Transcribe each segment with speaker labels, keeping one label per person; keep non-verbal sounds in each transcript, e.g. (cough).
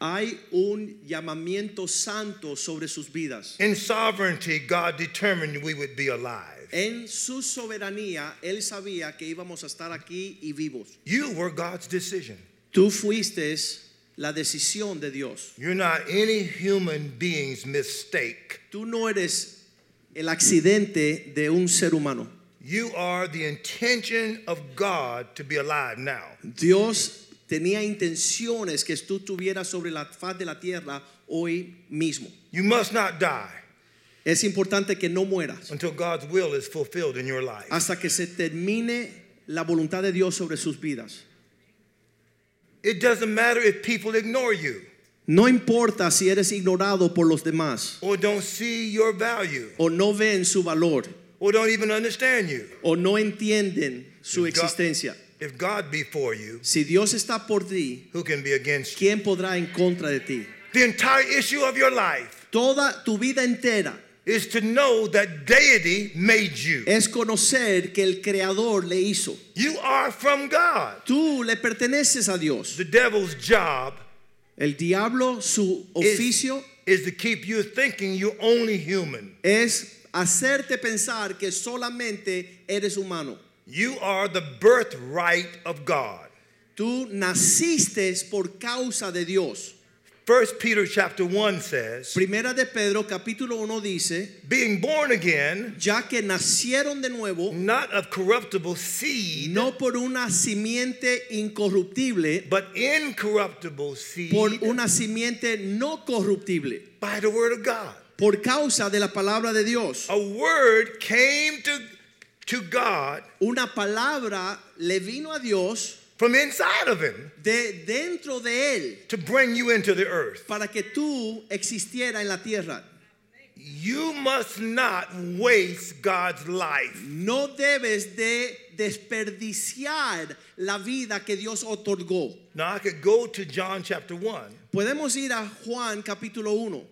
Speaker 1: Hay un llamamiento santo sobre sus vidas.
Speaker 2: In sovereignty, God determined we would be alive.
Speaker 1: En su soberanía, Él sabía que íbamos a estar aquí y vivos.
Speaker 2: You were God's decision.
Speaker 1: Tú fuiste la decisión de Dios.
Speaker 2: You're not any human being's mistake.
Speaker 1: Tú no eres el accidente de un ser humano.
Speaker 2: You are the intention of God to be alive now.
Speaker 1: Dios tenía intenciones que tú tuvieras sobre la faz de la tierra hoy mismo.
Speaker 2: You must not die
Speaker 1: Es importante que no mueras
Speaker 2: until God's will is fulfilled in your life.
Speaker 1: hasta que se termine la voluntad de Dios sobre sus vidas.
Speaker 2: It doesn't matter if people ignore you
Speaker 1: No importa si eres ignorado por los demás
Speaker 2: or don't see your value
Speaker 1: o no ven su valor
Speaker 2: or don't even understand you.
Speaker 1: o no entienden su
Speaker 2: If God-
Speaker 1: existencia.
Speaker 2: If God be for you,
Speaker 1: Si Dios está por ti,
Speaker 2: who can be against you?
Speaker 1: ¿quién podrá en contra de ti?
Speaker 2: The entire issue of your life
Speaker 1: Toda tu vida entera
Speaker 2: is to know that deity made you.
Speaker 1: es conocer que el Creador le hizo.
Speaker 2: You are from God.
Speaker 1: Tú le perteneces a Dios.
Speaker 2: The devil's job
Speaker 1: El diablo, su
Speaker 2: is-
Speaker 1: oficio
Speaker 2: is to keep you thinking you're only human.
Speaker 1: es hacerte pensar que solamente eres humano.
Speaker 2: You are the birthright of God.
Speaker 1: Tú naciste por causa de Dios.
Speaker 2: First Peter chapter 1 says,
Speaker 1: Primera de Pedro capítulo 1 dice,
Speaker 2: being born again,
Speaker 1: ya que nacieron de nuevo,
Speaker 2: not of corruptible seed,
Speaker 1: no por una simiente incorruptible,
Speaker 2: but incorruptible seed
Speaker 1: por una simiente no corruptible,
Speaker 2: by the word of God.
Speaker 1: por causa de la palabra de Dios.
Speaker 2: A word came to, to God
Speaker 1: Una palabra le vino a Dios
Speaker 2: from inside of him
Speaker 1: de dentro de él
Speaker 2: to bring you into the earth.
Speaker 1: para que tú existiera en la tierra.
Speaker 2: You must not waste God's life.
Speaker 1: No debes de desperdiciar la vida que Dios otorgó.
Speaker 2: Now I could go to John chapter 1
Speaker 1: Podemos ir a Juan capítulo 1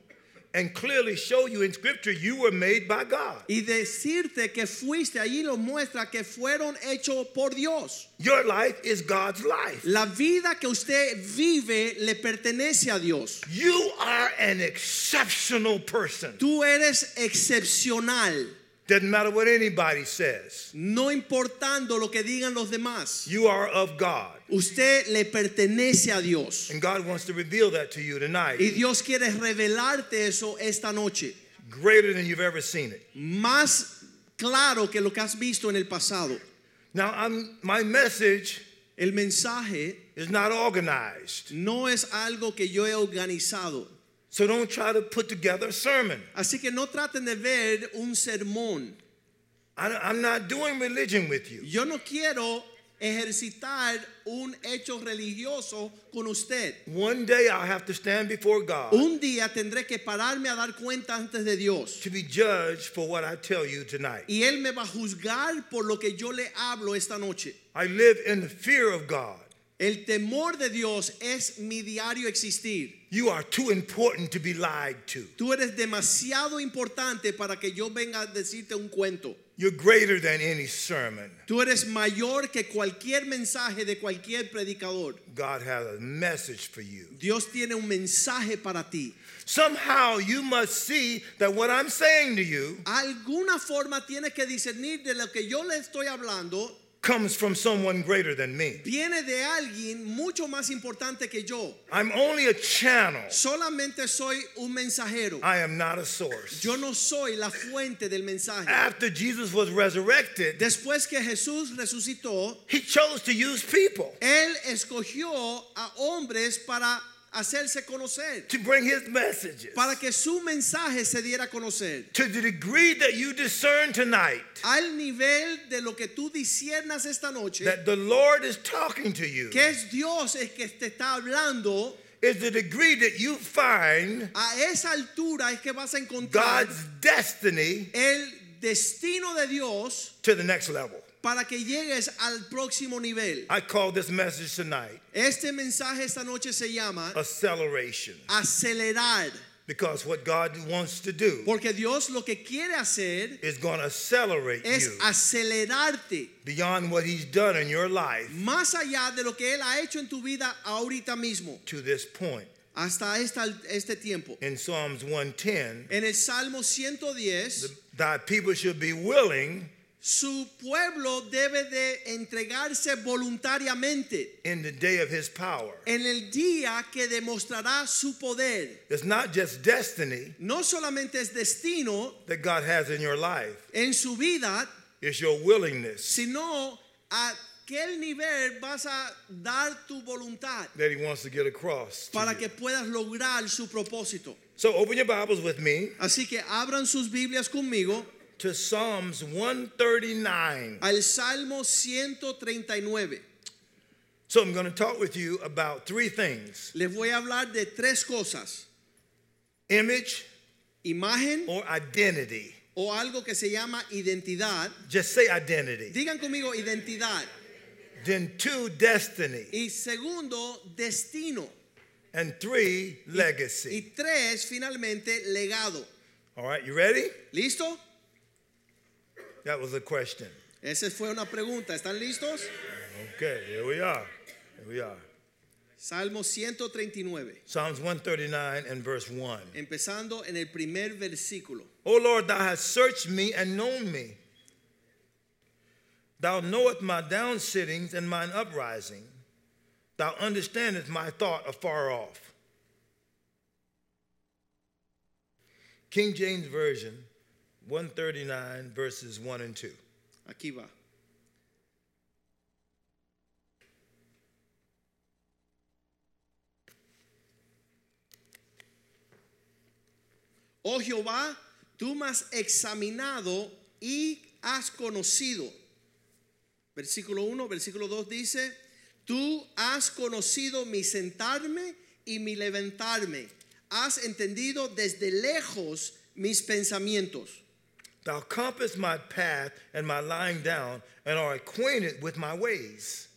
Speaker 2: and clearly show you in scripture you were made by God.
Speaker 1: y decirte que fuiste, allí nos muestra que fueron hechos por Dios.
Speaker 2: Your life is God's life.
Speaker 1: La vida que usted vive le pertenece a Dios.
Speaker 2: You are an exceptional person.
Speaker 1: Tú eres excepcional,
Speaker 2: Doesn't matter what anybody says.
Speaker 1: no importando lo que digan los demás.
Speaker 2: You are of God.
Speaker 1: Usted le pertenece a Dios.
Speaker 2: And God wants to reveal that to you tonight.
Speaker 1: Y Dios quiere revelarte eso esta noche.
Speaker 2: Greater than you've ever seen it.
Speaker 1: más claro que lo que has visto en el pasado.
Speaker 2: Now, I'm, my message
Speaker 1: El mensaje
Speaker 2: is not organized.
Speaker 1: no es algo que yo he organizado.
Speaker 2: So don't try to put together a sermon.
Speaker 1: Así que no traten de ver un sermón.
Speaker 2: I, I'm not doing religion with you.
Speaker 1: Yo no quiero ejercitar un hecho religioso con usted.
Speaker 2: One day I'll have to stand before God
Speaker 1: Un día tendré que pararme a dar cuenta antes de Dios.
Speaker 2: to be judged for what I tell you tonight.
Speaker 1: Y Él me va a juzgar por lo que yo le hablo esta noche.
Speaker 2: I live in the fear of God.
Speaker 1: El temor de Dios es mi diario existir.
Speaker 2: You are too important to be lied to.
Speaker 1: Tú eres demasiado importante para que yo venga a decirte un cuento.
Speaker 2: You're greater than any sermon.
Speaker 1: Tú eres mayor que cualquier mensaje de cualquier predicador.
Speaker 2: God has a message for you.
Speaker 1: Dios tiene un mensaje para ti.
Speaker 2: Somehow you must see that what I'm saying to you
Speaker 1: Alguna forma tienes que discernir de lo que yo le estoy hablando
Speaker 2: comes from someone greater than me.
Speaker 1: viene de alguien mucho más importante que yo.
Speaker 2: I'm only a channel.
Speaker 1: Solamente soy un mensajero.
Speaker 2: I am not a source.
Speaker 1: Yo no soy la fuente del mensaje.
Speaker 2: After Jesus was resurrected,
Speaker 1: Después que Jesús resucitó,
Speaker 2: he chose to use people
Speaker 1: él escogió a hombres para hacerse conocer.
Speaker 2: to bring his messages.
Speaker 1: para que su mensaje se diera a conocer.
Speaker 2: To the degree that you discern tonight
Speaker 1: Al nivel de lo que tú disiernas esta noche,
Speaker 2: that the Lord is talking to you,
Speaker 1: que es Dios el que te está hablando,
Speaker 2: is the degree that you find
Speaker 1: A esa altura es que vas a encontrar
Speaker 2: God's destiny
Speaker 1: el destino de Dios
Speaker 2: to the next level.
Speaker 1: para que llegues al próximo nivel.
Speaker 2: I call this message tonight
Speaker 1: Este mensaje esta noche se llama
Speaker 2: acceleration
Speaker 1: acelerar,
Speaker 2: because what God wants to do
Speaker 1: porque Dios lo que quiere hacer
Speaker 2: is going to accelerate
Speaker 1: es
Speaker 2: you
Speaker 1: acelerarte
Speaker 2: beyond what He's done in your life
Speaker 1: más allá de lo que Él ha hecho en tu vida ahorita mismo,
Speaker 2: to this point.
Speaker 1: hasta esta- este tiempo.
Speaker 2: In Psalms 110,
Speaker 1: En el Salmo 110,
Speaker 2: thy people should be willing
Speaker 1: su pueblo debe de entregarse voluntariamente
Speaker 2: in the day of His power.
Speaker 1: en el día que demostrará su poder.
Speaker 2: It's not just destiny
Speaker 1: No solamente es destino
Speaker 2: that God has in your life,
Speaker 1: en su vida,
Speaker 2: it's your willingness
Speaker 1: sino a qué nivel vas a dar tu voluntad
Speaker 2: that He wants to get across. to
Speaker 1: para
Speaker 2: you.
Speaker 1: que puedas lograr su propósito.
Speaker 2: So open your Bibles with me
Speaker 1: Así que abran sus Biblias conmigo
Speaker 2: to Psalms 139.
Speaker 1: al Salmo 139.
Speaker 2: So I'm going to talk with you about three things
Speaker 1: Les voy a hablar de tres cosas.
Speaker 2: image
Speaker 1: Imagen
Speaker 2: or identity.
Speaker 1: o algo que se llama identidad.
Speaker 2: Just say identity.
Speaker 1: Digan conmigo identidad.
Speaker 2: Then two, destiny.
Speaker 1: Y segundo, destino.
Speaker 2: And three,
Speaker 1: Y
Speaker 2: legacy.
Speaker 1: tres, finalmente, legado.
Speaker 2: All right, you ready?
Speaker 1: ¿Listo?
Speaker 2: That was a question.
Speaker 1: Esa fue una pregunta. ¿Están listos?
Speaker 2: Okay, here we are. Here we are.
Speaker 1: Salmo 139,
Speaker 2: Psalms 139 and verse 1.
Speaker 1: empezando en el primer versículo.
Speaker 2: O Lord, thou hast searched me and known me. Thou knowest my down sittings and mine uprising. Thou understandest my thought afar off. King James Version, 139, verses 1 and 2.
Speaker 1: Aquí va. Oh Jehová, tú me has examinado y has conocido. Versículo 1, versículo 2 dice, tú has conocido mi sentarme y mi levantarme. Has entendido desde lejos mis pensamientos.
Speaker 2: Thou compassest my path and my lying down, and are acquainted with my ways.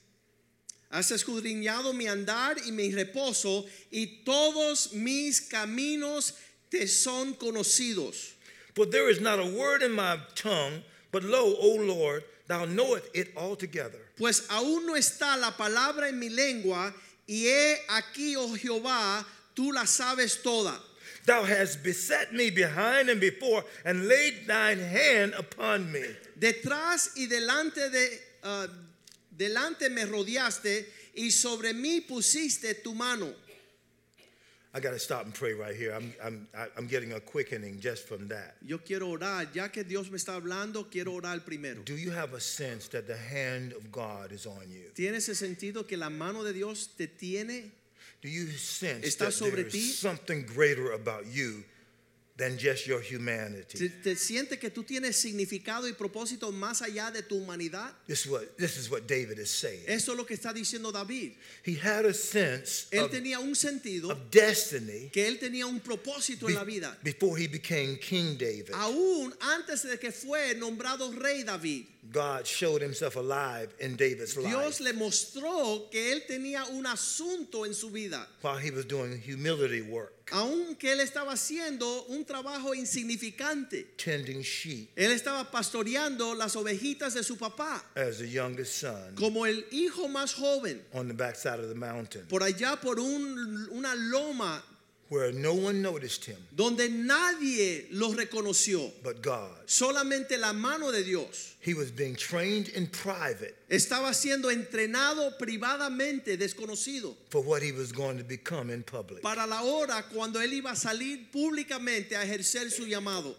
Speaker 1: Has escudriñado mi andar y mi reposo, y todos mis caminos te son conocidos.
Speaker 2: For there is not a word in my tongue, but lo, O Lord, thou knowest it altogether.
Speaker 1: Pues aún no está la palabra en mi lengua, y he aquí, oh Jehová, tú la sabes toda.
Speaker 2: Thou hast beset me behind and before, and laid thine hand upon me.
Speaker 1: Detrás y delante de ah, delante me rodeaste, y sobre mí pusiste tu mano.
Speaker 2: I got to stop and pray right here. I'm, I'm, I- I'm getting a quickening just from that.
Speaker 1: Yo quiero orar, ya que Dios me está hablando, quiero orar primero.
Speaker 2: Do you have a sense that the hand of God is on you?
Speaker 1: ¿Tiene ese sentido que la mano de Dios te tiene
Speaker 2: Do you sense
Speaker 1: ¿Está
Speaker 2: that
Speaker 1: sobre
Speaker 2: there
Speaker 1: ti?
Speaker 2: is something greater about you than just your
Speaker 1: ¿Te,
Speaker 2: humanity?
Speaker 1: te sientes que tú tienes significado y propósito más allá de tu humanidad?
Speaker 2: This is what, this is what David is saying.
Speaker 1: Eso es lo que está diciendo David.
Speaker 2: He had a sense
Speaker 1: Él
Speaker 2: of-
Speaker 1: tenía un sentido,
Speaker 2: of destiny
Speaker 1: que él tenía un propósito
Speaker 2: Be-
Speaker 1: en la vida. Ah.
Speaker 2: Before he became King David,
Speaker 1: Aún antes de que fue nombrado rey David,
Speaker 2: God showed himself alive in David's life
Speaker 1: Dios le mostró que él tenía un asunto en su vida.
Speaker 2: while he was doing humility work,
Speaker 1: Aunque él estaba haciendo un trabajo insignificante,
Speaker 2: tending sheep
Speaker 1: él estaba pastoreando las ovejitas de su papá
Speaker 2: as the youngest son
Speaker 1: como el hijo más joven,
Speaker 2: on the backside of the mountain
Speaker 1: por allá por un- una loma
Speaker 2: where no one noticed him
Speaker 1: donde nadie los reconoció,
Speaker 2: but God.
Speaker 1: solamente la mano de Dios.
Speaker 2: He was being trained in private
Speaker 1: Estaba siendo entrenado privadamente, desconocido,
Speaker 2: for what he was going to become in public.
Speaker 1: para la hora cuando él iba a salir públicamente a ejercer su llamado.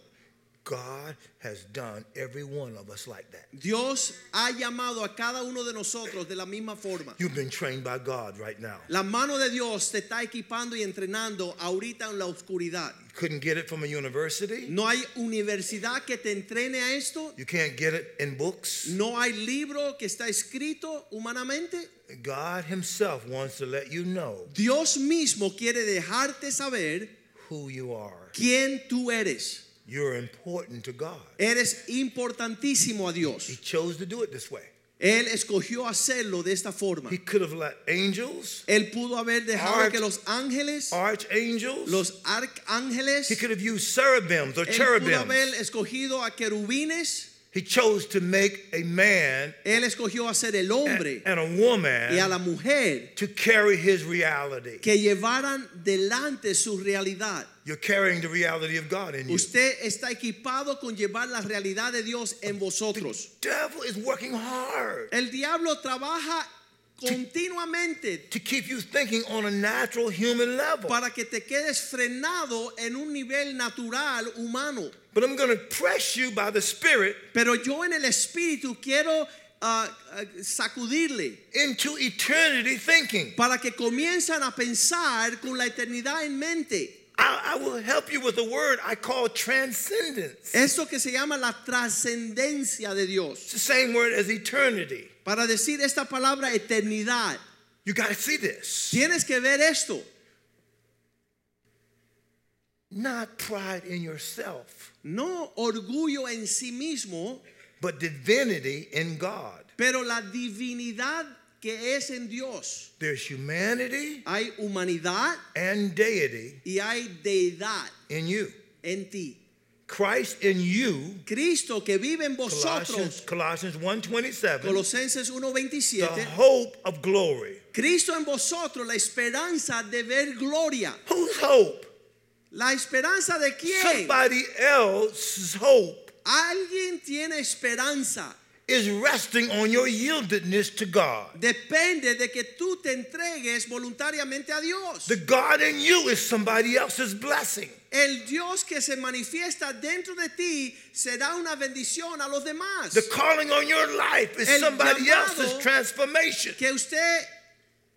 Speaker 2: God has done every one of us like that.
Speaker 1: Dios ha llamado a cada uno de nosotros de la misma forma.
Speaker 2: You've been trained by God right now.
Speaker 1: La mano de Dios te está equipando y entrenando ahorita en la oscuridad.
Speaker 2: You couldn't get it from a university.
Speaker 1: No hay universidad que te entrene a esto.
Speaker 2: You can't get it in books.
Speaker 1: No hay libro que está escrito humanamente.
Speaker 2: God Himself wants to let you know
Speaker 1: Dios mismo quiere dejarte saber
Speaker 2: who you are.
Speaker 1: quién tú eres.
Speaker 2: You're important to God.
Speaker 1: Eres importantísimo a
Speaker 2: He
Speaker 1: Dios.
Speaker 2: chose to do it this way.
Speaker 1: Él escogió hacerlo de esta forma.
Speaker 2: He could have let angels,
Speaker 1: Él pudo haber dejado
Speaker 2: Arch-
Speaker 1: que los ángeles,
Speaker 2: archangels,
Speaker 1: los arcángeles,
Speaker 2: He could have used cherubims or
Speaker 1: Él pudo haber
Speaker 2: cherubims.
Speaker 1: escogido a querubines.
Speaker 2: He chose to make a man
Speaker 1: Él escogió a ser el hombre
Speaker 2: and a
Speaker 1: y a la
Speaker 2: woman
Speaker 1: mujer
Speaker 2: to carry his reality.
Speaker 1: que llevaran delante su realidad.
Speaker 2: You're carrying the reality of God in you.
Speaker 1: Usted está equipado con llevar la realidad de Dios en vosotros.
Speaker 2: devil is working hard
Speaker 1: El diablo trabaja continuamente
Speaker 2: to keep you thinking on a natural human level.
Speaker 1: para que te quedes frenado en un nivel natural humano.
Speaker 2: But I'm going to press you by the Spirit
Speaker 1: Pero yo en el espíritu quiero ah, ah, sacudirle
Speaker 2: into eternity thinking.
Speaker 1: para que comienzan a pensar con la eternidad en mente.
Speaker 2: I, I will help you with a word I call transcendence.
Speaker 1: Esto que se llama la trascendencia de
Speaker 2: It's
Speaker 1: Dios.
Speaker 2: the same word as eternity.
Speaker 1: Para decir esta palabra eternidad,
Speaker 2: You got to see this.
Speaker 1: tienes que ver esto.
Speaker 2: Not pride in yourself,
Speaker 1: No orgullo en sí mismo,
Speaker 2: but divinity in God.
Speaker 1: pero la divinidad que es en Dios.
Speaker 2: There's humanity
Speaker 1: Hay humanidad
Speaker 2: and deity
Speaker 1: y hay deidad
Speaker 2: in you.
Speaker 1: en ti.
Speaker 2: Christ in you.
Speaker 1: Cristo que vive en
Speaker 2: Colossians,
Speaker 1: vosotros.
Speaker 2: Colossians 1:27.
Speaker 1: Colosenses
Speaker 2: The
Speaker 1: 1:27.
Speaker 2: hope of glory.
Speaker 1: Cristo en vosotros, la esperanza de ver gloria.
Speaker 2: Whose hope?
Speaker 1: La esperanza de quién?
Speaker 2: Somebody else's hope
Speaker 1: Alguien tiene esperanza.
Speaker 2: is resting on your yieldedness to God.
Speaker 1: Depende de que tú te entregues voluntariamente a Dios.
Speaker 2: The God in you is somebody else's blessing.
Speaker 1: El Dios que se manifiesta dentro de ti será una bendición a los demás.
Speaker 2: The calling on your life is
Speaker 1: El
Speaker 2: somebody
Speaker 1: llamado-
Speaker 2: else's transformation.
Speaker 1: Que usted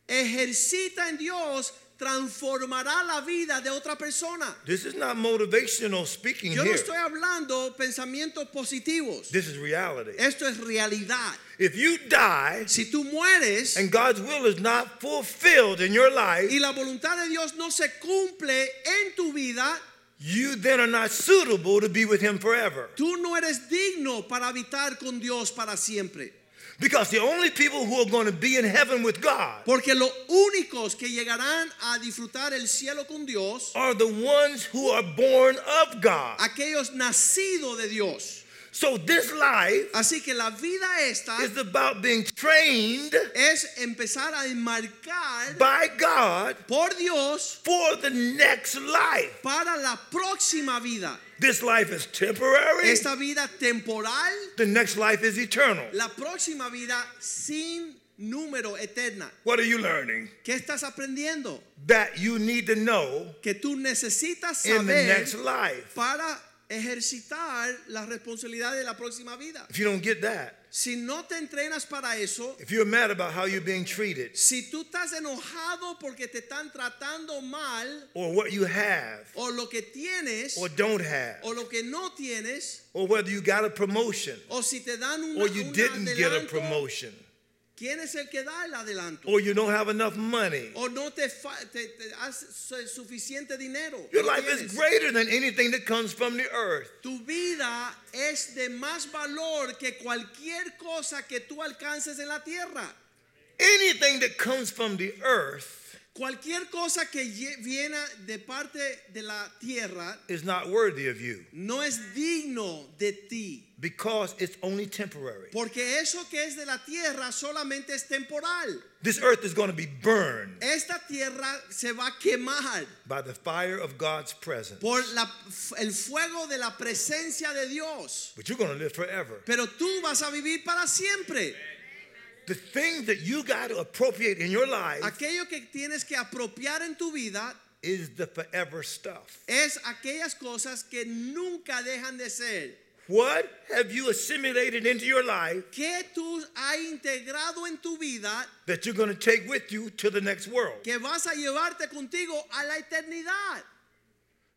Speaker 1: ejercita en Dios transformará la vida de otra persona.
Speaker 2: This is not motivational speaking
Speaker 1: Yo no
Speaker 2: here.
Speaker 1: estoy hablando pensamientos positivos.
Speaker 2: This is reality.
Speaker 1: Esto es realidad.
Speaker 2: If you die
Speaker 1: Si tú mueres
Speaker 2: and God's will is not fulfilled in your life,
Speaker 1: y la voluntad de Dios no se cumple en tu vida,
Speaker 2: you then are not suitable to be with Him forever.
Speaker 1: tú no eres digno para habitar con Dios para siempre.
Speaker 2: Because the only people who are going to be in heaven with God
Speaker 1: Porque los únicos que llegarán a disfrutar el cielo con Dios,
Speaker 2: are the ones who are born of God.
Speaker 1: aquellos nacidos de Dios.
Speaker 2: So this life
Speaker 1: Así que la vida esta
Speaker 2: is about being trained
Speaker 1: es empezar a enmarcar
Speaker 2: by God
Speaker 1: por Dios
Speaker 2: for the next life.
Speaker 1: para la próxima vida.
Speaker 2: This life is temporary.
Speaker 1: Esta vida temporal,
Speaker 2: The next life is eternal.
Speaker 1: la próxima vida sin número eterna.
Speaker 2: What are you learning?
Speaker 1: ¿Qué estás aprendiendo?
Speaker 2: That you need to know
Speaker 1: Que tú necesitas
Speaker 2: in the
Speaker 1: saber
Speaker 2: next life.
Speaker 1: para ejercitar la responsabilidad de la próxima vida.
Speaker 2: If you don't get that,
Speaker 1: Si no te entrenas para eso,
Speaker 2: if you're mad about how you're being treated
Speaker 1: Si tú estás enojado porque te están tratando mal
Speaker 2: or what you have
Speaker 1: o lo que tienes
Speaker 2: or don't have
Speaker 1: o lo que no tienes
Speaker 2: or whether you got a promotion
Speaker 1: o si te dan un
Speaker 2: or you didn't get a
Speaker 1: adelanto,
Speaker 2: promotion
Speaker 1: ¿quién es el que da el adelanto?
Speaker 2: or you don't have enough money.
Speaker 1: O no te, fa- te, te hace su- suficiente dinero.
Speaker 2: Your
Speaker 1: no
Speaker 2: life is
Speaker 1: tienes.
Speaker 2: greater than anything that comes from the earth.
Speaker 1: Tu vida es de más valor que cualquier cosa que tú alcances en la tierra.
Speaker 2: Anything that comes from the earth
Speaker 1: Cualquier cosa que lle- viene de parte de la tierra
Speaker 2: is not worthy of you
Speaker 1: no es digno de ti.
Speaker 2: because it's only temporary.
Speaker 1: Porque eso que es de la tierra solamente es temporal.
Speaker 2: This earth is going to be burned
Speaker 1: Esta tierra se va a quemar
Speaker 2: by the fire of God's presence.
Speaker 1: por la- el fuego de la presencia de Dios.
Speaker 2: But you're going to live forever.
Speaker 1: Pero tú vas a vivir para siempre.
Speaker 2: The thing that you got to appropriate in your life
Speaker 1: Aquello que tienes que apropiar en tu vida
Speaker 2: is the forever stuff.
Speaker 1: es aquellas cosas que nunca dejan de ser.
Speaker 2: What have you assimilated into your life
Speaker 1: que tú has integrado en tu vida
Speaker 2: that you're going to take with you to the next world?
Speaker 1: que vas a llevarte contigo a la eternidad?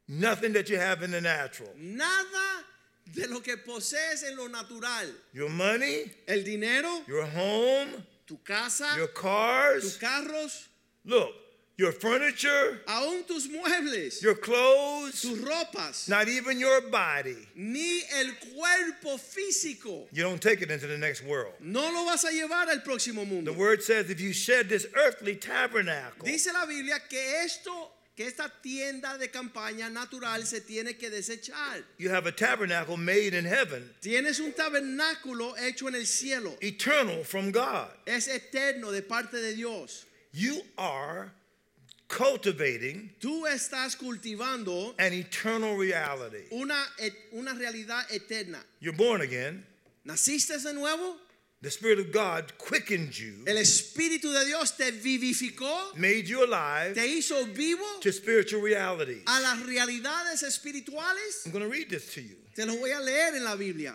Speaker 2: Nothing that you have in the natural.
Speaker 1: Nada de lo que posees en lo natural.
Speaker 2: Your money,
Speaker 1: El dinero,
Speaker 2: your home,
Speaker 1: tu casa,
Speaker 2: your
Speaker 1: tus
Speaker 2: cars,
Speaker 1: carros,
Speaker 2: look, your furniture,
Speaker 1: aún tus muebles,
Speaker 2: your clothes,
Speaker 1: tus ropas,
Speaker 2: not even your body.
Speaker 1: ni el cuerpo físico.
Speaker 2: You don't take it into the next world.
Speaker 1: No lo vas a llevar al próximo
Speaker 2: The
Speaker 1: mundo.
Speaker 2: word says if you shed this earthly tabernacle,
Speaker 1: Dice la Biblia que esto, que esta tienda de campaña natural se tiene que desechar.
Speaker 2: you have a tabernacle made in heaven,
Speaker 1: Tienes un tabernáculo hecho en el cielo.
Speaker 2: eternal from God.
Speaker 1: Es eterno de parte de Dios.
Speaker 2: You are cultivating
Speaker 1: Tú estás cultivando
Speaker 2: an eternal reality.
Speaker 1: una, et- una realidad eterna.
Speaker 2: You're born again.
Speaker 1: Naciste de nuevo.
Speaker 2: The Spirit of God quickened you,
Speaker 1: El Espíritu de Dios te vivificó.
Speaker 2: made you alive
Speaker 1: Te hizo vivo
Speaker 2: to spiritual realities.
Speaker 1: a las realidades espirituales.
Speaker 2: I'm going to read this to you.
Speaker 1: Te lo voy a leer en la Biblia.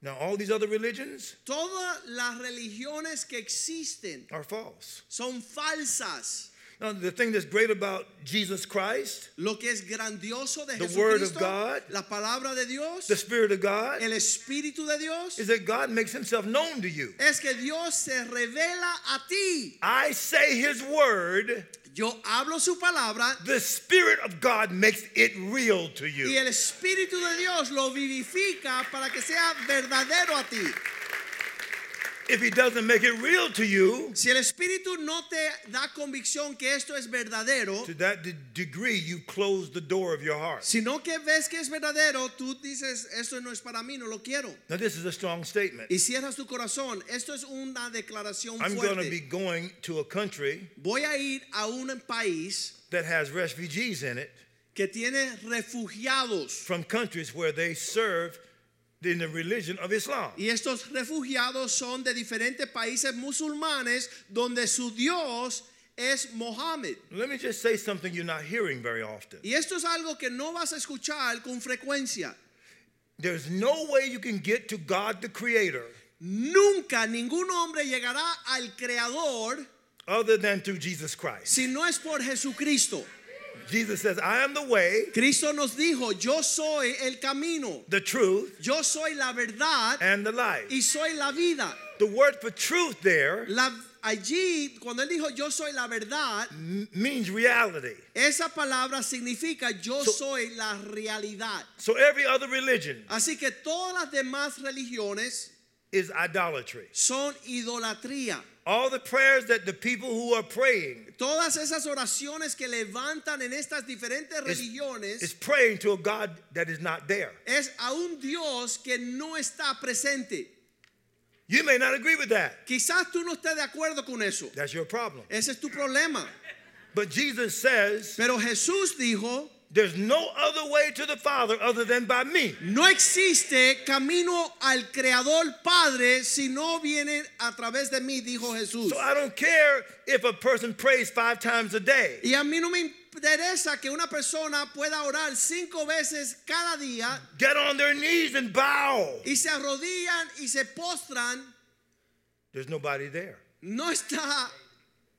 Speaker 2: Now, all these other religions
Speaker 1: Todas las religiones que existen
Speaker 2: are false.
Speaker 1: son falsas.
Speaker 2: Now, the thing that's great about Jesus Christ,
Speaker 1: Lo que es grandioso de
Speaker 2: The Word of
Speaker 1: Jesucristo,
Speaker 2: God.
Speaker 1: la palabra de Dios,
Speaker 2: the Spirit of God,
Speaker 1: el Espíritu de Dios,
Speaker 2: is that God makes Himself known to you.
Speaker 1: es que Dios se revela a ti.
Speaker 2: I say His word,
Speaker 1: Yo hablo su palabra
Speaker 2: the Spirit of God makes it real to
Speaker 1: y
Speaker 2: you.
Speaker 1: el Espíritu de Dios lo vivifica para que sea verdadero a ti.
Speaker 2: If He doesn't make it real to you,
Speaker 1: Si el Espíritu no te da convicción que esto es verdadero,
Speaker 2: to that de- degree, you close the door of your heart.
Speaker 1: sino que ves que es verdadero, tú dices, esto no es para mí, no lo quiero.
Speaker 2: Now, this is a strong statement.
Speaker 1: Y cierras tu corazón. Esto es una declaración
Speaker 2: I'm going to be
Speaker 1: fuerte.
Speaker 2: going to a country
Speaker 1: Voy a ir a un país
Speaker 2: that has refugees in it
Speaker 1: que tiene refugiados.
Speaker 2: from countries where they serve in the religion of Islam.
Speaker 1: Y estos refugiados son de diferentes países musulmanes donde su Dios es Mohammed.
Speaker 2: Let me just say something you're not hearing very often.
Speaker 1: Y esto es algo que no vas a escuchar con frecuencia.
Speaker 2: There's no way you can get to God the Creator
Speaker 1: Nunca ningún hombre llegará al Creador
Speaker 2: other than through Jesus Christ.
Speaker 1: si no es por Jesucristo.
Speaker 2: Jesus says, I am the way,
Speaker 1: Cristo nos dijo, yo soy el camino,
Speaker 2: the truth,
Speaker 1: yo soy la verdad
Speaker 2: and the life.
Speaker 1: y soy la vida.
Speaker 2: The word for truth there
Speaker 1: La- allí, cuando él dijo yo soy la verdad,
Speaker 2: m- means reality.
Speaker 1: esa palabra significa yo
Speaker 2: So-
Speaker 1: soy la realidad.
Speaker 2: So every other religion
Speaker 1: Así que todas las demás religiones
Speaker 2: is idolatry.
Speaker 1: son idolatría.
Speaker 2: All the prayers that the people who are praying
Speaker 1: Todas esas oraciones que levantan en estas diferentes
Speaker 2: is,
Speaker 1: religiones
Speaker 2: is praying to a God that is not there.
Speaker 1: es a un Dios que no está presente.
Speaker 2: You may not agree with that.
Speaker 1: Quizás tú no estés de acuerdo con eso.
Speaker 2: That's your problem.
Speaker 1: Ese es tu problema.
Speaker 2: But Jesus says,
Speaker 1: Pero Jesús dijo,
Speaker 2: There's no other way to the Father other than by me.
Speaker 1: No existe camino al Creador Padre si no viene a través de mí, dijo Jesús.
Speaker 2: So I don't care if a person prays five times a day.
Speaker 1: Y a mí no me interesa que una persona pueda orar cinco veces cada día
Speaker 2: Get on their knees and bow.
Speaker 1: y se arrodillan y se postran.
Speaker 2: There's nobody there.
Speaker 1: No está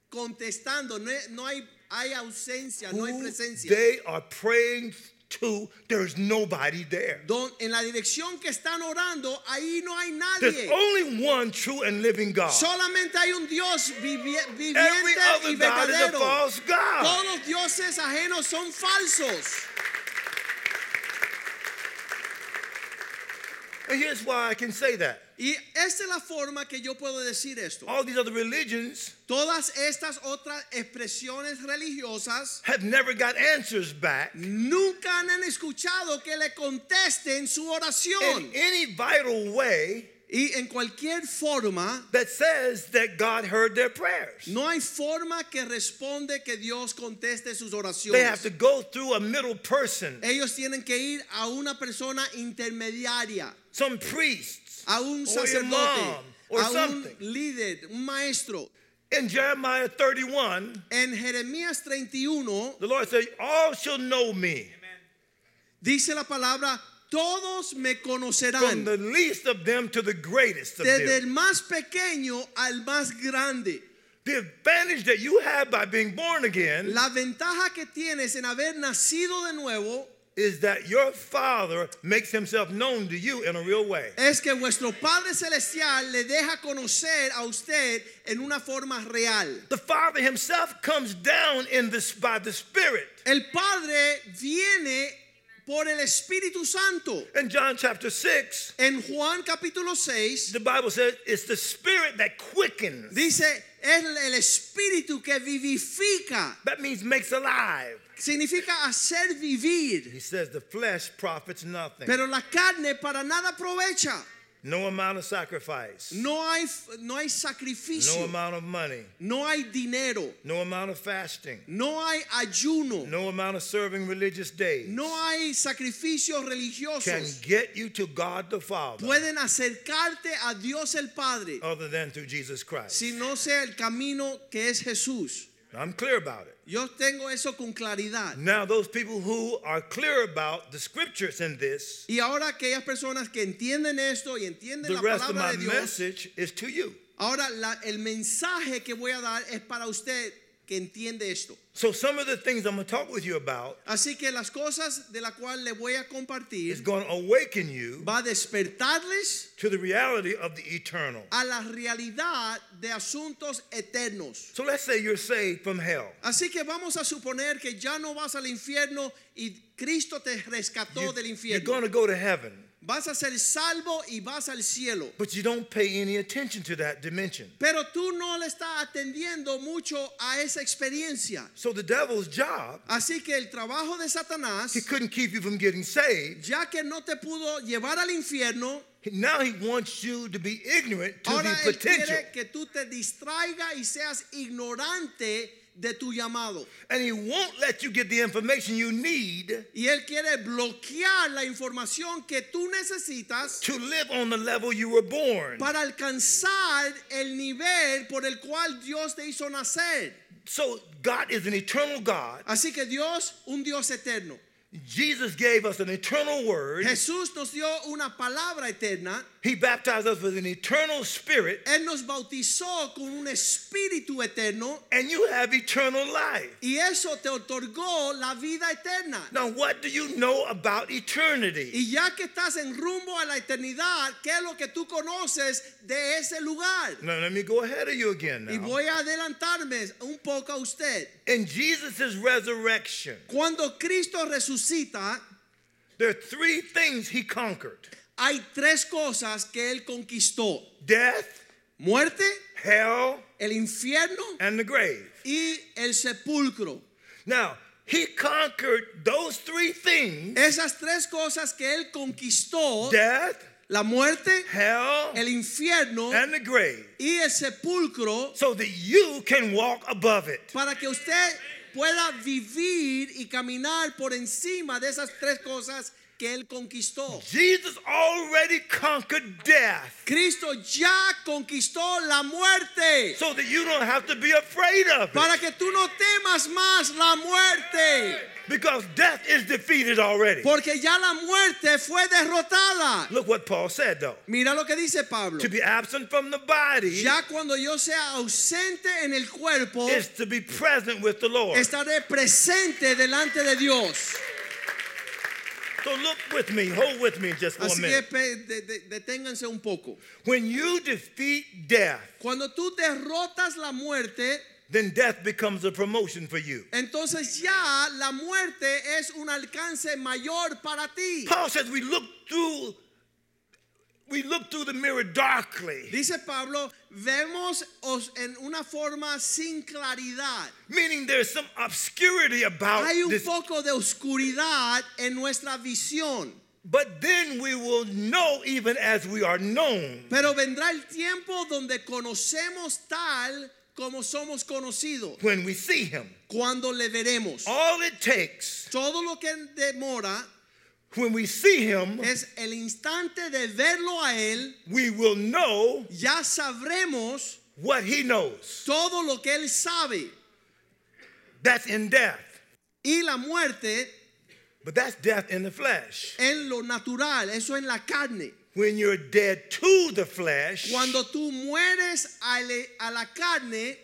Speaker 1: contestando, no, no hay, hay ausencia, no hay
Speaker 2: Who
Speaker 1: presencia.
Speaker 2: They are praying to, there's nobody there.
Speaker 1: Don- en la dirección que están orando, ahí no hay
Speaker 2: There's
Speaker 1: nadie.
Speaker 2: only one true and living God.
Speaker 1: Solamente hay un Dios vivi-
Speaker 2: Every
Speaker 1: viviente y
Speaker 2: other God is a
Speaker 1: verdadero.
Speaker 2: false God.
Speaker 1: Todos los dioses ajenos son falsos.
Speaker 2: And here's why I can say that.
Speaker 1: Y esta es la forma que yo puedo decir esto.
Speaker 2: All these other religions
Speaker 1: Todas estas otras expresiones religiosas
Speaker 2: have never got answers back
Speaker 1: nunca han escuchado que le contesten su
Speaker 2: in
Speaker 1: oración.
Speaker 2: any vital way
Speaker 1: Y en cualquier forma,
Speaker 2: that says that God heard their prayers.
Speaker 1: no hay forma que responde que Dios conteste sus
Speaker 2: They have
Speaker 1: oraciones.
Speaker 2: to go through a middle person,
Speaker 1: Ellos tienen que ir a una persona intermediaria,
Speaker 2: some priests
Speaker 1: a un
Speaker 2: Or
Speaker 1: sacerdote,
Speaker 2: imam, or
Speaker 1: a un
Speaker 2: something.
Speaker 1: líder, un maestro.
Speaker 2: In Jeremiah 31,
Speaker 1: En Jeremías 31
Speaker 2: the Lord said, All shall know me,
Speaker 1: dice la palabra, todos me
Speaker 2: from
Speaker 1: conocerán,
Speaker 2: the least of them to the greatest of
Speaker 1: desde
Speaker 2: them.
Speaker 1: el más pequeño al más grande.
Speaker 2: The advantage that you have by being born again
Speaker 1: La ventaja que tienes en haber nacido de nuevo
Speaker 2: is that your Father makes himself known to you in a real way.
Speaker 1: es que vuestro Padre Celestial le deja conocer a usted en una forma real.
Speaker 2: The Father himself comes down in this by the Spirit.
Speaker 1: El Padre viene por el Espíritu Santo.
Speaker 2: In John chapter 6,
Speaker 1: En Juan capítulo 6
Speaker 2: the Bible says it's the Spirit that quickens.
Speaker 1: dice, es el Espíritu que vivifica.
Speaker 2: That means makes alive.
Speaker 1: Significa hacer vivir.
Speaker 2: He says the flesh profits nothing.
Speaker 1: Pero la carne para nada aprovecha.
Speaker 2: No amount of sacrifice.
Speaker 1: No hay, no hay
Speaker 2: No
Speaker 1: sacrificio.
Speaker 2: amount of money.
Speaker 1: No hay dinero.
Speaker 2: No amount of fasting.
Speaker 1: No hay ayuno.
Speaker 2: No amount of serving religious days
Speaker 1: No hay sacrificios
Speaker 2: can
Speaker 1: religiosos.
Speaker 2: get you to God the Father
Speaker 1: Pueden acercarte a Dios el Padre
Speaker 2: other than through Jesus Christ.
Speaker 1: si no sea el camino que es Jesús.
Speaker 2: I'm clear about it.
Speaker 1: Yo tengo eso con claridad.
Speaker 2: Now, those people who are clear about the scriptures in this,
Speaker 1: Y ahora aquellas personas que entienden esto y entienden
Speaker 2: the
Speaker 1: la
Speaker 2: rest of
Speaker 1: palabra
Speaker 2: my
Speaker 1: de Dios,
Speaker 2: message is to you.
Speaker 1: ahora la- el mensaje que voy a dar es para usted que entiende esto.
Speaker 2: So, some of the things I'm going to talk with you about
Speaker 1: Así que las cosas de la cual le voy a
Speaker 2: is
Speaker 1: compartir
Speaker 2: going to awaken you
Speaker 1: va a despertarles
Speaker 2: to the reality of the eternal.
Speaker 1: a la realidad de asuntos eternos.
Speaker 2: So, let's say you're saved from hell.
Speaker 1: Así que vamos a suponer que ya no vas al infierno y Cristo te rescató del
Speaker 2: You're
Speaker 1: infierno.
Speaker 2: going to go to heaven,
Speaker 1: Vas a ser salvo y vas al cielo.
Speaker 2: but you don't pay any attention to that dimension.
Speaker 1: Pero tú no le estás atendiendo mucho a esa experiencia.
Speaker 2: So, the devil's job,
Speaker 1: Así que el trabajo de Satanás,
Speaker 2: he couldn't keep you from getting saved.
Speaker 1: ya que no te pudo llevar al infierno,
Speaker 2: Now, he wants you to be ignorant to
Speaker 1: ahora
Speaker 2: the
Speaker 1: él
Speaker 2: potential.
Speaker 1: quiere que tú te distraiga y seas ignorante de tu llamado.
Speaker 2: And he won't let you get the information you need
Speaker 1: Y él quiere bloquear la información que tú necesitas
Speaker 2: to live on the level you were born.
Speaker 1: para alcanzar el nivel por el cual Dios te hizo nacer.
Speaker 2: So God is an eternal God.
Speaker 1: Así que Dios, un Dios eterno.
Speaker 2: Jesus gave us an eternal word.
Speaker 1: Jesús nos dio una palabra eterna.
Speaker 2: He baptized us with an eternal spirit,
Speaker 1: Él nos bautizó con un espíritu eterno
Speaker 2: and you have eternal life.
Speaker 1: y eso te otorgó la vida eterna.
Speaker 2: Now, what do you know about eternity?
Speaker 1: Y ya que estás en rumbo a la eternidad, ¿qué es lo que tú conoces de ese lugar?
Speaker 2: Now, let me go ahead of you again
Speaker 1: Y
Speaker 2: now.
Speaker 1: voy a adelantarme un poco a usted.
Speaker 2: In Jesus' resurrection,
Speaker 1: Cuando Cristo resucita,
Speaker 2: there are three things he conquered
Speaker 1: hay tres cosas que él conquistó.
Speaker 2: death,
Speaker 1: Muerte,
Speaker 2: hell,
Speaker 1: el infierno
Speaker 2: and the grave.
Speaker 1: y el sepulcro.
Speaker 2: Now, he conquered those three things
Speaker 1: Esas tres cosas que él conquistó,
Speaker 2: death,
Speaker 1: la muerte,
Speaker 2: hell,
Speaker 1: el infierno
Speaker 2: and the grave
Speaker 1: y el sepulcro
Speaker 2: so that you can walk above it.
Speaker 1: para que usted pueda vivir y caminar por encima de esas tres cosas que él conquistó.
Speaker 2: Jesus already conquered death
Speaker 1: Cristo ya conquistó la muerte
Speaker 2: so that you don't have to be afraid of it
Speaker 1: para que tú no temas más la muerte,
Speaker 2: because death is defeated already.
Speaker 1: (laughs) porque ya la muerte fue derrotada.
Speaker 2: Look what Paul said though.
Speaker 1: Mira lo que dice Pablo.
Speaker 2: To be absent from the body
Speaker 1: Ya cuando yo sea ausente en el cuerpo,
Speaker 2: is to be present with the Lord.
Speaker 1: estaré presente delante de Dios.
Speaker 2: So look with me, hold with me just for a
Speaker 1: Así que
Speaker 2: minute.
Speaker 1: pe- de- de- deténganse un poco.
Speaker 2: When you defeat death,
Speaker 1: Cuando tú derrotas la muerte,
Speaker 2: then death becomes a promotion for you.
Speaker 1: entonces ya la muerte es un alcance mayor para ti.
Speaker 2: Paul says we look through we look through the mirror darkly,
Speaker 1: Dice Pablo, vemos os- en una forma sin claridad.
Speaker 2: meaning there's some obscurity about
Speaker 1: Hay un
Speaker 2: this.
Speaker 1: poco de oscuridad en nuestra visión,
Speaker 2: But then we will know even as we are known.
Speaker 1: pero vendrá el tiempo donde conocemos tal como somos conocidos,
Speaker 2: When we see him,
Speaker 1: cuando le veremos.
Speaker 2: all it takes
Speaker 1: Todo lo que demora
Speaker 2: when we see him,
Speaker 1: es el instante de verlo a él
Speaker 2: we will know
Speaker 1: ya sabremos
Speaker 2: what he knows.
Speaker 1: Todo lo que él sabe
Speaker 2: That's in death,
Speaker 1: y la muerte
Speaker 2: but that's death in the flesh.
Speaker 1: en lo natural, eso en la carne.
Speaker 2: When you're dead to the flesh,
Speaker 1: Cuando tú mueres a le- a la carne,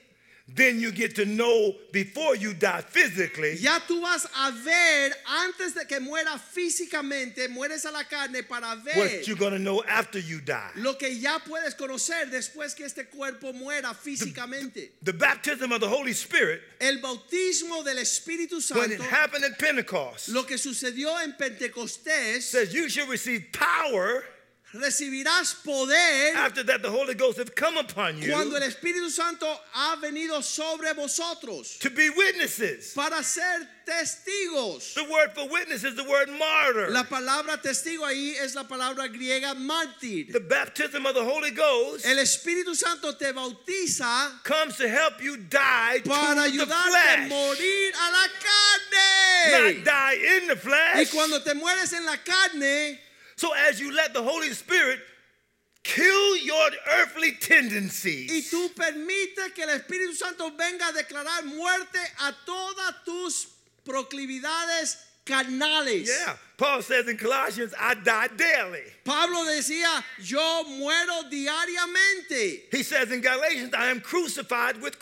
Speaker 2: then you get to know before you die physically
Speaker 1: Ya tú vas a ver antes de que muera físicamente, mueres a la carne para ver
Speaker 2: what you're going to know after you die.
Speaker 1: lo que ya puedes conocer después que este cuerpo muera físicamente.
Speaker 2: The baptism of the Holy Spirit,
Speaker 1: El bautismo del Espíritu
Speaker 2: when it
Speaker 1: Santo,
Speaker 2: happened at Pentecost,
Speaker 1: lo que sucedió en Pentecostés,
Speaker 2: says you shall receive power
Speaker 1: recibirás poder
Speaker 2: after that the Holy Ghost has come upon you
Speaker 1: cuando el Espíritu Santo ha venido sobre vosotros
Speaker 2: to be witnesses.
Speaker 1: para ser testigos.
Speaker 2: The word for witness is the word martyr.
Speaker 1: La palabra testigo ahí es la palabra griega mártir.
Speaker 2: The baptism of the Holy Ghost
Speaker 1: El Espíritu Santo te bautiza
Speaker 2: comes to help you die to
Speaker 1: para
Speaker 2: the
Speaker 1: ayudarte a
Speaker 2: flesh,
Speaker 1: morir a la
Speaker 2: not
Speaker 1: carne.
Speaker 2: die in the
Speaker 1: Y
Speaker 2: flesh.
Speaker 1: cuando te mueres en la carne,
Speaker 2: So as you let the Holy Spirit kill your earthly
Speaker 1: y
Speaker 2: tendencies,
Speaker 1: tú permites que el Espíritu Santo venga a declarar muerte a todas tus proclividades carnales.
Speaker 2: yeah, Paul says in Colossians, "I die daily."
Speaker 1: Pablo decía, yo muero diariamente.
Speaker 2: He says in Galatians, "I am crucified with
Speaker 1: En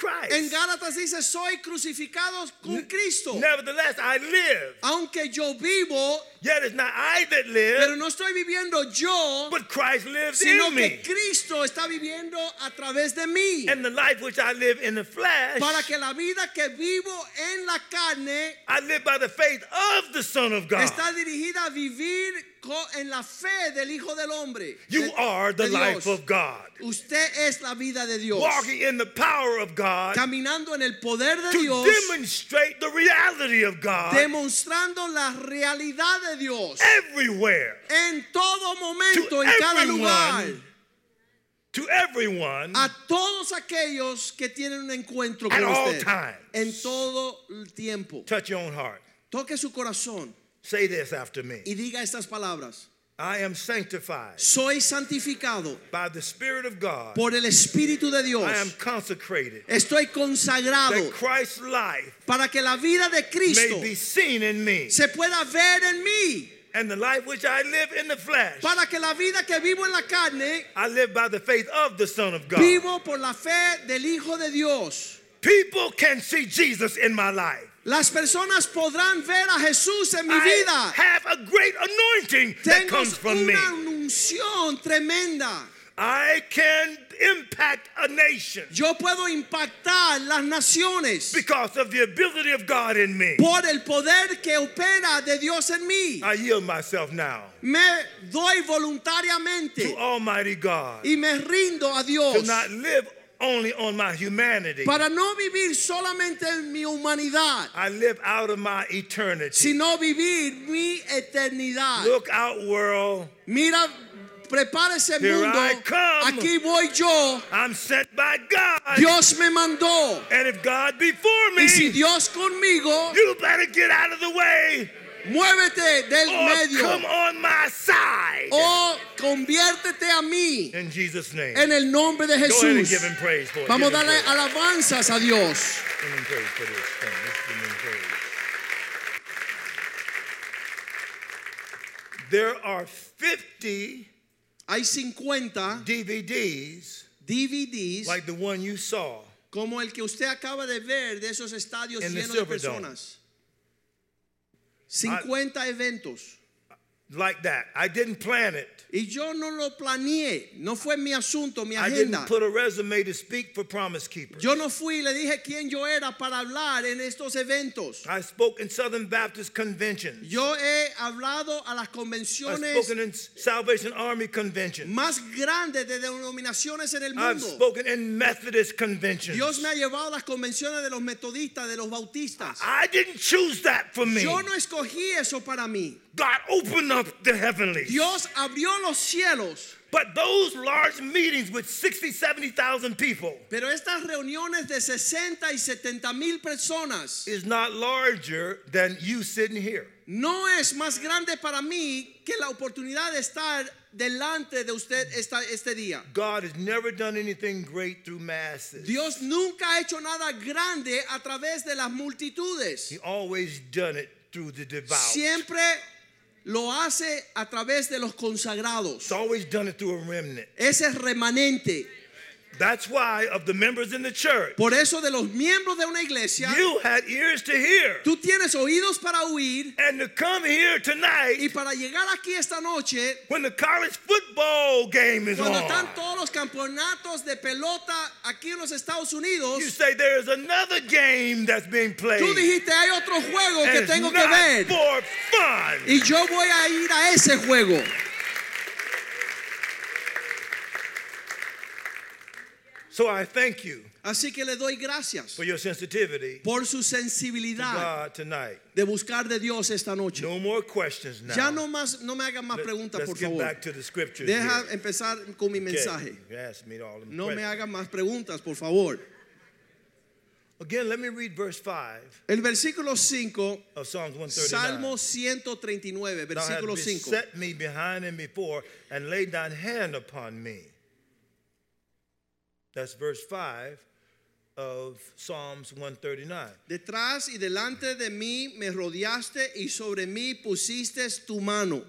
Speaker 2: Christ."
Speaker 1: Gálatas dice, soy crucificado con Cristo.
Speaker 2: Nevertheless, I live.
Speaker 1: Aunque yo vivo,
Speaker 2: Yet it's not I that live,
Speaker 1: pero no estoy viviendo yo,
Speaker 2: but Christ lives
Speaker 1: sino
Speaker 2: in
Speaker 1: que
Speaker 2: me.
Speaker 1: Cristo está viviendo a través de mí.
Speaker 2: And the life which I live in the flesh,
Speaker 1: Para que la vida que vivo en la carne
Speaker 2: I live by the faith of the Son of God.
Speaker 1: está dirigida a vivir co- en la fe del Hijo del Hombre.
Speaker 2: You
Speaker 1: de-
Speaker 2: are the
Speaker 1: de
Speaker 2: life
Speaker 1: Dios.
Speaker 2: of God.
Speaker 1: Usted es la vida de Dios.
Speaker 2: Walking in the power of God
Speaker 1: Caminando en el poder de
Speaker 2: to
Speaker 1: Dios,
Speaker 2: demonstrate the reality of God
Speaker 1: demostrando la realidad de Dios
Speaker 2: everywhere.
Speaker 1: en todo momento,
Speaker 2: To
Speaker 1: en cada
Speaker 2: everyone.
Speaker 1: lugar,
Speaker 2: To everyone,
Speaker 1: a todos aquellos que tienen un encuentro
Speaker 2: At
Speaker 1: con
Speaker 2: all
Speaker 1: usted
Speaker 2: times.
Speaker 1: en todo el tiempo.
Speaker 2: touch your own heart.
Speaker 1: Toque su corazón
Speaker 2: Say this after me
Speaker 1: y diga estas palabras.
Speaker 2: I am sanctified
Speaker 1: Soy santificado
Speaker 2: by the Spirit of God.
Speaker 1: por el Espíritu de Dios.
Speaker 2: I am consecrated
Speaker 1: Estoy consagrado
Speaker 2: that Christ's life
Speaker 1: para que la vida de Cristo
Speaker 2: may be seen in me.
Speaker 1: se pueda ver en mí.
Speaker 2: And the life which I live in the flesh,
Speaker 1: Para que la vida que vivo en la carne,
Speaker 2: I live by the faith of the Son of God.
Speaker 1: vivo por la fe del Hijo de Dios.
Speaker 2: People can see Jesus in my life.
Speaker 1: Las personas podrán ver a Jesús en mi
Speaker 2: I
Speaker 1: vida.
Speaker 2: have a great anointing that
Speaker 1: Tengo
Speaker 2: comes from me.
Speaker 1: una unción tremenda.
Speaker 2: I can impact a nation
Speaker 1: Yo puedo impactar las naciones
Speaker 2: because of the ability of God in me.
Speaker 1: por el poder que opera de Dios en mí.
Speaker 2: I yield myself now
Speaker 1: Me doy
Speaker 2: to
Speaker 1: voluntariamente
Speaker 2: Almighty God
Speaker 1: y me rindo a
Speaker 2: to
Speaker 1: Dios
Speaker 2: not live only on my humanity.
Speaker 1: para no vivir solamente en mi humanidad,
Speaker 2: I live out of my eternity.
Speaker 1: sino vivir mi eternidad.
Speaker 2: Look out, world.
Speaker 1: Mira, prepárese
Speaker 2: Here
Speaker 1: mundo.
Speaker 2: I come.
Speaker 1: Aquí voy yo.
Speaker 2: I'm sent by God.
Speaker 1: Dios me mandó.
Speaker 2: And if God be for me,
Speaker 1: Y si Dios conmigo,
Speaker 2: you better get out of the way
Speaker 1: muévete del
Speaker 2: or Oh, come
Speaker 1: medio
Speaker 2: on my side.
Speaker 1: o conviértete a mí
Speaker 2: In Jesus' name.
Speaker 1: en el nombre de
Speaker 2: Go ahead and give
Speaker 1: Jesús.
Speaker 2: him praise for it.
Speaker 1: Vamos a
Speaker 2: Give him
Speaker 1: darle
Speaker 2: praise.
Speaker 1: alabanzas a Dios.
Speaker 2: Give him praise for this thing. Let's give him praise. There are 50
Speaker 1: Hay 50
Speaker 2: DVDs
Speaker 1: DVDs
Speaker 2: like the one you saw
Speaker 1: como el que usted acaba de ver de esos estadios
Speaker 2: En el
Speaker 1: llenos de
Speaker 2: Silverdome.
Speaker 1: personas. 50 eventos.
Speaker 2: like that. I didn't plan it.
Speaker 1: Y yo no lo planeé, no fue mi asunto, mi
Speaker 2: I didn't
Speaker 1: agenda.
Speaker 2: put a resume to speak for Promise Keeper.
Speaker 1: Yo no fui y le dije quién yo era para hablar en estos eventos.
Speaker 2: I spoke in Southern Baptist conventions.
Speaker 1: Yo he hablado a las
Speaker 2: I've
Speaker 1: convenciones
Speaker 2: spoken in Salvation Army conventions.
Speaker 1: más grandes de denominaciones en el
Speaker 2: I've
Speaker 1: mundo.
Speaker 2: spoken in Methodist conventions.
Speaker 1: Dios me ha llevado a las convenciones de los metodistas, de los bautistas.
Speaker 2: I didn't choose that for me.
Speaker 1: Yo no escogí eso para mí.
Speaker 2: God opened up the heavenlies.
Speaker 1: Dios abrió los cielos,
Speaker 2: But those large meetings with 60, 70,000 people
Speaker 1: pero estas reuniones de 60 y 70 mil personas
Speaker 2: is not larger than you sitting here.
Speaker 1: no es más grande para mí que la oportunidad de estar delante de usted esta- este día.
Speaker 2: God has never done anything great through masses.
Speaker 1: Dios nunca ha hecho nada grande a través de las multitudes.
Speaker 2: He always done it through the devout.
Speaker 1: Siempre lo hace a través de los consagrados.
Speaker 2: It's always done it through a remnant.
Speaker 1: Ese es remanente.
Speaker 2: That's why of the members in the church,
Speaker 1: Por eso de los miembros de una iglesia,
Speaker 2: you had ears to hear.
Speaker 1: tú tienes oídos para oír
Speaker 2: And to come here
Speaker 1: y
Speaker 2: tonight
Speaker 1: para llegar aquí esta noche,
Speaker 2: when the college football game is
Speaker 1: cuando
Speaker 2: on,
Speaker 1: están todos los campeonatos de pelota aquí en los Estados Unidos,
Speaker 2: you say there is another game that's being played.
Speaker 1: tú dijiste, hay otro juego que
Speaker 2: and it's
Speaker 1: tengo que
Speaker 2: not
Speaker 1: ver
Speaker 2: for fun.
Speaker 1: y yo voy a ir a ese juego.
Speaker 2: So I thank you
Speaker 1: Así que le doy gracias
Speaker 2: for your sensitivity to
Speaker 1: por su sensibilidad
Speaker 2: God tonight.
Speaker 1: de buscar de Dios esta noche.
Speaker 2: No more questions now.
Speaker 1: Ya no más, no me hagan más
Speaker 2: Let,
Speaker 1: preguntas,
Speaker 2: us
Speaker 1: por
Speaker 2: get
Speaker 1: favor.
Speaker 2: back to the scriptures.
Speaker 1: Deja
Speaker 2: here. Pues.
Speaker 1: empezar con mi
Speaker 2: Okay,
Speaker 1: mensaje.
Speaker 2: you asked me all them
Speaker 1: No me
Speaker 2: questions.
Speaker 1: hagan más preguntas, por favor.
Speaker 2: Again, let me read verse 5
Speaker 1: El versículo 5,
Speaker 2: of Psalms 139.
Speaker 1: Salmo 139,
Speaker 2: Thou hast
Speaker 1: versículo 5.
Speaker 2: beset me behind and before, and laid thine hand upon me. That's verse 5 of Psalms 139.
Speaker 1: Detrás y delante de mí me rodeaste y sobre mí pusiste tu mano.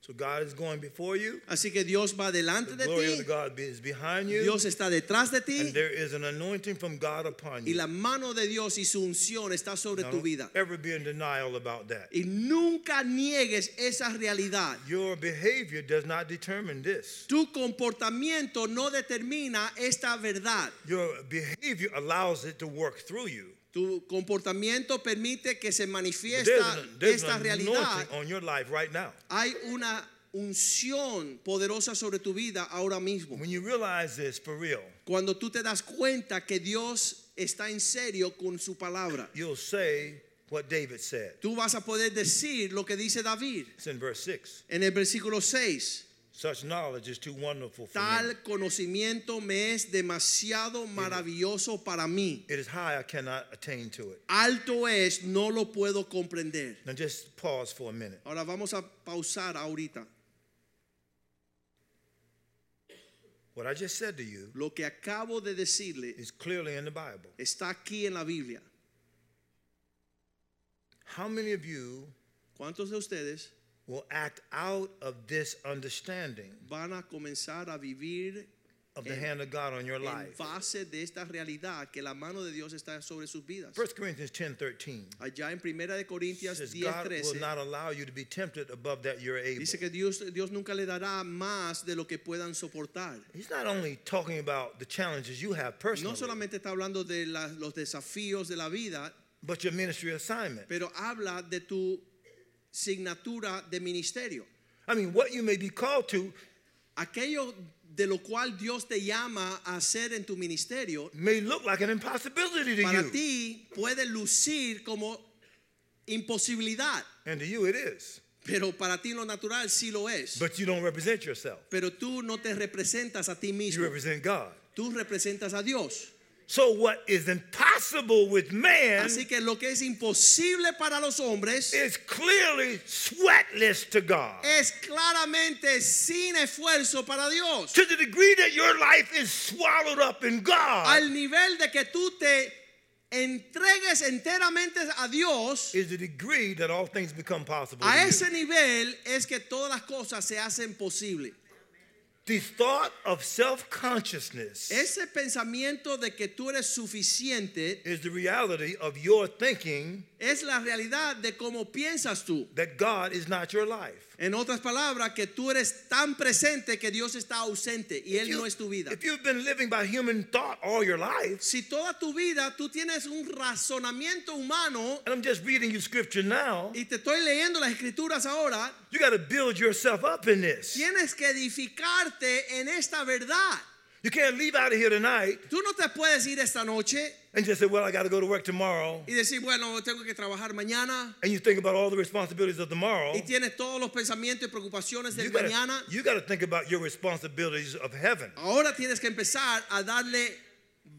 Speaker 2: So God is going before you.
Speaker 1: Así que Dios va delante
Speaker 2: The
Speaker 1: de
Speaker 2: glory of the
Speaker 1: ti,
Speaker 2: God is behind you.
Speaker 1: Dios está detrás de
Speaker 2: and
Speaker 1: ti
Speaker 2: there is an anointing from God upon
Speaker 1: y
Speaker 2: you.
Speaker 1: la mano de Dios y su unción está sobre
Speaker 2: Now,
Speaker 1: tu vida.
Speaker 2: don't ever be in denial about that.
Speaker 1: Y nunca niegues esa realidad.
Speaker 2: Your behavior does not determine this.
Speaker 1: Tu comportamiento no determina esta verdad.
Speaker 2: Your behavior allows it to work through you.
Speaker 1: Tu comportamiento permite que se
Speaker 2: But
Speaker 1: manifiesta
Speaker 2: There's an, there's
Speaker 1: esta
Speaker 2: an
Speaker 1: realidad.
Speaker 2: anointing on your life right now.
Speaker 1: Hay una unción poderosa sobre tu vida ahora mismo.
Speaker 2: When you realize this for real,
Speaker 1: Cuando tú te das cuenta que Dios está en serio con su palabra,
Speaker 2: you'll say what David said.
Speaker 1: tú vas a poder decir lo que dice David
Speaker 2: It's in verse 6.
Speaker 1: en el versículo 6.
Speaker 2: Such knowledge is too wonderful for me.
Speaker 1: Tal conocimiento me es demasiado maravilloso para mí.
Speaker 2: It is high, I cannot attain to it.
Speaker 1: Alto es, no lo puedo comprender.
Speaker 2: Now just pause for a minute.
Speaker 1: Ahora vamos a pausar ahorita.
Speaker 2: What I just said to you
Speaker 1: Lo que acabo de decirle
Speaker 2: is clearly in the Bible.
Speaker 1: está aquí en la Biblia.
Speaker 2: How many of you
Speaker 1: ¿Cuántos de ustedes
Speaker 2: will act out of this understanding
Speaker 1: van a comenzar a vivir
Speaker 2: of the
Speaker 1: En-
Speaker 2: hand of God on your
Speaker 1: en
Speaker 2: life?
Speaker 1: base de esta realidad que la mano de Dios está sobre sus vidas?
Speaker 2: 1 Corinthians 10 13
Speaker 1: Allá en Primera de Corintias
Speaker 2: says, God will
Speaker 1: 10:13
Speaker 2: not allow you to be tempted above that you're able.
Speaker 1: dice que Dios, Dios nunca le dará más de lo que puedan soportar.
Speaker 2: He's not only talking about the challenges you have
Speaker 1: No
Speaker 2: personally,
Speaker 1: solamente está hablando de la- los desafíos de la vida,
Speaker 2: but your ministry assignment.
Speaker 1: pero habla de tu signatura de ministerio.
Speaker 2: I mean, what you may be called to
Speaker 1: Aquello de lo cual Dios te llama a hacer en tu ministerio,
Speaker 2: may look like an impossibility to
Speaker 1: para
Speaker 2: you.
Speaker 1: ti puede lucir como imposibilidad,
Speaker 2: And to you it is.
Speaker 1: pero para ti en lo natural sí lo es.
Speaker 2: But you don't represent yourself.
Speaker 1: Pero tú no te representas a ti
Speaker 2: You
Speaker 1: mismo,
Speaker 2: represent God.
Speaker 1: tú representas a Dios.
Speaker 2: So what is impossible with man
Speaker 1: Así que lo que es imposible para los hombres
Speaker 2: is clearly sweatless to God.
Speaker 1: es claramente sin esfuerzo para Dios.
Speaker 2: To the degree that your life is swallowed up in God
Speaker 1: al nivel de que tú te entregues enteramente a Dios,
Speaker 2: is the degree that all things become possible. to
Speaker 1: a
Speaker 2: you.
Speaker 1: ese nivel es que todas las cosas se hacen posible.
Speaker 2: The thought of self-consciousness
Speaker 1: Ese pensamiento de que tú eres suficiente
Speaker 2: is the reality of your thinking
Speaker 1: es la realidad de cómo piensas tú.
Speaker 2: that God is not your life.
Speaker 1: En otras palabras, que tú eres tan presente que Dios está ausente y Él
Speaker 2: You-
Speaker 1: no es tu vida.
Speaker 2: If you've been living by human thought all your life,
Speaker 1: Si toda tu vida tú tienes un razonamiento humano
Speaker 2: and I'm just reading you scripture now,
Speaker 1: y te estoy leyendo las escrituras ahora,
Speaker 2: you got to build yourself up in this.
Speaker 1: tienes que edificarte en esta verdad.
Speaker 2: You can't leave out of here tonight
Speaker 1: Tú no te puedes ir esta noche
Speaker 2: and just say, Well, I got to go to work tomorrow.
Speaker 1: y decir, bueno, tengo que trabajar mañana.
Speaker 2: And you think about all the responsibilities of tomorrow.
Speaker 1: Y tienes todos los pensamientos y preocupaciones del
Speaker 2: You gotta-
Speaker 1: mañana.
Speaker 2: you got to think about your responsibilities of heaven.
Speaker 1: Ahora tienes que empezar a darle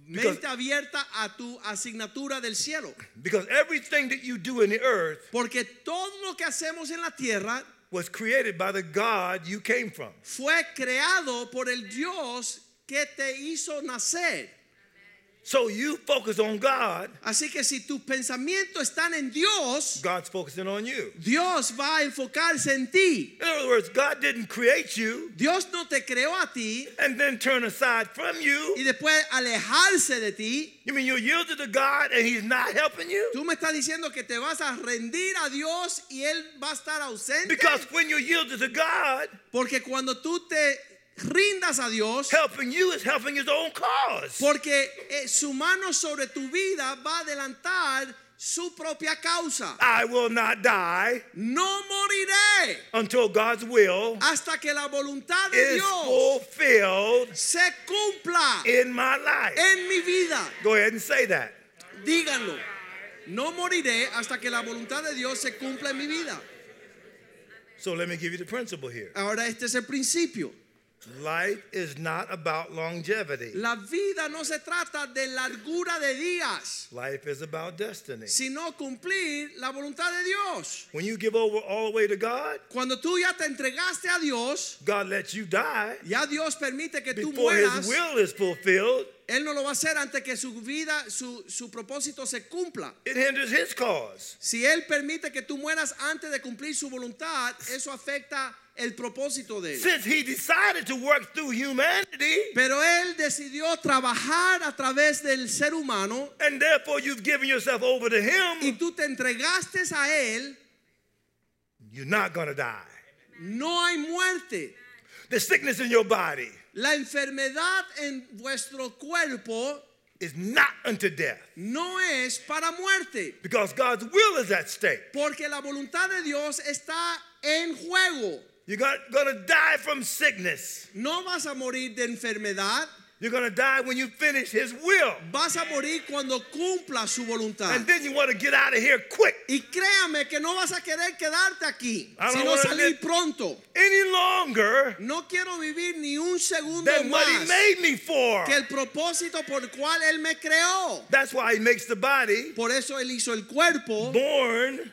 Speaker 1: mente abierta a tu asignatura del cielo.
Speaker 2: Because everything that you do in the earth
Speaker 1: Porque todo lo que hacemos en la tierra
Speaker 2: was created by the God you came from.
Speaker 1: fue creado por el Dios que te hizo nacer.
Speaker 2: So you focus on God,
Speaker 1: Así que si tus pensamientos están en Dios,
Speaker 2: God's focusing on you.
Speaker 1: Dios va a enfocarse en ti.
Speaker 2: In other words, God didn't create you
Speaker 1: Dios no te creó a ti
Speaker 2: and then turn aside from
Speaker 1: y
Speaker 2: you.
Speaker 1: después alejarse de ti.
Speaker 2: You mean you yielded to God and He's not helping you?
Speaker 1: Tú me estás diciendo que te vas a rendir a Dios y Él va a estar ausente.
Speaker 2: Because when you yielded to God,
Speaker 1: Porque cuando tú te rindas a Dios,
Speaker 2: helping you is helping His own cause.
Speaker 1: porque eh, su mano sobre tu vida va a adelantar su propia causa.
Speaker 2: I will not die
Speaker 1: No moriré
Speaker 2: until God's will
Speaker 1: hasta que la voluntad de
Speaker 2: is
Speaker 1: Dios
Speaker 2: fulfilled
Speaker 1: se cumpla
Speaker 2: in my life.
Speaker 1: en mi vida.
Speaker 2: Go ahead and say that.
Speaker 1: Díganlo. No moriré hasta que la voluntad de Dios se cumpla en mi vida.
Speaker 2: So let me give you the principle here.
Speaker 1: Ahora este es el principio.
Speaker 2: Life is not about longevity.
Speaker 1: La vida no se trata de largura de días,
Speaker 2: Life is about destiny.
Speaker 1: sino cumplir la voluntad de Dios.
Speaker 2: When you give over all the way to God,
Speaker 1: Cuando tú ya te entregaste a Dios,
Speaker 2: God lets you die
Speaker 1: ya Dios permite que tú
Speaker 2: before His
Speaker 1: mueras.
Speaker 2: will is fulfilled.
Speaker 1: Él no lo va a hacer antes que su vida, su, su propósito se cumpla.
Speaker 2: It hinders His cause.
Speaker 1: Si Él permite que tú mueras antes de cumplir su voluntad, eso afecta el propósito de Él.
Speaker 2: Since He decided to work through humanity,
Speaker 1: Pero Él decidió trabajar a través del ser humano
Speaker 2: and therefore you've given yourself over to
Speaker 1: y
Speaker 2: Him,
Speaker 1: tú te entregaste a Él,
Speaker 2: you're not going to die.
Speaker 1: no hay muerte.
Speaker 2: The sickness in your body
Speaker 1: La enfermedad en vuestro cuerpo
Speaker 2: is not unto death
Speaker 1: no es para muerte.
Speaker 2: because God's will is at stake.
Speaker 1: Porque la voluntad de Dios está en juego.
Speaker 2: You're going to die from sickness.
Speaker 1: No vas a morir de enfermedad.
Speaker 2: You're going to die when you finish His will.
Speaker 1: Vas a morir cuando cumpla su voluntad.
Speaker 2: And then you want to get out of here quick.
Speaker 1: Y créame que no vas a querer quedarte aquí,
Speaker 2: I don't
Speaker 1: sino
Speaker 2: wanna
Speaker 1: salir
Speaker 2: live-
Speaker 1: pronto.
Speaker 2: Any longer
Speaker 1: No quiero vivir ni un segundo
Speaker 2: than what He
Speaker 1: más
Speaker 2: made me for.
Speaker 1: que el propósito por el cual Él me creó.
Speaker 2: That's why He makes the body
Speaker 1: Por eso Él hizo el cuerpo
Speaker 2: born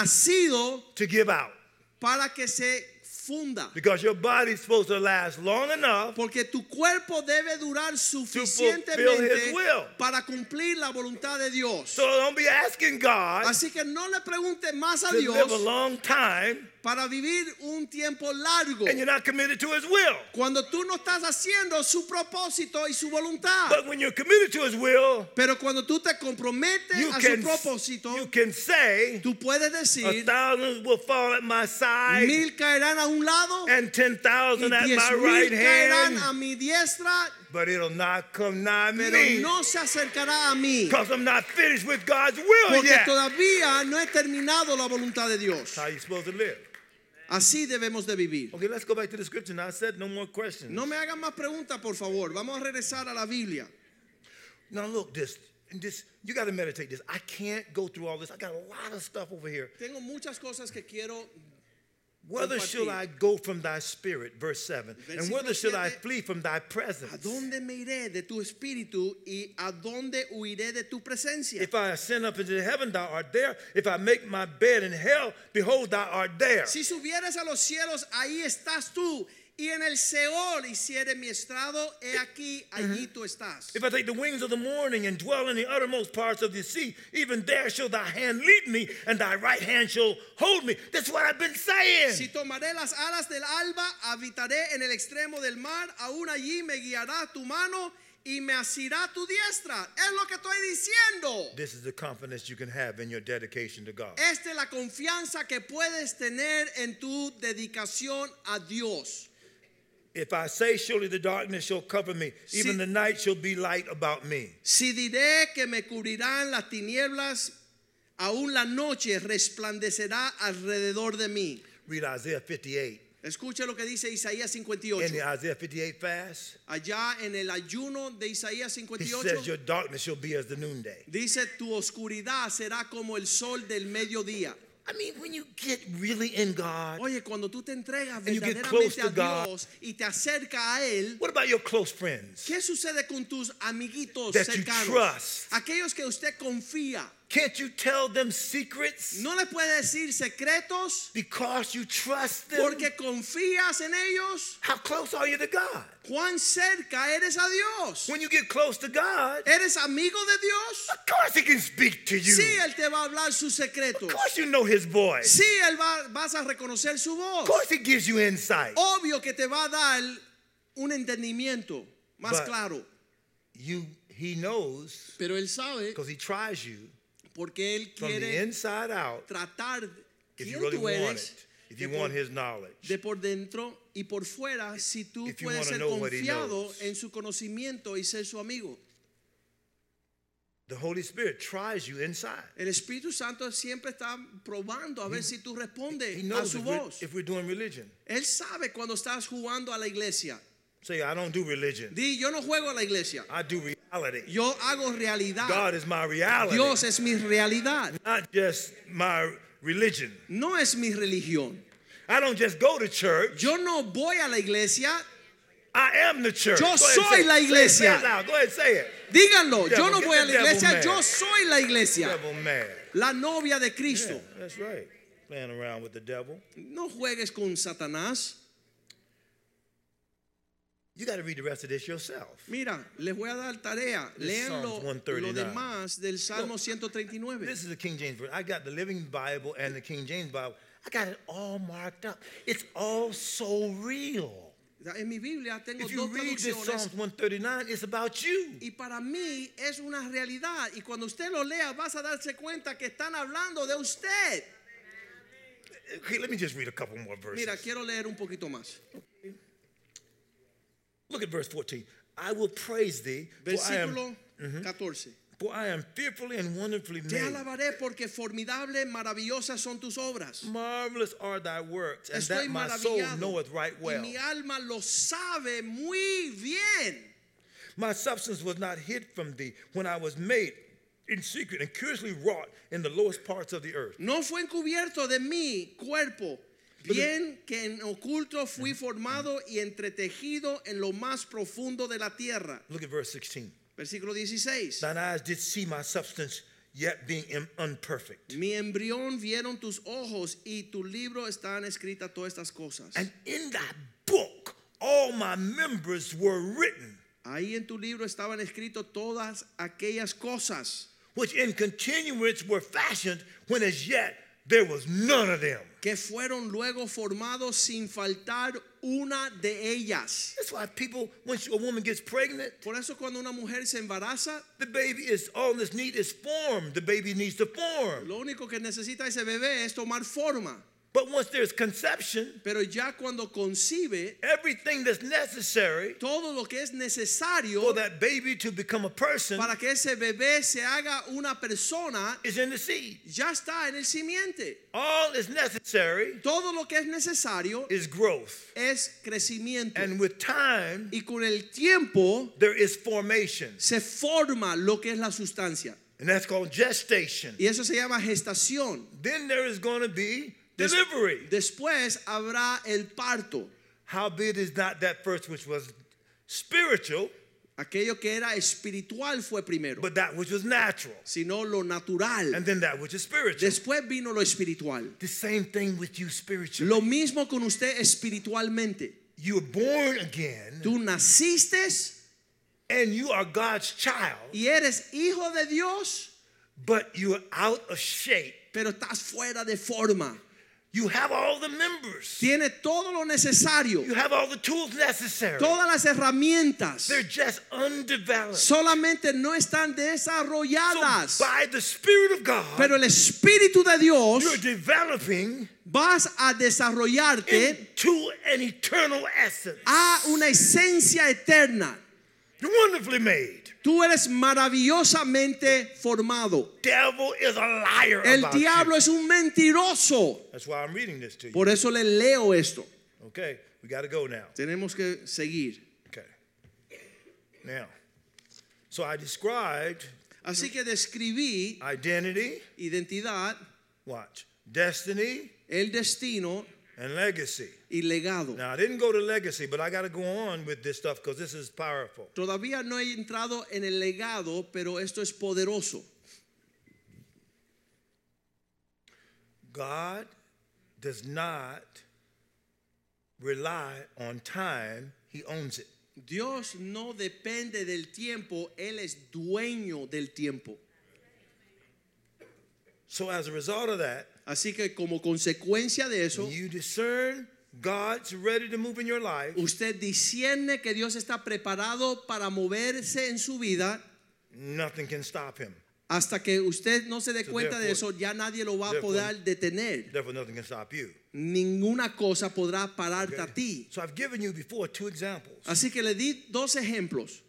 Speaker 1: nacido
Speaker 2: to give out.
Speaker 1: para que se funda.
Speaker 2: Because your body's supposed to last long enough
Speaker 1: Porque tu cuerpo debe durar
Speaker 2: fulfill
Speaker 1: suficientemente
Speaker 2: his will.
Speaker 1: para cumplir la voluntad de Dios.
Speaker 2: So don't be asking God
Speaker 1: Así que no le preguntes más a
Speaker 2: to live a
Speaker 1: Dios
Speaker 2: long time
Speaker 1: para vivir un tiempo largo
Speaker 2: and you're not committed to His will.
Speaker 1: cuando tú no estás haciendo su propósito y su voluntad.
Speaker 2: But when you're committed to His will,
Speaker 1: Pero cuando tú te comprometes
Speaker 2: you
Speaker 1: a
Speaker 2: can,
Speaker 1: su propósito,
Speaker 2: you can say,
Speaker 1: tú puedes
Speaker 2: A
Speaker 1: decir,
Speaker 2: thousand will fall at my side
Speaker 1: mil caerán a un lado
Speaker 2: and ten
Speaker 1: y
Speaker 2: thousand at
Speaker 1: diez
Speaker 2: my
Speaker 1: mil
Speaker 2: right
Speaker 1: caerán a
Speaker 2: hand,
Speaker 1: mi diestra,
Speaker 2: but it'll not come nigh
Speaker 1: pero
Speaker 2: me.
Speaker 1: no se acercará a mí.
Speaker 2: Because I'm not finished with God's will
Speaker 1: Porque
Speaker 2: yet.
Speaker 1: todavía no he terminado la voluntad de Dios.
Speaker 2: How you supposed to live?
Speaker 1: Así debemos de vivir.
Speaker 2: Okay, let's go back to the scripture. Now I said no more questions.
Speaker 1: No me hagan más preguntas, por favor. Vamos a regresar a la Biblia.
Speaker 2: Now look, this, and this, you got to meditate this. I can't go through all this. I got a lot of stuff over here.
Speaker 1: Tengo muchas cosas que quiero.
Speaker 2: Whether shall I go from thy spirit, verse seven, and whether shall I flee from thy
Speaker 1: ¿A
Speaker 2: presence?
Speaker 1: dónde me iré de tu espíritu y a dónde huiré de tu presencia?
Speaker 2: If I ascend up into heaven, thou art there. If I make my bed in hell, behold, thou art there.
Speaker 1: Si subieras a los cielos, ahí estás tú. Y en el Seol hiciere mi estrado, he aquí, allí tú estás.
Speaker 2: If I take the wings of the morning and dwell in the uttermost parts of the sea, even there shall thy hand lead me, and thy right hand shall hold me. That's what I've been saying.
Speaker 1: Si tomaré las alas del alba, habitaré en el extremo del mar, aún allí me guiará tu mano y me asirá tu diestra. Es lo que estoy diciendo.
Speaker 2: This is the confidence you can have in your dedication to God.
Speaker 1: Esta es la confianza que puedes tener en tu dedicación a Dios.
Speaker 2: If I say, Surely the darkness shall cover me, even
Speaker 1: Si-
Speaker 2: the night shall be light about me.
Speaker 1: Si diré que me cubrirán las tinieblas, aún la noche resplandecerá alrededor de mí.
Speaker 2: Read Isaiah 58.
Speaker 1: Escucha lo que dice Isaías
Speaker 2: In
Speaker 1: 58.
Speaker 2: the Isaiah 58 fast,
Speaker 1: Allá en el ayuno de Isaías
Speaker 2: he says,
Speaker 1: 58
Speaker 2: Your darkness shall be as the noonday.
Speaker 1: dice, tu oscuridad será como el sol del mediodía.
Speaker 2: I mean, when you get really in God,
Speaker 1: Oye, cuando tú te entregas
Speaker 2: And you get
Speaker 1: verdaderamente
Speaker 2: close to
Speaker 1: a
Speaker 2: God.
Speaker 1: Dios y te acerca a Él,
Speaker 2: what about your close friends?
Speaker 1: ¿qué sucede con tus amiguitos
Speaker 2: That you
Speaker 1: cercanos?
Speaker 2: trust.
Speaker 1: Aquellos que usted confía.
Speaker 2: Can't you tell them secrets
Speaker 1: No le puede decir secretos
Speaker 2: because you trust them?
Speaker 1: porque confías en ellos.
Speaker 2: How close are you to God?
Speaker 1: ¿Cuán cerca eres a Dios?
Speaker 2: When you get close to God,
Speaker 1: ¿Eres amigo de Dios?
Speaker 2: of course He can speak to you.
Speaker 1: Sí, Él te va a hablar sus
Speaker 2: Of
Speaker 1: secretos.
Speaker 2: course you know His voice.
Speaker 1: Sí, Él va, vas a reconocer su
Speaker 2: Of
Speaker 1: voz.
Speaker 2: course He gives you insight.
Speaker 1: Obvio que te va a dar un entendimiento más
Speaker 2: But-
Speaker 1: claro.
Speaker 2: You, He knows
Speaker 1: Pero Él sabe
Speaker 2: because He tries you
Speaker 1: porque Él
Speaker 2: from the
Speaker 1: quiere
Speaker 2: inside out
Speaker 1: tratar
Speaker 2: if
Speaker 1: quién
Speaker 2: you really
Speaker 1: tú
Speaker 2: want
Speaker 1: eres
Speaker 2: it, if you
Speaker 1: de por-
Speaker 2: want His knowledge.
Speaker 1: de por dentro y por fuera si tú
Speaker 2: If you
Speaker 1: puedes
Speaker 2: wanna
Speaker 1: ser
Speaker 2: know what he
Speaker 1: confiado
Speaker 2: knows.
Speaker 1: en su conocimiento y ser su amigo.
Speaker 2: The Holy Spirit tries you inside.
Speaker 1: El Espíritu Santo siempre está probando a ver si tú
Speaker 2: He
Speaker 1: respondes a
Speaker 2: knows
Speaker 1: su
Speaker 2: if we're,
Speaker 1: voz.
Speaker 2: if we're doing religion.
Speaker 1: Él sabe cuando estás jugando a la iglesia.
Speaker 2: Say, I don't do religion.
Speaker 1: Di, yo no juego a la iglesia.
Speaker 2: I do reality.
Speaker 1: Yo hago realidad.
Speaker 2: God is my reality.
Speaker 1: Dios es mi realidad.
Speaker 2: Not just my religion.
Speaker 1: No es mi religión.
Speaker 2: I don't just go to church.
Speaker 1: Yo no voy a la iglesia.
Speaker 2: I am the church.
Speaker 1: Yo
Speaker 2: Go ahead and
Speaker 1: soy
Speaker 2: say it.
Speaker 1: la
Speaker 2: Say it, Say
Speaker 1: iglesia.
Speaker 2: it loud. Go ahead and say it.
Speaker 1: Díganlo. Yo
Speaker 2: Devil,
Speaker 1: no
Speaker 2: get
Speaker 1: voy a
Speaker 2: the
Speaker 1: la
Speaker 2: devil
Speaker 1: iglesia.
Speaker 2: mad.
Speaker 1: Yo soy la iglesia.
Speaker 2: Devil mad.
Speaker 1: La novia de
Speaker 2: Yeah,
Speaker 1: Cristo.
Speaker 2: that's right. Playing around with the devil.
Speaker 1: No juegues con Satanás.
Speaker 2: You got to read the rest of this yourself.
Speaker 1: Mira, les voy a dar tarea.
Speaker 2: This
Speaker 1: Lean lo,
Speaker 2: Psalms 139.
Speaker 1: lo demás del Salmo
Speaker 2: Look,
Speaker 1: 139.
Speaker 2: This is the King James Version. I got the Living Bible and the King James Bible. I got it all marked up. It's all so real.
Speaker 1: En mi Biblia tengo
Speaker 2: If you
Speaker 1: dos
Speaker 2: read this Psalms
Speaker 1: traducciones
Speaker 2: 139, it's about you.
Speaker 1: y para mí es una realidad y cuando usted lo lea vas a darse cuenta que están hablando de usted.
Speaker 2: Okay, let me just read a couple more verses.
Speaker 1: Mira, quiero leer un poquito más.
Speaker 2: Look at verse 14. I will praise thee, for I, am, uh-huh.
Speaker 1: Versículo 14.
Speaker 2: for I am fearfully and wonderfully
Speaker 1: Te
Speaker 2: made.
Speaker 1: alabaré porque formidable, maravillosas son tus obras.
Speaker 2: Marvelous are thy works, and
Speaker 1: Estoy
Speaker 2: that my soul
Speaker 1: maravillado
Speaker 2: knoweth right
Speaker 1: y
Speaker 2: well.
Speaker 1: mi alma lo sabe muy bien.
Speaker 2: My substance was not hid from thee when I was made in secret and curiously wrought in the lowest parts of the earth.
Speaker 1: No fue encubierto de mi cuerpo. Bien que en oculto fui
Speaker 2: Mm-hmm.
Speaker 1: formado y entretejido en lo más profundo de la tierra.
Speaker 2: Look at verse 16.
Speaker 1: Versículo 16.
Speaker 2: Thine eyes did see my substance, yet being im- unperfect.
Speaker 1: Mi embrión vieron tus ojos y tu libro están escritas todas estas cosas.
Speaker 2: And in thy book, all my members were written,
Speaker 1: Ahí en tu libro estaban escritas todas aquellas cosas
Speaker 2: which in continuance were fashioned, when as yet there was none of them.
Speaker 1: que fueron luego formados sin faltar una de ellas.
Speaker 2: That's why people, when she- a woman gets pregnant,
Speaker 1: Por eso cuando una mujer se embaraza,
Speaker 2: the baby is all this need is form. The baby needs to form.
Speaker 1: lo único que necesita ese bebé es tomar forma.
Speaker 2: But once there's conception,
Speaker 1: Pero ya cuando concibe
Speaker 2: everything that's necessary
Speaker 1: todo lo que es necesario
Speaker 2: for that baby to become a person
Speaker 1: para que ese bebé se haga una persona,
Speaker 2: is in the seed.
Speaker 1: ya está en el simiente.
Speaker 2: All is necessary
Speaker 1: Todo lo que es necesario
Speaker 2: is growth.
Speaker 1: es crecimiento.
Speaker 2: And with time,
Speaker 1: y con el tiempo
Speaker 2: there is formation.
Speaker 1: se forma lo que es la sustancia.
Speaker 2: And that's called gestation.
Speaker 1: Y eso se llama gestación.
Speaker 2: Then there is going to be
Speaker 1: Des-
Speaker 2: delivery.
Speaker 1: Después habrá el parto.
Speaker 2: Howbeit is not that first which was spiritual,
Speaker 1: Aquello que era espiritual fue primero,
Speaker 2: but that which was natural.
Speaker 1: sino lo natural.
Speaker 2: And then that which is spiritual.
Speaker 1: Después vino lo espiritual.
Speaker 2: The same thing with you spiritually.
Speaker 1: Lo mismo con usted espiritualmente.
Speaker 2: You were born again
Speaker 1: Tú naciste
Speaker 2: and you are God's child,
Speaker 1: y eres hijo de Dios,
Speaker 2: but you are out of shape.
Speaker 1: pero estás fuera de forma.
Speaker 2: You have all the members,
Speaker 1: Tiene todo lo necesario,
Speaker 2: you have all the tools necessary.
Speaker 1: todas las herramientas.
Speaker 2: They're just undeveloped. So
Speaker 1: Solamente no están desarrolladas.
Speaker 2: by the Spirit of God,
Speaker 1: Pero el Espíritu de Dios
Speaker 2: you're developing
Speaker 1: vas a
Speaker 2: Em.
Speaker 1: desarrollarte
Speaker 2: into an eternal essence.
Speaker 1: a una esencia eterna.
Speaker 2: You're wonderfully made.
Speaker 1: Tú eres maravillosamente formado.
Speaker 2: Devil is a liar
Speaker 1: El
Speaker 2: about
Speaker 1: diablo
Speaker 2: you.
Speaker 1: es un mentiroso.
Speaker 2: That's why I'm reading this to you.
Speaker 1: Por eso le leo esto.
Speaker 2: Okay, we got to go now.
Speaker 1: Tenemos que seguir.
Speaker 2: Okay. Now, so I described
Speaker 1: Así que describí
Speaker 2: identity,
Speaker 1: identidad,
Speaker 2: watch, destiny,
Speaker 1: el destino
Speaker 2: and legacy.
Speaker 1: y legado.
Speaker 2: Now, I didn't go to legacy, but I got to go on with this stuff because this is powerful.
Speaker 1: Todavía no he entrado en el legado, pero esto es poderoso.
Speaker 2: God does not rely on time, He owns it.
Speaker 1: Dios no depende del tiempo, Él es dueño del tiempo.
Speaker 2: So, as a result of that,
Speaker 1: Así que como consecuencia de eso,
Speaker 2: when you discern God's ready to move in your life,
Speaker 1: usted discierne que Dios está preparado para moverse en su vida.
Speaker 2: nothing can stop Him.
Speaker 1: Hasta que usted no se dé
Speaker 2: So
Speaker 1: cuenta de
Speaker 2: therefore-
Speaker 1: eso, ya nadie lo va a
Speaker 2: therefore-
Speaker 1: poder detener.
Speaker 2: Therefore, nothing can stop you.
Speaker 1: Ninguna cosa podrá pararte a ti.
Speaker 2: So, I've given you before two examples.
Speaker 1: Así que le di dos ejemplos.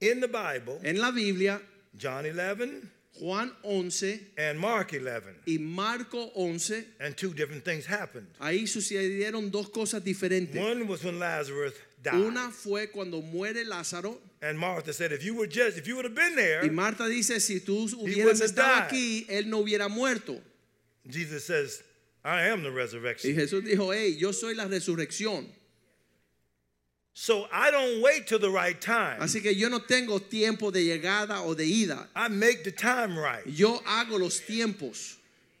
Speaker 2: In the Bible,
Speaker 1: En la Biblia,
Speaker 2: John 11
Speaker 1: Juan 11
Speaker 2: and Mark 11,
Speaker 1: y Marco 11,
Speaker 2: and two different things happened.
Speaker 1: ahí sucedieron dos cosas diferentes.
Speaker 2: One was when Lazarus died.
Speaker 1: Una fue cuando muere Lázaro
Speaker 2: And Martha said, if you were just, if you would have been there,
Speaker 1: y Marta dice, si tú hubieras
Speaker 2: wouldn't
Speaker 1: estado
Speaker 2: have
Speaker 1: aquí, él no hubiera muerto.
Speaker 2: Jesus says, I am the
Speaker 1: Y
Speaker 2: resurrection.
Speaker 1: Jesús dijo, hey, yo soy la resurrección.
Speaker 2: So I don't wait till the right time.
Speaker 1: Así que yo no tengo tiempo de llegada o de ida.
Speaker 2: I make the time right.
Speaker 1: Yo hago los tiempos.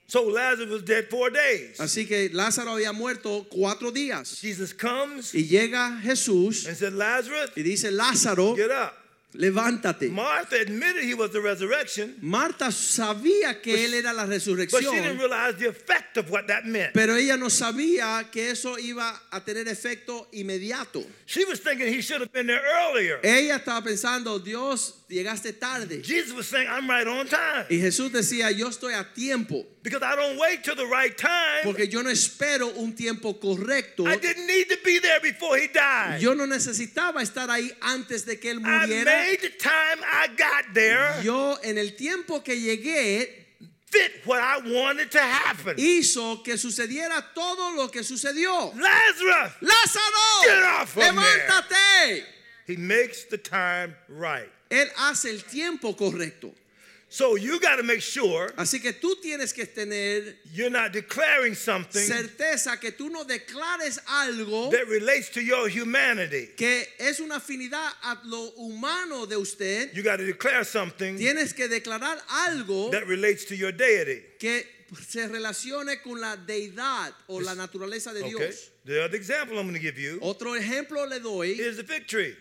Speaker 2: So Lazarus was dead four days.
Speaker 1: Así que Lázaro había muerto cuatro días.
Speaker 2: Jesus comes
Speaker 1: Y llega Jesús
Speaker 2: and said, Lazarus,
Speaker 1: y dice, Lázaro,
Speaker 2: get up.
Speaker 1: levántate.
Speaker 2: Martha admitted he was the resurrection,
Speaker 1: Marta sabía que él era la
Speaker 2: but she didn't
Speaker 1: resurrección,
Speaker 2: realize the effect of what that meant.
Speaker 1: pero ella no sabía que eso iba a tener efecto inmediato.
Speaker 2: She was thinking he should have been there earlier.
Speaker 1: Ella estaba pensando, Dios, llegaste tarde.
Speaker 2: Jesus was saying, I'm right on time.
Speaker 1: Y Jesús decía, yo estoy a tiempo,
Speaker 2: Because I don't wait till the right time.
Speaker 1: porque yo no espero un tiempo correcto.
Speaker 2: I didn't need to be there before he died.
Speaker 1: Yo no necesitaba estar ahí antes de que él
Speaker 2: I
Speaker 1: muriera.
Speaker 2: made the time I got there
Speaker 1: Yo en el tiempo que llegué
Speaker 2: fit what I wanted to happen.
Speaker 1: hizo que sucediera todo lo que sucedió.
Speaker 2: Lazarus, Get
Speaker 1: Lázaro,
Speaker 2: off of me.
Speaker 1: levántate.
Speaker 2: he makes the time right.
Speaker 1: Él hace el tiempo correcto.
Speaker 2: So you got to make sure
Speaker 1: Así que tú tienes que tener
Speaker 2: you're not declaring something
Speaker 1: certeza que tú no declares algo
Speaker 2: that relates to your humanity.
Speaker 1: que es una afinidad a lo humano de usted.
Speaker 2: You got to declare something
Speaker 1: Tienes que declarar algo
Speaker 2: that relates to your deity.
Speaker 1: que se relacione con la deidad o la naturaleza de
Speaker 2: Okay.
Speaker 1: Dios. Oh,
Speaker 2: The other example I'm going to give you
Speaker 1: Otro ejemplo le doy
Speaker 2: is the fig tree.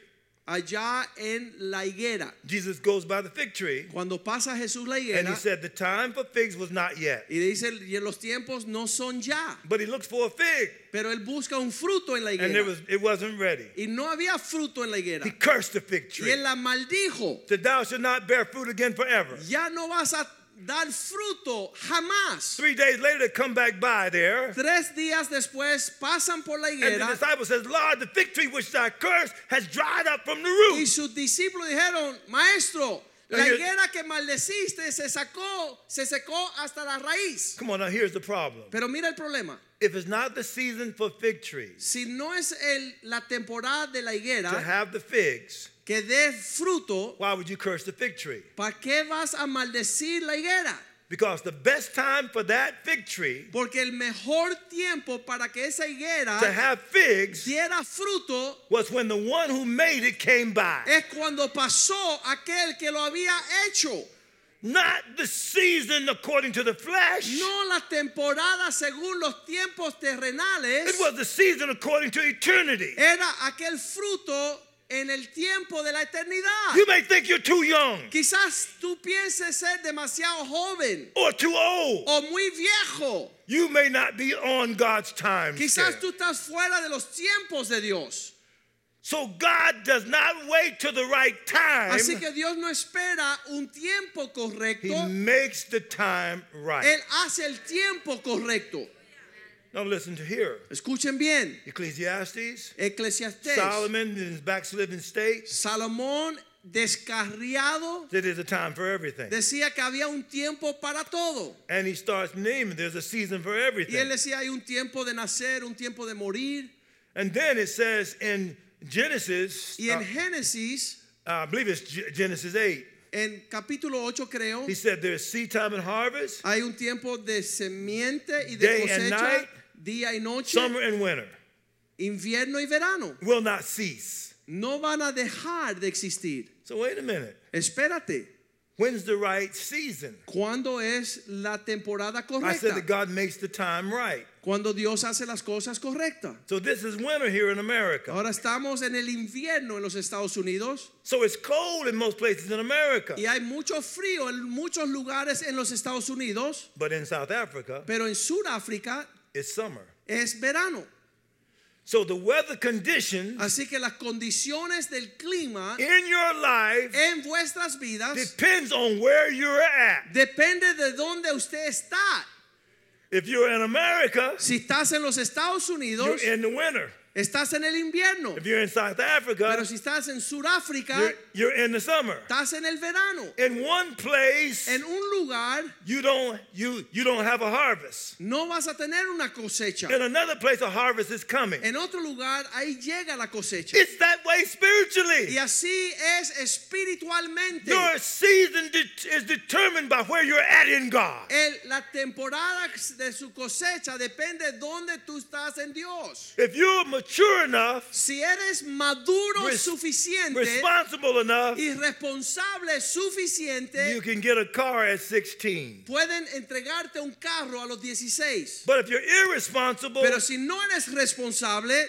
Speaker 1: allá en la higuera.
Speaker 2: Jesus goes by the fig tree
Speaker 1: Cuando pasa Jesús la
Speaker 2: and he
Speaker 1: higuera
Speaker 2: said the time for figs was not yet.
Speaker 1: y le dice, "Y los tiempos no son ya,
Speaker 2: But he looks for a fig
Speaker 1: pero él busca un fruto en la
Speaker 2: and there
Speaker 1: higuera.
Speaker 2: was it wasn't ready.
Speaker 1: Y no había fruto en la higuera.
Speaker 2: He cursed the fig
Speaker 1: Y
Speaker 2: tree.
Speaker 1: él la maldijo.
Speaker 2: Said thou shalt not bear fruit again forever.
Speaker 1: Ya no vas a dar fruto jamás.
Speaker 2: Three days later, they come back by there.
Speaker 1: Tres días después pasan por la
Speaker 2: And the
Speaker 1: higuera
Speaker 2: disciple says, Lord, the fig tree which thou cursed has dried up from the
Speaker 1: y
Speaker 2: root.
Speaker 1: sus discípulos dijeron, maestro, la
Speaker 2: Oye.
Speaker 1: higuera que maldeciste se sacó, se secó hasta la raíz.
Speaker 2: Come on, now here's the problem.
Speaker 1: Pero mira el problema.
Speaker 2: If it's not the season for fig trees
Speaker 1: Si no es el- la temporada de la
Speaker 2: to
Speaker 1: higuera
Speaker 2: have the figs,
Speaker 1: que dé fruto,
Speaker 2: why would you curse the fig tree?
Speaker 1: ¿para qué vas a maldecir la higuera?
Speaker 2: Because the best time for that fig tree
Speaker 1: Porque el mejor tiempo para que esa
Speaker 2: to
Speaker 1: higuera
Speaker 2: have figs
Speaker 1: diera fruto
Speaker 2: was when the one who made it came by,
Speaker 1: es cuando pasó aquel que lo había hecho.
Speaker 2: not the season according to the flesh.
Speaker 1: No la temporada según los tiempos terrenales.
Speaker 2: It was the season according to eternity.
Speaker 1: Era aquel fruto en el tiempo de la eternidad.
Speaker 2: You may think you're too young
Speaker 1: Quizás tú pienses ser demasiado joven
Speaker 2: or too old.
Speaker 1: o muy viejo.
Speaker 2: You may not be on God's time.
Speaker 1: Quizás
Speaker 2: scale.
Speaker 1: tú estás fuera de los tiempos de Dios.
Speaker 2: So God does not wait till the right time.
Speaker 1: Así que Dios no espera un tiempo correcto.
Speaker 2: He makes the time right.
Speaker 1: Él hace el tiempo correcto.
Speaker 2: now listen to here.
Speaker 1: Escuchen bien.
Speaker 2: Ecclesiastes,
Speaker 1: Eclesiastés.
Speaker 2: Solomon in his backslidden state,
Speaker 1: Salomón descarriado
Speaker 2: there is a time for everything.
Speaker 1: decía que había un tiempo para todo.
Speaker 2: and he starts naming there's a season for
Speaker 1: Y él
Speaker 2: everything.
Speaker 1: decía hay un tiempo de nacer, un tiempo de morir,
Speaker 2: And then it says in Genesis,
Speaker 1: Y en
Speaker 2: uh,
Speaker 1: Génesis,
Speaker 2: I believe it's G- Genesis 8,
Speaker 1: en capítulo 8 creo,
Speaker 2: he said there's seed time and harvest,
Speaker 1: hay un tiempo de semiente y de
Speaker 2: Day and
Speaker 1: cosecha,
Speaker 2: night,
Speaker 1: día y noche,
Speaker 2: summer and winter
Speaker 1: invierno y verano.
Speaker 2: will not cease.
Speaker 1: No van a dejar de existir.
Speaker 2: So wait a minute.
Speaker 1: Espérate,
Speaker 2: When's the right season?
Speaker 1: ¿cuándo es la temporada
Speaker 2: I said that
Speaker 1: correcta?
Speaker 2: God makes the time right.
Speaker 1: Cuando Dios hace las cosas correctas.
Speaker 2: So this is winter here in America.
Speaker 1: Ahora estamos en el invierno en los Estados Unidos
Speaker 2: So it's cold in most places in America.
Speaker 1: y hay mucho frío en muchos lugares en los Estados Unidos,
Speaker 2: But in South Africa,
Speaker 1: pero en Sudáfrica
Speaker 2: it's summer.
Speaker 1: es verano.
Speaker 2: So the weather conditions
Speaker 1: Así que las condiciones del clima
Speaker 2: in your life
Speaker 1: en vuestras vidas
Speaker 2: depends on where you're at.
Speaker 1: depende de dónde usted está.
Speaker 2: If you're in America,
Speaker 1: Si estás en los Estados Unidos,
Speaker 2: you're in the winter.
Speaker 1: estás en el invierno.
Speaker 2: If you're in South Africa,
Speaker 1: Pero si estás en Sudáfrica,
Speaker 2: you're, you're in the summer.
Speaker 1: estás en el verano.
Speaker 2: In one place,
Speaker 1: En un lugar
Speaker 2: you don't you you don't have a harvest.
Speaker 1: no vas a tener una cosecha.
Speaker 2: In another place, a harvest is coming.
Speaker 1: En otro lugar ahí llega la cosecha.
Speaker 2: It's that way spiritually.
Speaker 1: Y así es espiritualmente.
Speaker 2: Your season de- is determined by where you're at in God.
Speaker 1: El- la temporada de su cosecha depende de dónde tú estás en Dios.
Speaker 2: If you're mature enough,
Speaker 1: Si eres maduro
Speaker 2: Res-
Speaker 1: suficiente
Speaker 2: responsible enough,
Speaker 1: y responsable
Speaker 2: you
Speaker 1: suficiente,
Speaker 2: can get a car at 16.
Speaker 1: pueden entregarte un carro a los 16.
Speaker 2: But if you're irresponsible
Speaker 1: Pero si no eres responsable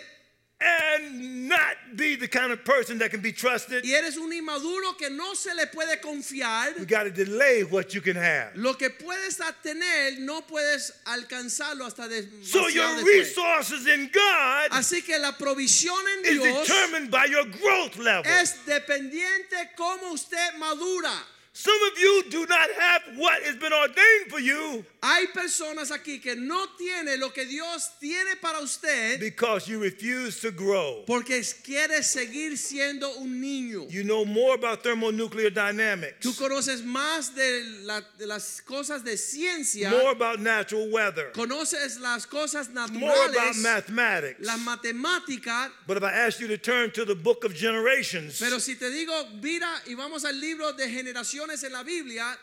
Speaker 2: and not be the kind of person that can be trusted,
Speaker 1: y eres un inmaduro que no se le puede confiar,
Speaker 2: you got to delay what you can have.
Speaker 1: lo que puedes obtener no puedes alcanzarlo hasta de-
Speaker 2: So
Speaker 1: demasiado
Speaker 2: your
Speaker 1: después.
Speaker 2: resources in God
Speaker 1: Así que la provisión en
Speaker 2: is
Speaker 1: Dios
Speaker 2: determined by your growth level.
Speaker 1: es dependiente cómo usted madura.
Speaker 2: Some of you do not have what has been ordained for you
Speaker 1: Hay personas aquí que no tiene lo que Dios tiene para usted
Speaker 2: because you refuse to grow.
Speaker 1: porque quiere seguir siendo un niño.
Speaker 2: You know more about thermonuclear dynamics,
Speaker 1: Tú conoces más de, la- de las cosas de ciencia,
Speaker 2: more about natural weather,
Speaker 1: conoces las cosas
Speaker 2: more about
Speaker 1: naturales,
Speaker 2: mathematics.
Speaker 1: las matemáticas.
Speaker 2: But if I ask you to turn to the book of Generations,
Speaker 1: Pero si te digo, mira y vamos al libro de generaciones en la Biblia,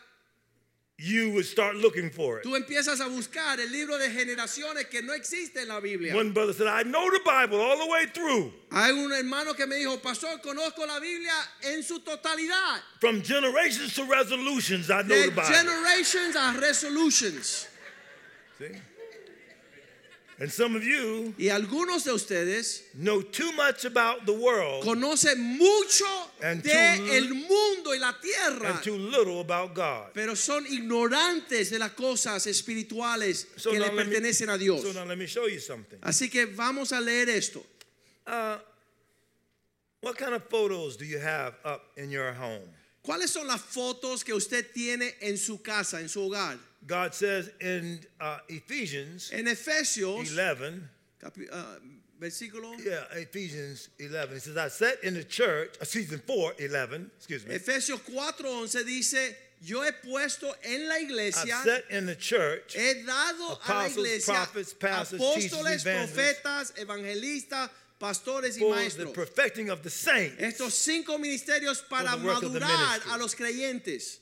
Speaker 2: you would start looking for it.
Speaker 1: tú empiezas a buscar el libro de generaciones que no existe en la Biblia.
Speaker 2: One brother said, I know the Bible all the way through,
Speaker 1: Hay un hermano que me dijo, pastor, conozco la Biblia en su totalidad.
Speaker 2: from generations to resolutions, I know
Speaker 1: De
Speaker 2: the Bible.
Speaker 1: generations a resolutions.
Speaker 2: See? And some of you
Speaker 1: Y algunos de ustedes
Speaker 2: know too much about the world
Speaker 1: conocen mucho
Speaker 2: And too
Speaker 1: de
Speaker 2: li-
Speaker 1: el mundo y la
Speaker 2: and
Speaker 1: tierra,
Speaker 2: too little about God.
Speaker 1: pero son ignorantes de las cosas espirituales que le
Speaker 2: let me-
Speaker 1: pertenecen a Dios.
Speaker 2: so now let me show you something.
Speaker 1: Así que vamos a leer esto.
Speaker 2: Uh, what kind of photos do you have up in your home?
Speaker 1: ¿Cuáles son las fotos que usted tiene en su casa, en su hogar?
Speaker 2: God says in uh, Ephesians
Speaker 1: En Efesios,
Speaker 2: 11,
Speaker 1: capi- ah, versículo
Speaker 2: yeah, Ephesians 11, it says, I sat in the church, uh, season 4, 11, excuse me.
Speaker 1: Efesios 4:11 dice, yo he puesto en la
Speaker 2: I
Speaker 1: iglesia,
Speaker 2: sat in the church,
Speaker 1: he dado a la
Speaker 2: Apostles,
Speaker 1: iglesia
Speaker 2: prophets, pastors,
Speaker 1: apóstoles,
Speaker 2: teachers, evangelists,
Speaker 1: profetas, evangelistas, pastores y
Speaker 2: for the
Speaker 1: maestros.
Speaker 2: perfecting of the saints.
Speaker 1: Estos cinco ministerios para
Speaker 2: the work of the
Speaker 1: madurar
Speaker 2: ministry.
Speaker 1: a los creyentes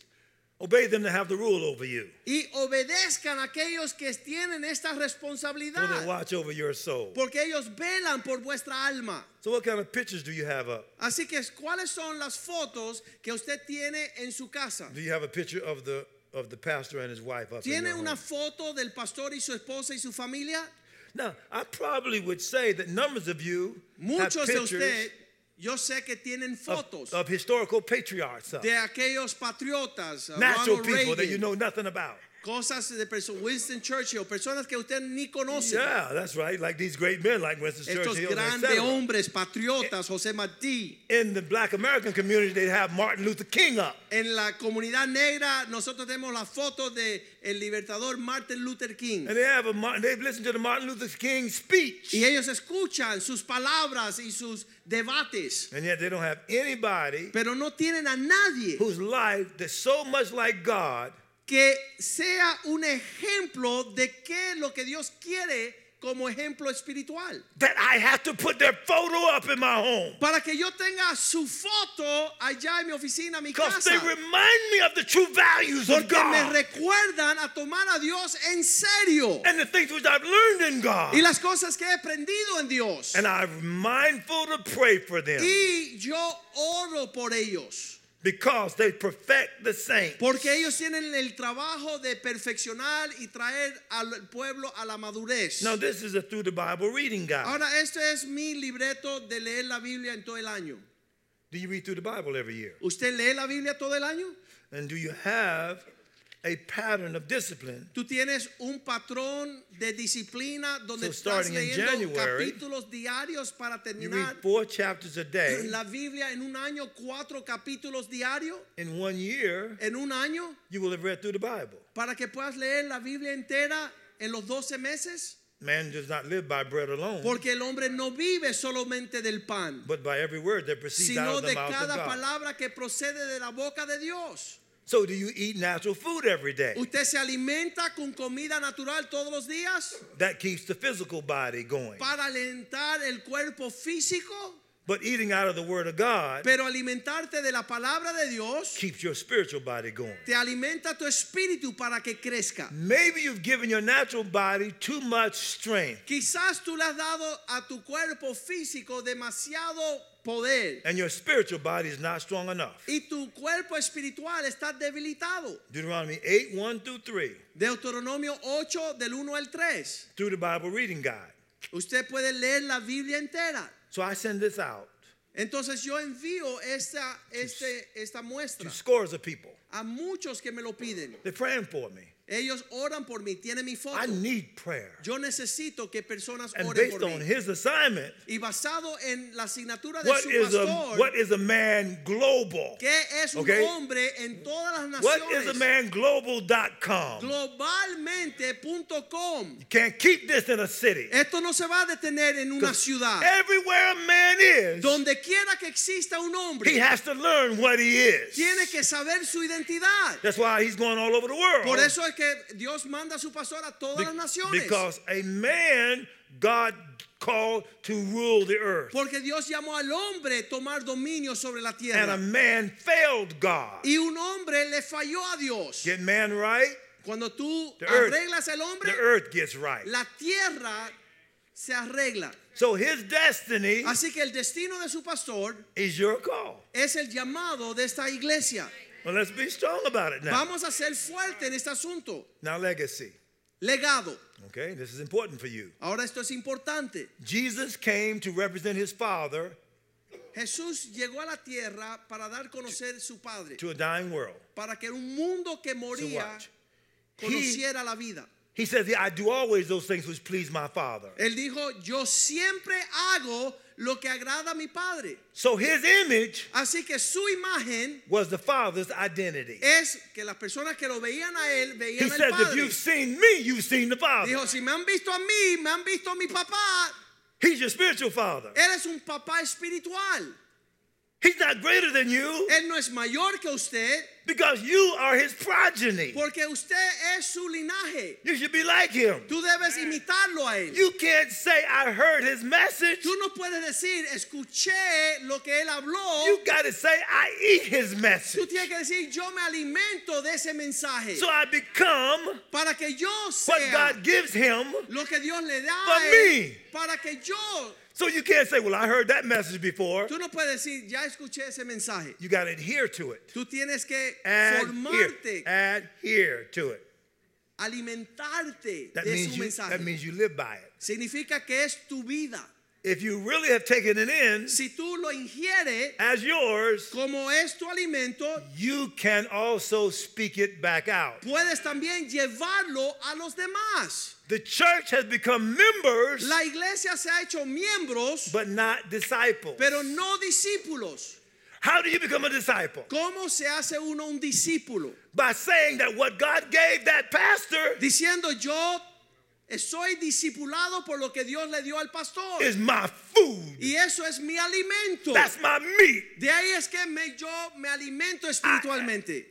Speaker 2: Obey them to have the rule over you,
Speaker 1: y obedezcan a aquellos que tienen esta
Speaker 2: for they
Speaker 1: responsabilidad,
Speaker 2: watch over your soul.
Speaker 1: porque ellos velan por vuestra alma.
Speaker 2: So, what kind of pictures do you have up?
Speaker 1: Así que, ¿cuáles son las fotos que usted tiene en su casa?
Speaker 2: Do you have a picture of the of the pastor and his wife up in
Speaker 1: ¿Tiene
Speaker 2: your
Speaker 1: una
Speaker 2: home?
Speaker 1: foto del pastor y su esposa y su familia?
Speaker 2: Now, I probably would say that numbers of you
Speaker 1: Muchos
Speaker 2: have
Speaker 1: de
Speaker 2: pictures
Speaker 1: usted, yo sé que tienen
Speaker 2: of,
Speaker 1: fotos
Speaker 2: of historical patriarchs, up,
Speaker 1: de aquellos patriotas, uh,
Speaker 2: natural
Speaker 1: Ronald
Speaker 2: people that
Speaker 1: Reagan,
Speaker 2: you know nothing about.
Speaker 1: cosas de perso- Winston Churchill, personas que usted ni conoce.
Speaker 2: Yeah, that's right. Like these great men, like Winston
Speaker 1: Estos
Speaker 2: Churchill, Eh. and
Speaker 1: grandes
Speaker 2: etc.
Speaker 1: hombres patriotas, José Martí.
Speaker 2: In the Black American community, they have Martin Luther King up.
Speaker 1: En la comunidad negra, nosotros tenemos la foto de el libertador Martin Luther King.
Speaker 2: And they have a Martin, they've listened to the Martin Luther King speech.
Speaker 1: Y ellos escuchan sus palabras y sus debates,
Speaker 2: And yet they don't have anybody
Speaker 1: pero no tienen a nadie
Speaker 2: whose life that's so much like God
Speaker 1: que sea un ejemplo de qué es lo que Dios quiere como ejemplo espiritual.
Speaker 2: that I have to put their photo up in my home.
Speaker 1: Para que yo tenga su foto allá en mi oficina, en mi
Speaker 2: Because they
Speaker 1: casa.
Speaker 2: remind me of the true values of
Speaker 1: Porque me
Speaker 2: God
Speaker 1: recuerdan a tomar a Dios en serio.
Speaker 2: and the things which I've learned in God.
Speaker 1: Y las cosas que he aprendido en Dios.
Speaker 2: And I'm mindful to pray for them
Speaker 1: Y yo oro por ellos.
Speaker 2: because they perfect the saint.
Speaker 1: Porque ellos tienen el trabajo de perfeccionar y traer al pueblo a la madurez.
Speaker 2: Now, this is a through the Bible reading guide.
Speaker 1: Ahora, este es mi libreto de leer la Biblia en todo el año.
Speaker 2: Do you read through the Bible every year?
Speaker 1: ¿Usted lee la Biblia todo el año?
Speaker 2: And do you have a pattern of discipline
Speaker 1: Tú tienes un patrón de disciplina donde
Speaker 2: So
Speaker 1: estás
Speaker 2: starting in
Speaker 1: leyendo
Speaker 2: January,
Speaker 1: capítulos diarios para
Speaker 2: You read
Speaker 1: terminar
Speaker 2: four chapters a day.
Speaker 1: la Biblia en un año, cuatro capítulos diarios
Speaker 2: In one year,
Speaker 1: en un año
Speaker 2: you will have read through the Bible.
Speaker 1: para que puedas leer la Biblia entera en los 12 meses.
Speaker 2: Man does not live by bread alone,
Speaker 1: Porque el hombre no vive solamente del pan,
Speaker 2: but by every word that proceeds out
Speaker 1: sino
Speaker 2: of the
Speaker 1: de
Speaker 2: mouth of
Speaker 1: cada
Speaker 2: God.
Speaker 1: palabra que procede de la boca de Dios.
Speaker 2: So, do you eat natural food every day?
Speaker 1: Usted se alimenta con comida natural todos los días
Speaker 2: That keeps the physical body going.
Speaker 1: para alentar el cuerpo físico,
Speaker 2: But eating out of the Word of God
Speaker 1: pero alimentarte de la palabra de Dios
Speaker 2: keeps your spiritual body going.
Speaker 1: te alimenta tu espíritu para que crezca.
Speaker 2: Maybe you've given your natural body too much strength,
Speaker 1: Quizás tú le has dado a tu cuerpo físico demasiado poder
Speaker 2: and your spiritual body is not strong enough.
Speaker 1: y tu cuerpo espiritual está debilitado.
Speaker 2: Deuteronomy 8 1 through 3,
Speaker 1: Deuteronomio 8 del 1 al 3.
Speaker 2: through the Bible reading guide.
Speaker 1: Usted puede leer la Biblia entera.
Speaker 2: So, I send this out
Speaker 1: Entonces yo envío esta, este, esta muestra
Speaker 2: to scores of people.
Speaker 1: a muchos que me lo piden.
Speaker 2: They're praying for me.
Speaker 1: Ellos oran por mí, tienen mi
Speaker 2: I
Speaker 1: foto.
Speaker 2: need prayer.
Speaker 1: Yo necesito que personas
Speaker 2: And
Speaker 1: oren
Speaker 2: based
Speaker 1: por
Speaker 2: on
Speaker 1: mí.
Speaker 2: his assignment,
Speaker 1: Y basado en la asignatura de
Speaker 2: what
Speaker 1: su
Speaker 2: is a what
Speaker 1: pastor,
Speaker 2: is a man global?
Speaker 1: que es un
Speaker 2: Okay.
Speaker 1: hombre en todas las
Speaker 2: What is a
Speaker 1: naciones,
Speaker 2: man global.com?
Speaker 1: globalmente.com.
Speaker 2: Can't keep this in a city.
Speaker 1: Esto no se va a detener en una ciudad.
Speaker 2: Everywhere a man is,
Speaker 1: Donde quiera que exista un
Speaker 2: he
Speaker 1: hombre,
Speaker 2: has to learn what he is.
Speaker 1: tiene que saber su identidad.
Speaker 2: That's why he's going all over the world.
Speaker 1: Por eso es que Dios manda a su pastor a todas
Speaker 2: Be-
Speaker 1: las naciones.
Speaker 2: because a man God called to rule the earth.
Speaker 1: Porque Dios llamó al hombre a tomar dominio sobre la
Speaker 2: And a
Speaker 1: tierra.
Speaker 2: man failed God.
Speaker 1: Y un hombre le falló a Dios.
Speaker 2: Get man right,
Speaker 1: Cuando tú
Speaker 2: The earth.
Speaker 1: arreglas al
Speaker 2: the
Speaker 1: hombre,
Speaker 2: earth gets right.
Speaker 1: la tierra se arregla.
Speaker 2: So his destiny
Speaker 1: Así que el destino de su pastor
Speaker 2: is your call.
Speaker 1: es el llamado de esta iglesia.
Speaker 2: Well, let's be strong about it now.
Speaker 1: Vamos a ser fuertes en este asunto.
Speaker 2: Now, legacy.
Speaker 1: Legado.
Speaker 2: Okay, this is important for you.
Speaker 1: Ahora esto es importante.
Speaker 2: Jesus came to represent his Father
Speaker 1: Jesús llegó a la tierra para dar conocer su Padre,
Speaker 2: to a dying world.
Speaker 1: para que un mundo que
Speaker 2: So
Speaker 1: moría
Speaker 2: watch. He,
Speaker 1: conociera la vida.
Speaker 2: he says, I do always those things which please my Father.
Speaker 1: Él dijo, yo siempre hago lo que agrada a mi Padre.
Speaker 2: So his image
Speaker 1: Así que su imagen
Speaker 2: was the Father's identity.
Speaker 1: es que las personas que lo veían a él
Speaker 2: He
Speaker 1: veían al
Speaker 2: says, if
Speaker 1: Padre.
Speaker 2: you've seen me, you've seen the Father.
Speaker 1: Dijo, si me han visto a mí, me han visto a mi papá.
Speaker 2: He's your spiritual Father.
Speaker 1: Él es un papá espiritual.
Speaker 2: He's not greater than you
Speaker 1: Él no es mayor que usted
Speaker 2: because you are his progeny.
Speaker 1: porque usted es su linaje.
Speaker 2: You should be like him.
Speaker 1: Tú debes imitarlo a él.
Speaker 2: You can't say, I heard his message.
Speaker 1: Tú no puedes decir, escuché lo que él habló.
Speaker 2: You got to say, I eat his
Speaker 1: Tú
Speaker 2: message.
Speaker 1: tienes que decir, yo me alimento de ese mensaje.
Speaker 2: So I become
Speaker 1: para que yo
Speaker 2: what
Speaker 1: sea
Speaker 2: God gives him.
Speaker 1: lo que Dios le da
Speaker 2: For
Speaker 1: a él,
Speaker 2: me.
Speaker 1: para que yo.
Speaker 2: So you can't say, Well, I heard that message before.
Speaker 1: Tú no puedes decir, ya escuché ese mensaje.
Speaker 2: You got to adhere to it.
Speaker 1: Tú tienes que
Speaker 2: Adhere,
Speaker 1: formarte,
Speaker 2: adhere to it.
Speaker 1: alimentarte
Speaker 2: That
Speaker 1: de
Speaker 2: means,
Speaker 1: su
Speaker 2: you,
Speaker 1: mensaje.
Speaker 2: that means you live by it.
Speaker 1: Significa que es tu vida.
Speaker 2: If you really have taken it in
Speaker 1: Si tú lo ingieres
Speaker 2: as yours,
Speaker 1: como es tu alimento,
Speaker 2: you can also speak it back out.
Speaker 1: puedes también llevarlo a los demás.
Speaker 2: The church has become members,
Speaker 1: La iglesia se ha hecho miembros,
Speaker 2: but not disciples.
Speaker 1: pero no discípulos.
Speaker 2: How do you become a disciple?
Speaker 1: ¿Cómo se hace uno un discípulo?
Speaker 2: By saying that what God gave that pastor
Speaker 1: Diciendo yo soy discipulado por lo que Dios le dio al pastor.
Speaker 2: is my food.
Speaker 1: y eso es mi alimento.
Speaker 2: That's my meat.
Speaker 1: De ahí es que me, yo me alimento espiritualmente.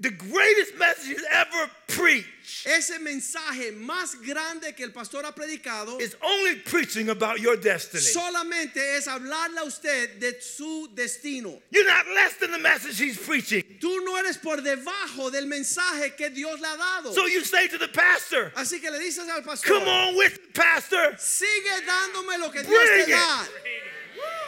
Speaker 2: the greatest message he's ever preached
Speaker 1: Ese mensaje más grande que el pastor ha predicado
Speaker 2: is only preaching about your destiny.
Speaker 1: solamente es hablarle a usted de su destino.
Speaker 2: You're not less than the message he's preaching.
Speaker 1: Tú no eres por debajo del mensaje que Dios le ha dado.
Speaker 2: So you say to the pastor,
Speaker 1: Así que le dices al pastor,
Speaker 2: Come on with it, pastor.
Speaker 1: sigue dándome lo que Dios
Speaker 2: Bring
Speaker 1: te
Speaker 2: it.
Speaker 1: da.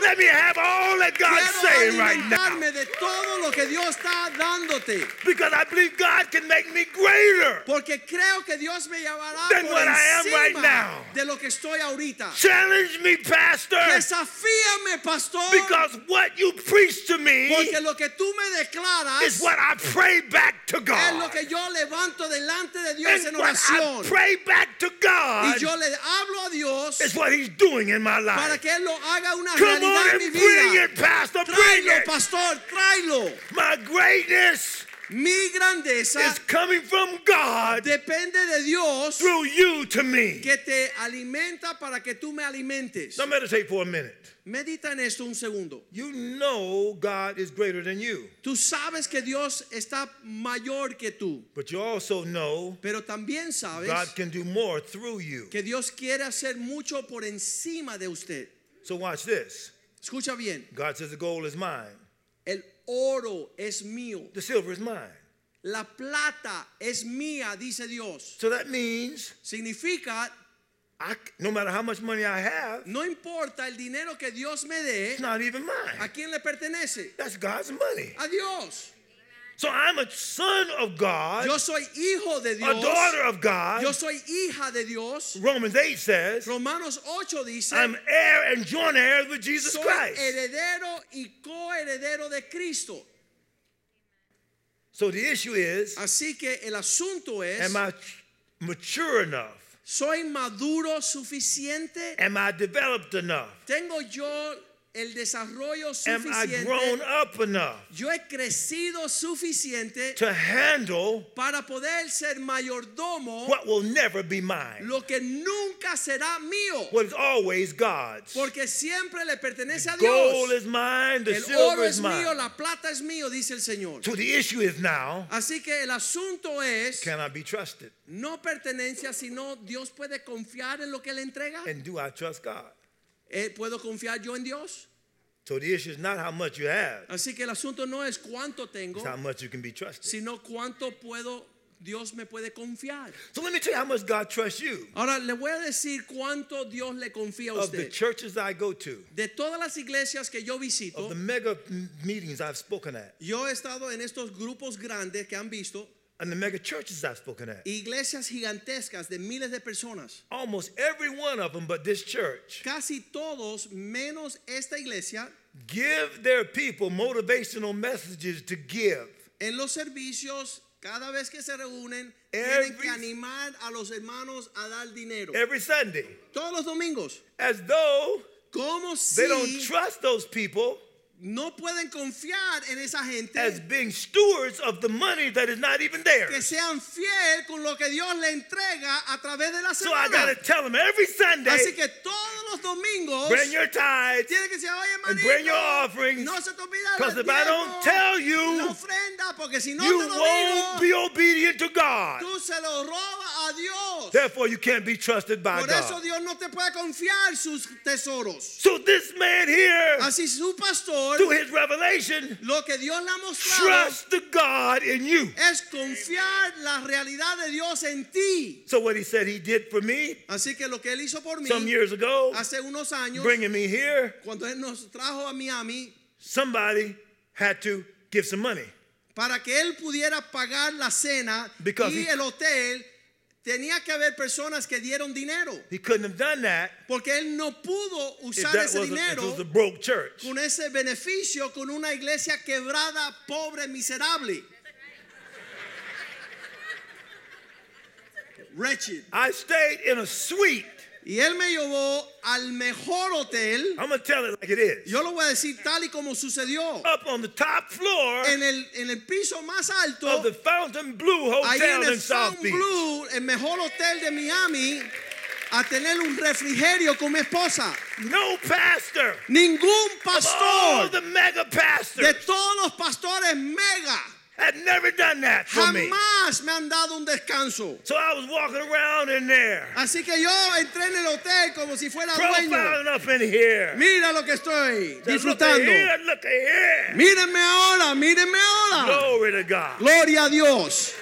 Speaker 2: Let me have all that God's saying
Speaker 1: Quiero
Speaker 2: right now.
Speaker 1: alimentarme de todo lo que Dios está dándote.
Speaker 2: Because I believe God can make me greater.
Speaker 1: Porque creo que Dios me llevará
Speaker 2: Than
Speaker 1: por
Speaker 2: what I am
Speaker 1: encima
Speaker 2: right now.
Speaker 1: de lo que estoy ahorita.
Speaker 2: Challenge me, pastor.
Speaker 1: Desafíame, pastor.
Speaker 2: Because what you preach to me
Speaker 1: porque lo que tú me declaras
Speaker 2: is what I pray back to
Speaker 1: es lo
Speaker 2: God.
Speaker 1: que yo levanto delante de Dios en
Speaker 2: And what I
Speaker 1: oración.
Speaker 2: pray back to
Speaker 1: Y
Speaker 2: God
Speaker 1: yo le hablo a Dios
Speaker 2: is what He's doing in my
Speaker 1: para
Speaker 2: life.
Speaker 1: que Él lo haga una
Speaker 2: Come
Speaker 1: realidad
Speaker 2: on
Speaker 1: en
Speaker 2: and
Speaker 1: mi
Speaker 2: bring
Speaker 1: vida.
Speaker 2: it, Pastor. Bring
Speaker 1: Tráelo,
Speaker 2: it.
Speaker 1: pastor, tráelo.
Speaker 2: My greatness
Speaker 1: Mi grandeza
Speaker 2: is coming from God
Speaker 1: depende de Dios
Speaker 2: through you to me.
Speaker 1: que te alimenta para que tú me alimentes.
Speaker 2: Now meditate for a minute.
Speaker 1: Medita en esto un segundo.
Speaker 2: You know God is greater than you,
Speaker 1: Tú sabes que Dios está mayor que tú,
Speaker 2: but you also know
Speaker 1: pero también sabes
Speaker 2: God can do more through you.
Speaker 1: que Dios quiere hacer mucho por encima de usted.
Speaker 2: So watch this.
Speaker 1: Escucha bien,
Speaker 2: God says the gold is mine,
Speaker 1: el oro es mío,
Speaker 2: the silver is mine.
Speaker 1: la plata es mía, dice Dios.
Speaker 2: So that means
Speaker 1: Significa,
Speaker 2: I, c- no matter how much money I have,
Speaker 1: no importa el dinero que Dios me
Speaker 2: it's
Speaker 1: dé,
Speaker 2: not even
Speaker 1: ¿a
Speaker 2: mine.
Speaker 1: quién le pertenece?
Speaker 2: That's God's money.
Speaker 1: A Dios.
Speaker 2: So I'm a son of God,
Speaker 1: Yo soy hijo de
Speaker 2: a
Speaker 1: Dios.
Speaker 2: daughter of God.
Speaker 1: Yo soy hija de Dios.
Speaker 2: Romans 8 says,
Speaker 1: Romanos 8 dice,
Speaker 2: I'm heir and joint heir with Jesus
Speaker 1: soy
Speaker 2: Christ.
Speaker 1: heredero y coheredero de Cristo.
Speaker 2: So the issue is,
Speaker 1: Así que el asunto es,
Speaker 2: am I mature enough?
Speaker 1: ¿soy maduro suficiente?
Speaker 2: Am I developed enough?
Speaker 1: ¿Tengo yo el desarrollo
Speaker 2: Am I grown
Speaker 1: suficiente?
Speaker 2: up enough
Speaker 1: Yo he crecido suficiente
Speaker 2: to handle
Speaker 1: para poder ser mayordomo
Speaker 2: what will never be mine?
Speaker 1: lo que nunca será mío,
Speaker 2: What is always God's.
Speaker 1: porque siempre le pertenece a
Speaker 2: Gold
Speaker 1: Dios.
Speaker 2: is mine, the
Speaker 1: El oro
Speaker 2: silver
Speaker 1: es
Speaker 2: is
Speaker 1: mío,
Speaker 2: mine.
Speaker 1: la plata es mío, dice el Señor.
Speaker 2: So the issue is now,
Speaker 1: Así que el asunto es
Speaker 2: can I be trusted?
Speaker 1: no pertenencia, sino Dios puede confiar en lo que le entrega.
Speaker 2: And do I trust God?
Speaker 1: Eh, ¿Puedo confiar yo en Dios?
Speaker 2: So the issue is not how much you have,
Speaker 1: Así que el asunto no es cuánto tengo,
Speaker 2: it's how much you can be trusted.
Speaker 1: sino cuánto puedo, Dios me puede confiar.
Speaker 2: So let me tell you how much God trusts you.
Speaker 1: Ahora le voy a decir cuánto Dios le confía a
Speaker 2: Of the
Speaker 1: usted.
Speaker 2: churches I go to,
Speaker 1: De todas las iglesias que yo
Speaker 2: of
Speaker 1: visito,
Speaker 2: the mega m- meetings I've spoken at,
Speaker 1: yo he estado en estos grupos grandes que han visto,
Speaker 2: and the mega churches I've spoken at,
Speaker 1: iglesias gigantescas de miles de personas.
Speaker 2: almost every one of them but this church
Speaker 1: Casi todos, menos esta iglesia,
Speaker 2: give their people motivational messages to give.
Speaker 1: en los servicios, cada vez que se reúnen, tienen
Speaker 2: Every-
Speaker 1: que animar a los hermanos a dar dinero.
Speaker 2: every Sunday
Speaker 1: Todos los domingos.
Speaker 2: as though
Speaker 1: Como
Speaker 2: they don't
Speaker 1: si
Speaker 2: trust those people
Speaker 1: no pueden confiar en esa
Speaker 2: as
Speaker 1: gente
Speaker 2: being stewards of the money that is not even there.
Speaker 1: que sean fiel con lo que Dios le entrega a través de la
Speaker 2: So I got
Speaker 1: semana.
Speaker 2: to tell them every Sunday
Speaker 1: Así que todos los domingos
Speaker 2: bring your tithes.
Speaker 1: tiene que decir, oye,
Speaker 2: and
Speaker 1: manito,
Speaker 2: bring your offerings,
Speaker 1: no se te olvide
Speaker 2: 'cause
Speaker 1: el
Speaker 2: if I don't
Speaker 1: diezmo,
Speaker 2: tell you,
Speaker 1: la ofrenda, porque si no
Speaker 2: You
Speaker 1: te lo
Speaker 2: won't be
Speaker 1: digo,
Speaker 2: obedient to God.
Speaker 1: tú se lo robas a Dios.
Speaker 2: Therefore, you can't be trusted by
Speaker 1: Por eso
Speaker 2: God.
Speaker 1: Dios no te puede confiar sus tesoros.
Speaker 2: So this man here,
Speaker 1: Así su pastor,
Speaker 2: through his revelation,
Speaker 1: lo que Dios le ha mostrado
Speaker 2: trusts the God in you.
Speaker 1: es confiar la realidad de Dios en ti.
Speaker 2: So what he said he did for me
Speaker 1: Así que lo que él hizo por mí
Speaker 2: some years ago,
Speaker 1: hace unos años,
Speaker 2: bringing me here,
Speaker 1: cuando él nos trajo a Miami
Speaker 2: somebody had to give some money.
Speaker 1: para que él pudiera pagar la cena
Speaker 2: Because
Speaker 1: y
Speaker 2: he-
Speaker 1: el hotel, tenía que haber personas que dieron dinero,
Speaker 2: He couldn't have done that
Speaker 1: porque él no pudo
Speaker 2: if
Speaker 1: usar
Speaker 2: that
Speaker 1: ese
Speaker 2: wasn't if it
Speaker 1: dinero
Speaker 2: was a broke church.
Speaker 1: con ese beneficio con una iglesia quebrada, pobre, miserable. Wretched.
Speaker 2: I stayed in a suite.
Speaker 1: Y él me llevó al mejor hotel.
Speaker 2: I'm gonna tell it like it is.
Speaker 1: Yo lo voy a decir tal y como sucedió.
Speaker 2: Up on the top floor
Speaker 1: En el, en el piso más alto,
Speaker 2: of the Fountain Blue
Speaker 1: ahí
Speaker 2: Hotel
Speaker 1: en
Speaker 2: in
Speaker 1: el
Speaker 2: South
Speaker 1: Sound
Speaker 2: Beach.
Speaker 1: Blue, el mejor hotel de Miami, a tener un refrigerio con mi esposa.
Speaker 2: No pastor.
Speaker 1: Ningún
Speaker 2: Of all
Speaker 1: pastor
Speaker 2: the mega
Speaker 1: de
Speaker 2: pastors
Speaker 1: todos los pastores mega
Speaker 2: had never done that for me.
Speaker 1: Jamás me han dado un descanso.
Speaker 2: So I was walking around in there,
Speaker 1: Así que yo entré en el hotel como si fuera dueño.
Speaker 2: profiling up in here.
Speaker 1: Mira lo que estoy
Speaker 2: Just look at
Speaker 1: disfrutando.
Speaker 2: here, look at here.
Speaker 1: Mírenme ahora, mírenme ahora.
Speaker 2: Glory to God.
Speaker 1: Gloria a Dios.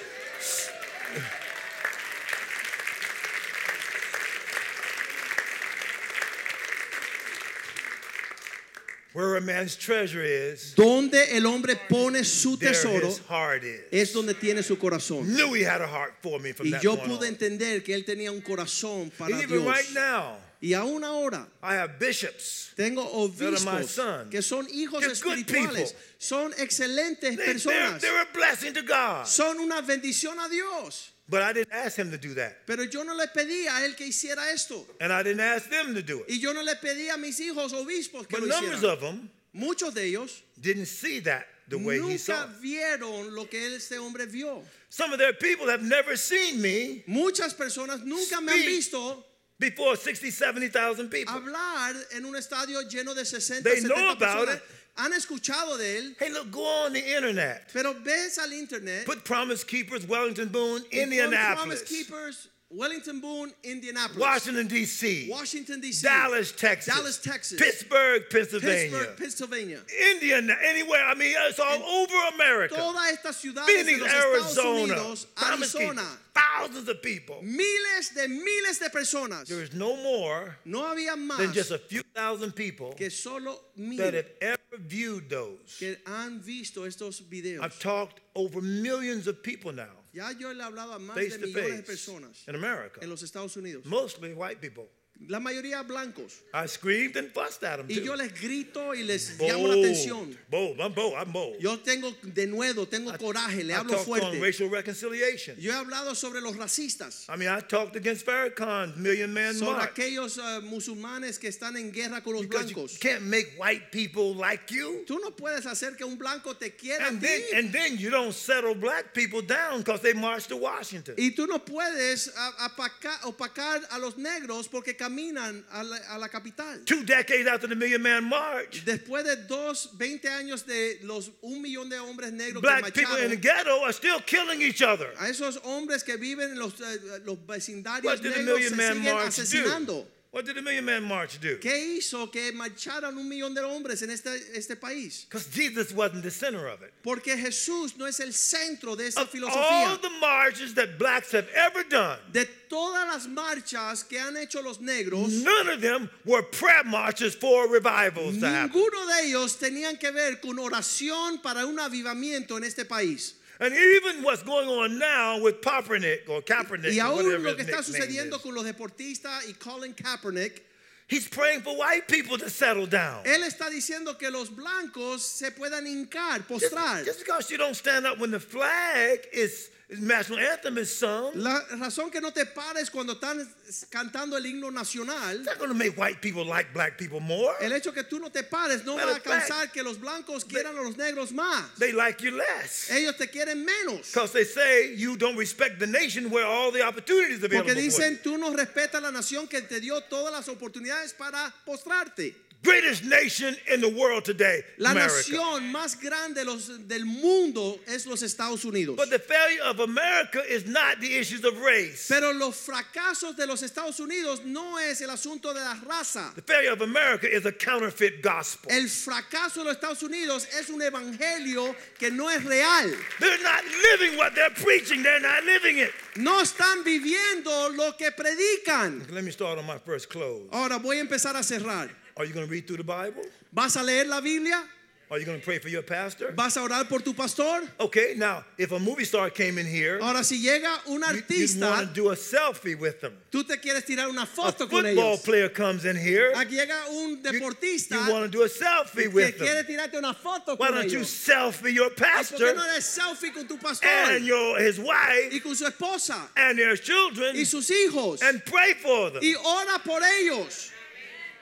Speaker 2: Where a man's treasure is,
Speaker 1: Donde el hombre pone su
Speaker 2: there
Speaker 1: tesoro
Speaker 2: his heart is.
Speaker 1: es donde tiene su corazón.
Speaker 2: Knew he had a heart for me from
Speaker 1: Y
Speaker 2: that
Speaker 1: yo
Speaker 2: point
Speaker 1: pude
Speaker 2: on.
Speaker 1: entender que él tenía un corazón para
Speaker 2: Even right
Speaker 1: Dios.
Speaker 2: now,
Speaker 1: Y aún ahora
Speaker 2: I have bishops.
Speaker 1: tengo
Speaker 2: That are my
Speaker 1: obispos
Speaker 2: son.
Speaker 1: que son hijos
Speaker 2: They're good
Speaker 1: espirituales,
Speaker 2: people.
Speaker 1: son excelentes
Speaker 2: They, are
Speaker 1: personas,
Speaker 2: a blessing to God.
Speaker 1: son una bendición a Dios.
Speaker 2: But I didn't ask him to do that.
Speaker 1: Pero yo no le pedí a él que hiciera esto.
Speaker 2: And I didn't ask them to do it.
Speaker 1: Y yo no le pedí a mis hijos obispos que
Speaker 2: But
Speaker 1: lo
Speaker 2: numbers
Speaker 1: hicieran.
Speaker 2: of them
Speaker 1: Muchos de ellos
Speaker 2: didn't see that the way he saw
Speaker 1: nunca
Speaker 2: it.
Speaker 1: vieron lo que este hombre vio.
Speaker 2: Some of their people have never seen me
Speaker 1: Muchas personas nunca me han
Speaker 2: Speak.
Speaker 1: visto
Speaker 2: before 60, 70,000 people.
Speaker 1: hablar en un estadio lleno de 60,
Speaker 2: They
Speaker 1: 70
Speaker 2: know about
Speaker 1: personas.
Speaker 2: it.
Speaker 1: Han escuchado de él,
Speaker 2: Hey, look, go on the internet.
Speaker 1: pero ves al internet.
Speaker 2: Put Promise Keepers, Wellington Boone,
Speaker 1: y pon
Speaker 2: Indianapolis,
Speaker 1: Promise Keepers, Wellington Boone, Indianapolis.
Speaker 2: Washington, D.C.,
Speaker 1: Washington, D.C.
Speaker 2: Dallas, Texas,
Speaker 1: Dallas, Texas.
Speaker 2: Pittsburgh, Pennsylvania,
Speaker 1: Pittsburgh, Pennsylvania.
Speaker 2: Indiana, anywhere. I mean, it's all
Speaker 1: En
Speaker 2: over America.
Speaker 1: Todas estas ciudades de
Speaker 2: Phoenix,
Speaker 1: los Estados
Speaker 2: Arizona,
Speaker 1: Unidos,
Speaker 2: Promise
Speaker 1: Arizona.
Speaker 2: Keepers, thousands of people.
Speaker 1: Miles de miles de personas.
Speaker 2: There is no more
Speaker 1: No había más
Speaker 2: than just a few thousand people
Speaker 1: que solo
Speaker 2: that
Speaker 1: mil
Speaker 2: have ever viewed those.
Speaker 1: que han visto estos videos.
Speaker 2: I've talked over millions of people now,
Speaker 1: Ya yo le hablaba a más
Speaker 2: face
Speaker 1: de
Speaker 2: to
Speaker 1: millones de
Speaker 2: face,
Speaker 1: personas
Speaker 2: in America.
Speaker 1: en los Estados Unidos.
Speaker 2: Mostly white people.
Speaker 1: La mayoría blancos.
Speaker 2: I screamed and fussed at them
Speaker 1: Y yo
Speaker 2: too.
Speaker 1: les grito y les
Speaker 2: Oh.
Speaker 1: llamo la
Speaker 2: Bold,
Speaker 1: atención.
Speaker 2: bold, I'm bold, I'm bold.
Speaker 1: Yo tengo de nuevo, tengo coraje, le
Speaker 2: I
Speaker 1: hablo
Speaker 2: talked on
Speaker 1: fuerte.
Speaker 2: racial reconciliation.
Speaker 1: Yo he hablado sobre los racistas,
Speaker 2: I mean, I talked against Farrakhan's Million Man
Speaker 1: sobre
Speaker 2: March.
Speaker 1: aquellos eh, musulmanes que están en guerra con los
Speaker 2: Because you
Speaker 1: blancos.
Speaker 2: can't make white people like you.
Speaker 1: Tú no puedes hacer que un blanco te quiera a
Speaker 2: And then,
Speaker 1: ti.
Speaker 2: and then you don't settle black people down because they marched to Washington.
Speaker 1: Y tú no puedes a- apaca- opacar a los negros porque caminan a la, a la capital.
Speaker 2: Two decades after the Million Man March,
Speaker 1: Después de dos, 20 años de los un millón de hombres negros que
Speaker 2: black people in the
Speaker 1: marcharon,
Speaker 2: ghetto are still killing each other.
Speaker 1: a esos hombres que viven en los, eh, los vecindarios
Speaker 2: What did the
Speaker 1: negros se
Speaker 2: Million Man
Speaker 1: siguen
Speaker 2: March do?
Speaker 1: asesinando.
Speaker 2: What did the Million Man March do?
Speaker 1: ¿Qué hizo que marcharan un millón de hombres en este, este país?
Speaker 2: Because Jesus wasn't the center of it.
Speaker 1: Porque Jesús no es el centro de esa
Speaker 2: Of all
Speaker 1: filosofía.
Speaker 2: the marches that blacks have ever done,
Speaker 1: De todas las marchas que han hecho los negros,
Speaker 2: none of them were prayer marches for revivals to happen.
Speaker 1: ninguno de ellos tenían que ver con oración para un avivamiento en este país.
Speaker 2: And even what's going on now with Kaepernick or Kaepernick,
Speaker 1: Y
Speaker 2: or
Speaker 1: aún
Speaker 2: whatever
Speaker 1: lo que
Speaker 2: his
Speaker 1: está
Speaker 2: nickname
Speaker 1: sucediendo
Speaker 2: is,
Speaker 1: con los deportistas y Colin Kaepernick,
Speaker 2: he's praying for white people to settle down.
Speaker 1: él está diciendo que los blancos se puedan hincar,
Speaker 2: Just,
Speaker 1: postrar.
Speaker 2: just because you don't stand up when the flag is national anthem is sung, it's
Speaker 1: La razón que no te pares cuando están cantando el himno nacional
Speaker 2: not going to make white people like black people more.
Speaker 1: El hecho que tú no te pares no va
Speaker 2: Matter
Speaker 1: a
Speaker 2: of fact,
Speaker 1: alcanzar que los blancos quieran a los negros más.
Speaker 2: They like you less.
Speaker 1: Ellos te quieren menos.
Speaker 2: Because they say you don't respect the nation where all the opportunities are available.
Speaker 1: Porque
Speaker 2: for you.
Speaker 1: dicen, tú no respetas la nación que te dio todas las oportunidades para postrarte.
Speaker 2: Greatest nation in the world today,
Speaker 1: La
Speaker 2: America.
Speaker 1: nación más grande de los- del mundo es los Estados Unidos.
Speaker 2: But the failure of America is not the issues of race.
Speaker 1: Pero los fracasos de los Estados Unidos no es el asunto de la raza.
Speaker 2: The failure of America is a counterfeit gospel.
Speaker 1: El fracaso de los Estados Unidos es un evangelio que no es real.
Speaker 2: They're not living what they're preaching. They're not living it.
Speaker 1: No están viviendo lo que predican.
Speaker 2: Let me start on my first close.
Speaker 1: Ahora voy a empezar a cerrar.
Speaker 2: Are you going to read through the Bible?
Speaker 1: ¿Vas a leer la Biblia?
Speaker 2: Are you going to pray for your pastor?
Speaker 1: ¿Vas a orar por tu pastor?
Speaker 2: Okay, now, if a movie star came in here,
Speaker 1: Ahora, si llega un
Speaker 2: you, would want to
Speaker 1: artista,
Speaker 2: do a selfie with them.
Speaker 1: tú te quieres tirar una
Speaker 2: A
Speaker 1: foto con
Speaker 2: football
Speaker 1: ellos.
Speaker 2: player comes in here,
Speaker 1: Aquí llega un
Speaker 2: you,
Speaker 1: deportista
Speaker 2: want to do a selfie
Speaker 1: que
Speaker 2: with them.
Speaker 1: quiere tirarte una foto
Speaker 2: Why
Speaker 1: con
Speaker 2: don't you
Speaker 1: ellos.
Speaker 2: selfie your
Speaker 1: Ay, ¿Por qué
Speaker 2: pastor
Speaker 1: no eres selfie con tu pastor
Speaker 2: and your his
Speaker 1: y
Speaker 2: wife
Speaker 1: con su esposa
Speaker 2: and their children
Speaker 1: y sus hijos?
Speaker 2: and pray for them
Speaker 1: Y ora por ellos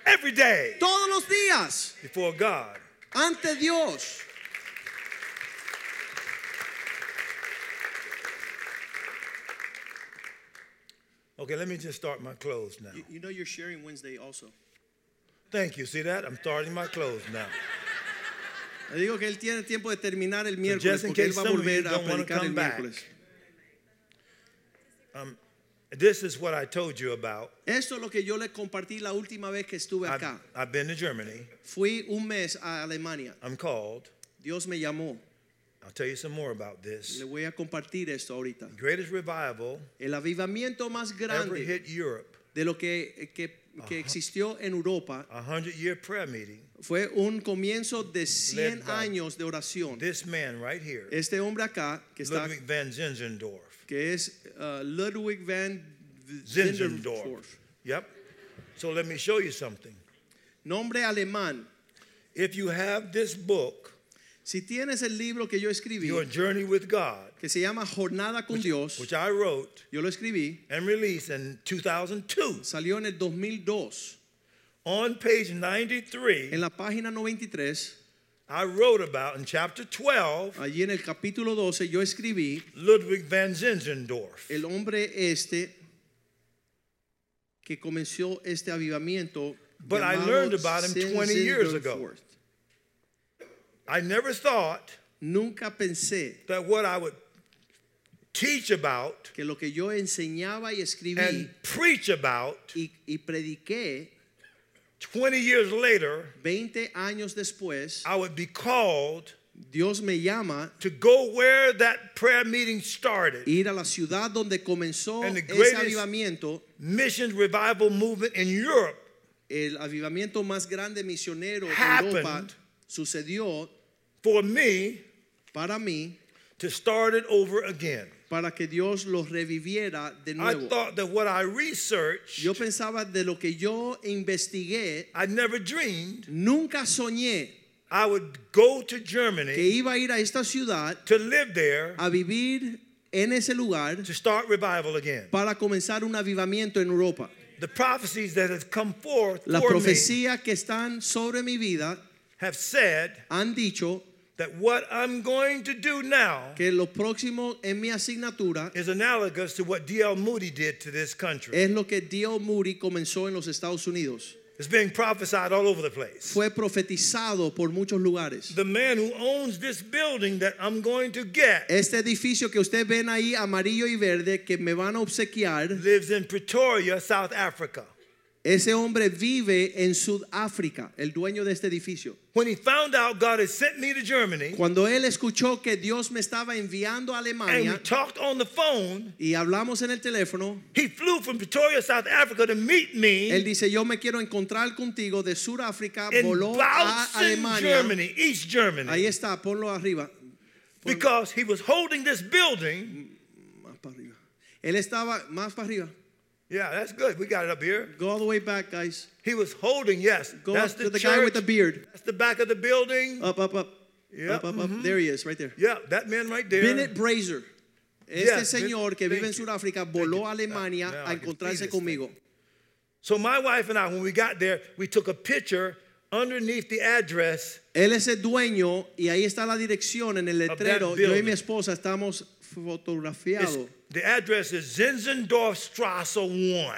Speaker 2: every day
Speaker 1: todos los días
Speaker 2: before God?
Speaker 1: ante Dios.
Speaker 2: Okay, let me just start my clothes now.
Speaker 1: You know you're sharing Wednesday also.
Speaker 2: Thank you. See that? I'm starting my clothes now.
Speaker 1: Le digo que él tiene tiempo de terminar el miércoles
Speaker 2: just in
Speaker 1: porque él
Speaker 2: case
Speaker 1: va a
Speaker 2: some of you
Speaker 1: volver a
Speaker 2: don't wanna
Speaker 1: predicar el
Speaker 2: come back. um,
Speaker 1: miércoles.
Speaker 2: This is what I told you about.
Speaker 1: Esto es lo que yo les compartí la última vez que estuve
Speaker 2: I've,
Speaker 1: acá.
Speaker 2: I've been to Germany.
Speaker 1: Fui un mes a Alemania.
Speaker 2: I'm called.
Speaker 1: Dios me llamó.
Speaker 2: I'll tell you some more about this.
Speaker 1: Le voy a compartir esto ahorita.
Speaker 2: Greatest revival
Speaker 1: El avivamiento más
Speaker 2: ever
Speaker 1: grande
Speaker 2: hit Europe.
Speaker 1: de lo que, que- que existió en Europa
Speaker 2: A hundred year prayer meeting.
Speaker 1: fue un comienzo de
Speaker 2: Led
Speaker 1: 100
Speaker 2: by
Speaker 1: años de oración.
Speaker 2: This man right here,
Speaker 1: Este hombre acá, que, está,
Speaker 2: Ludwig van Zinzendorf.
Speaker 1: que es uh, Ludwig van
Speaker 2: Zinzendorf.
Speaker 1: Zinzendorf,
Speaker 2: Yep. So let me show you something.
Speaker 1: nombre alemán.
Speaker 2: If you have this book,
Speaker 1: Si tienes el libro que yo escribí,
Speaker 2: Your Journey with God,
Speaker 1: que se llama Jornada con Dios,
Speaker 2: which I wrote
Speaker 1: yo lo escribí,
Speaker 2: and released in 2002,
Speaker 1: salió en el 2002.
Speaker 2: on page 93,
Speaker 1: En la página 93,
Speaker 2: I wrote about in chapter 12
Speaker 1: allí en el capítulo 12, yo escribí
Speaker 2: Ludwig van Zinzendorf.
Speaker 1: el hombre este que comenzó este avivamiento.
Speaker 2: But I
Speaker 1: llamado
Speaker 2: learned about him
Speaker 1: Zen
Speaker 2: 20 years ago.
Speaker 1: Zinzendorf.
Speaker 2: I never thought
Speaker 1: Nunca pensé
Speaker 2: that what I would teach about
Speaker 1: que lo que yo enseñaba y
Speaker 2: and
Speaker 1: escribí
Speaker 2: preach about
Speaker 1: y, y prediqué
Speaker 2: 20 years later,
Speaker 1: 20 años después,
Speaker 2: I would be called
Speaker 1: Dios me llama
Speaker 2: to go where that prayer meeting started.
Speaker 1: ir a la ciudad donde comenzó
Speaker 2: And the
Speaker 1: ese
Speaker 2: greatest-
Speaker 1: avivamiento,
Speaker 2: Missions revival movement in Europe
Speaker 1: el avivamiento más grande misionero de Europa
Speaker 2: Happened.
Speaker 1: sucedió
Speaker 2: for me
Speaker 1: para mí
Speaker 2: to start it over again.
Speaker 1: para que Dios los reviviera de
Speaker 2: I
Speaker 1: nuevo.
Speaker 2: thought that what I researched,
Speaker 1: Yo pensaba de lo que yo investigué,
Speaker 2: I never dreamed
Speaker 1: nunca soñé
Speaker 2: I would go to
Speaker 1: que
Speaker 2: Germany
Speaker 1: iba a ir a esta ciudad
Speaker 2: to live there
Speaker 1: a vivir en ese lugar
Speaker 2: to start revival again.
Speaker 1: para comenzar un avivamiento en Europa.
Speaker 2: The prophecies that have come forth
Speaker 1: Las
Speaker 2: for me
Speaker 1: profecías que están sobre mi vida
Speaker 2: have said
Speaker 1: han dicho
Speaker 2: that what I'm going to do now
Speaker 1: que lo próximo en mi asignatura
Speaker 2: is analogous to what D.L. Moody did to this country.
Speaker 1: es lo que D.L. Moody comenzó en los Estados Unidos.
Speaker 2: It's being prophesied all over the place.
Speaker 1: Fue profetizado por muchos lugares.
Speaker 2: The man who owns this building that I'm going to get
Speaker 1: Este edificio que ustedes ven ahí amarillo y verde que me van a obsequiar,
Speaker 2: lives in Pretoria, South Africa.
Speaker 1: ese hombre vive en Sudáfrica, el dueño de este edificio.
Speaker 2: When he found out God had sent me to Germany,
Speaker 1: Cuando él escuchó que Dios me estaba enviando a
Speaker 2: and we
Speaker 1: Alemania
Speaker 2: talked on the phone,
Speaker 1: y hablamos en el teléfono,
Speaker 2: he flew from Pretoria, South Africa to meet
Speaker 1: él
Speaker 2: me
Speaker 1: dice, yo me quiero encontrar contigo de Sudáfrica,
Speaker 2: in
Speaker 1: voló a
Speaker 2: Bautzen,
Speaker 1: Alemania.
Speaker 2: Germany, East
Speaker 1: Ahí
Speaker 2: Germany,
Speaker 1: está, ponlo arriba.
Speaker 2: because he was holding this building.
Speaker 1: Más para arriba. Él estaba más para arriba.
Speaker 2: Yeah, that's good. We got it up here.
Speaker 1: Go all the way back, guys.
Speaker 2: He was holding, yes,
Speaker 1: Go
Speaker 2: that's
Speaker 1: up
Speaker 2: the,
Speaker 1: to the
Speaker 2: church.
Speaker 1: guy with the beard. Uh,
Speaker 2: That's the back of the building.
Speaker 1: Up, up, up.
Speaker 2: Yeah,
Speaker 1: Up, up, up. There he is, right there.
Speaker 2: yeah, that man right there.
Speaker 1: Bennett Brazier. Este
Speaker 2: Yeah, Ben-
Speaker 1: señor que vive en
Speaker 2: thank you.
Speaker 1: Sudáfrica
Speaker 2: Thank
Speaker 1: voló
Speaker 2: you.
Speaker 1: a Alemania
Speaker 2: Now
Speaker 1: a
Speaker 2: I can see
Speaker 1: encontrarse
Speaker 2: this
Speaker 1: conmigo.
Speaker 2: thing. So my wife and I, when we got there, we took a picture underneath the address.
Speaker 1: Él es el dueño y ahí está la dirección en el
Speaker 2: that
Speaker 1: letrero. Yo y
Speaker 2: building.
Speaker 1: mi esposa estamos
Speaker 2: It's-
Speaker 1: fotografiados.
Speaker 2: the address is Zinzendorfstrasse 1.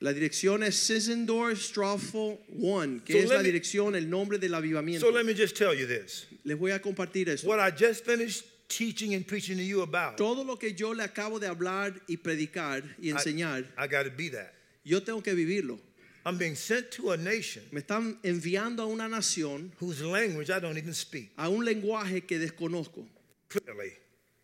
Speaker 1: La dirección es Sissendorf Straffel 1, que
Speaker 2: So
Speaker 1: es
Speaker 2: let
Speaker 1: la
Speaker 2: me-
Speaker 1: dirección, el nombre del
Speaker 2: So
Speaker 1: avivamiento.
Speaker 2: let me just tell you this.
Speaker 1: Les voy a compartir esto.
Speaker 2: What I just finished teaching and preaching to you about,
Speaker 1: Todo lo que yo le acabo de hablar y predicar y enseñar,
Speaker 2: I got to be that.
Speaker 1: yo tengo que vivirlo.
Speaker 2: I'm being sent to a nation
Speaker 1: Me están enviando a una nación,
Speaker 2: whose language I don't even speak.
Speaker 1: a un lenguaje que desconozco.
Speaker 2: Clearly,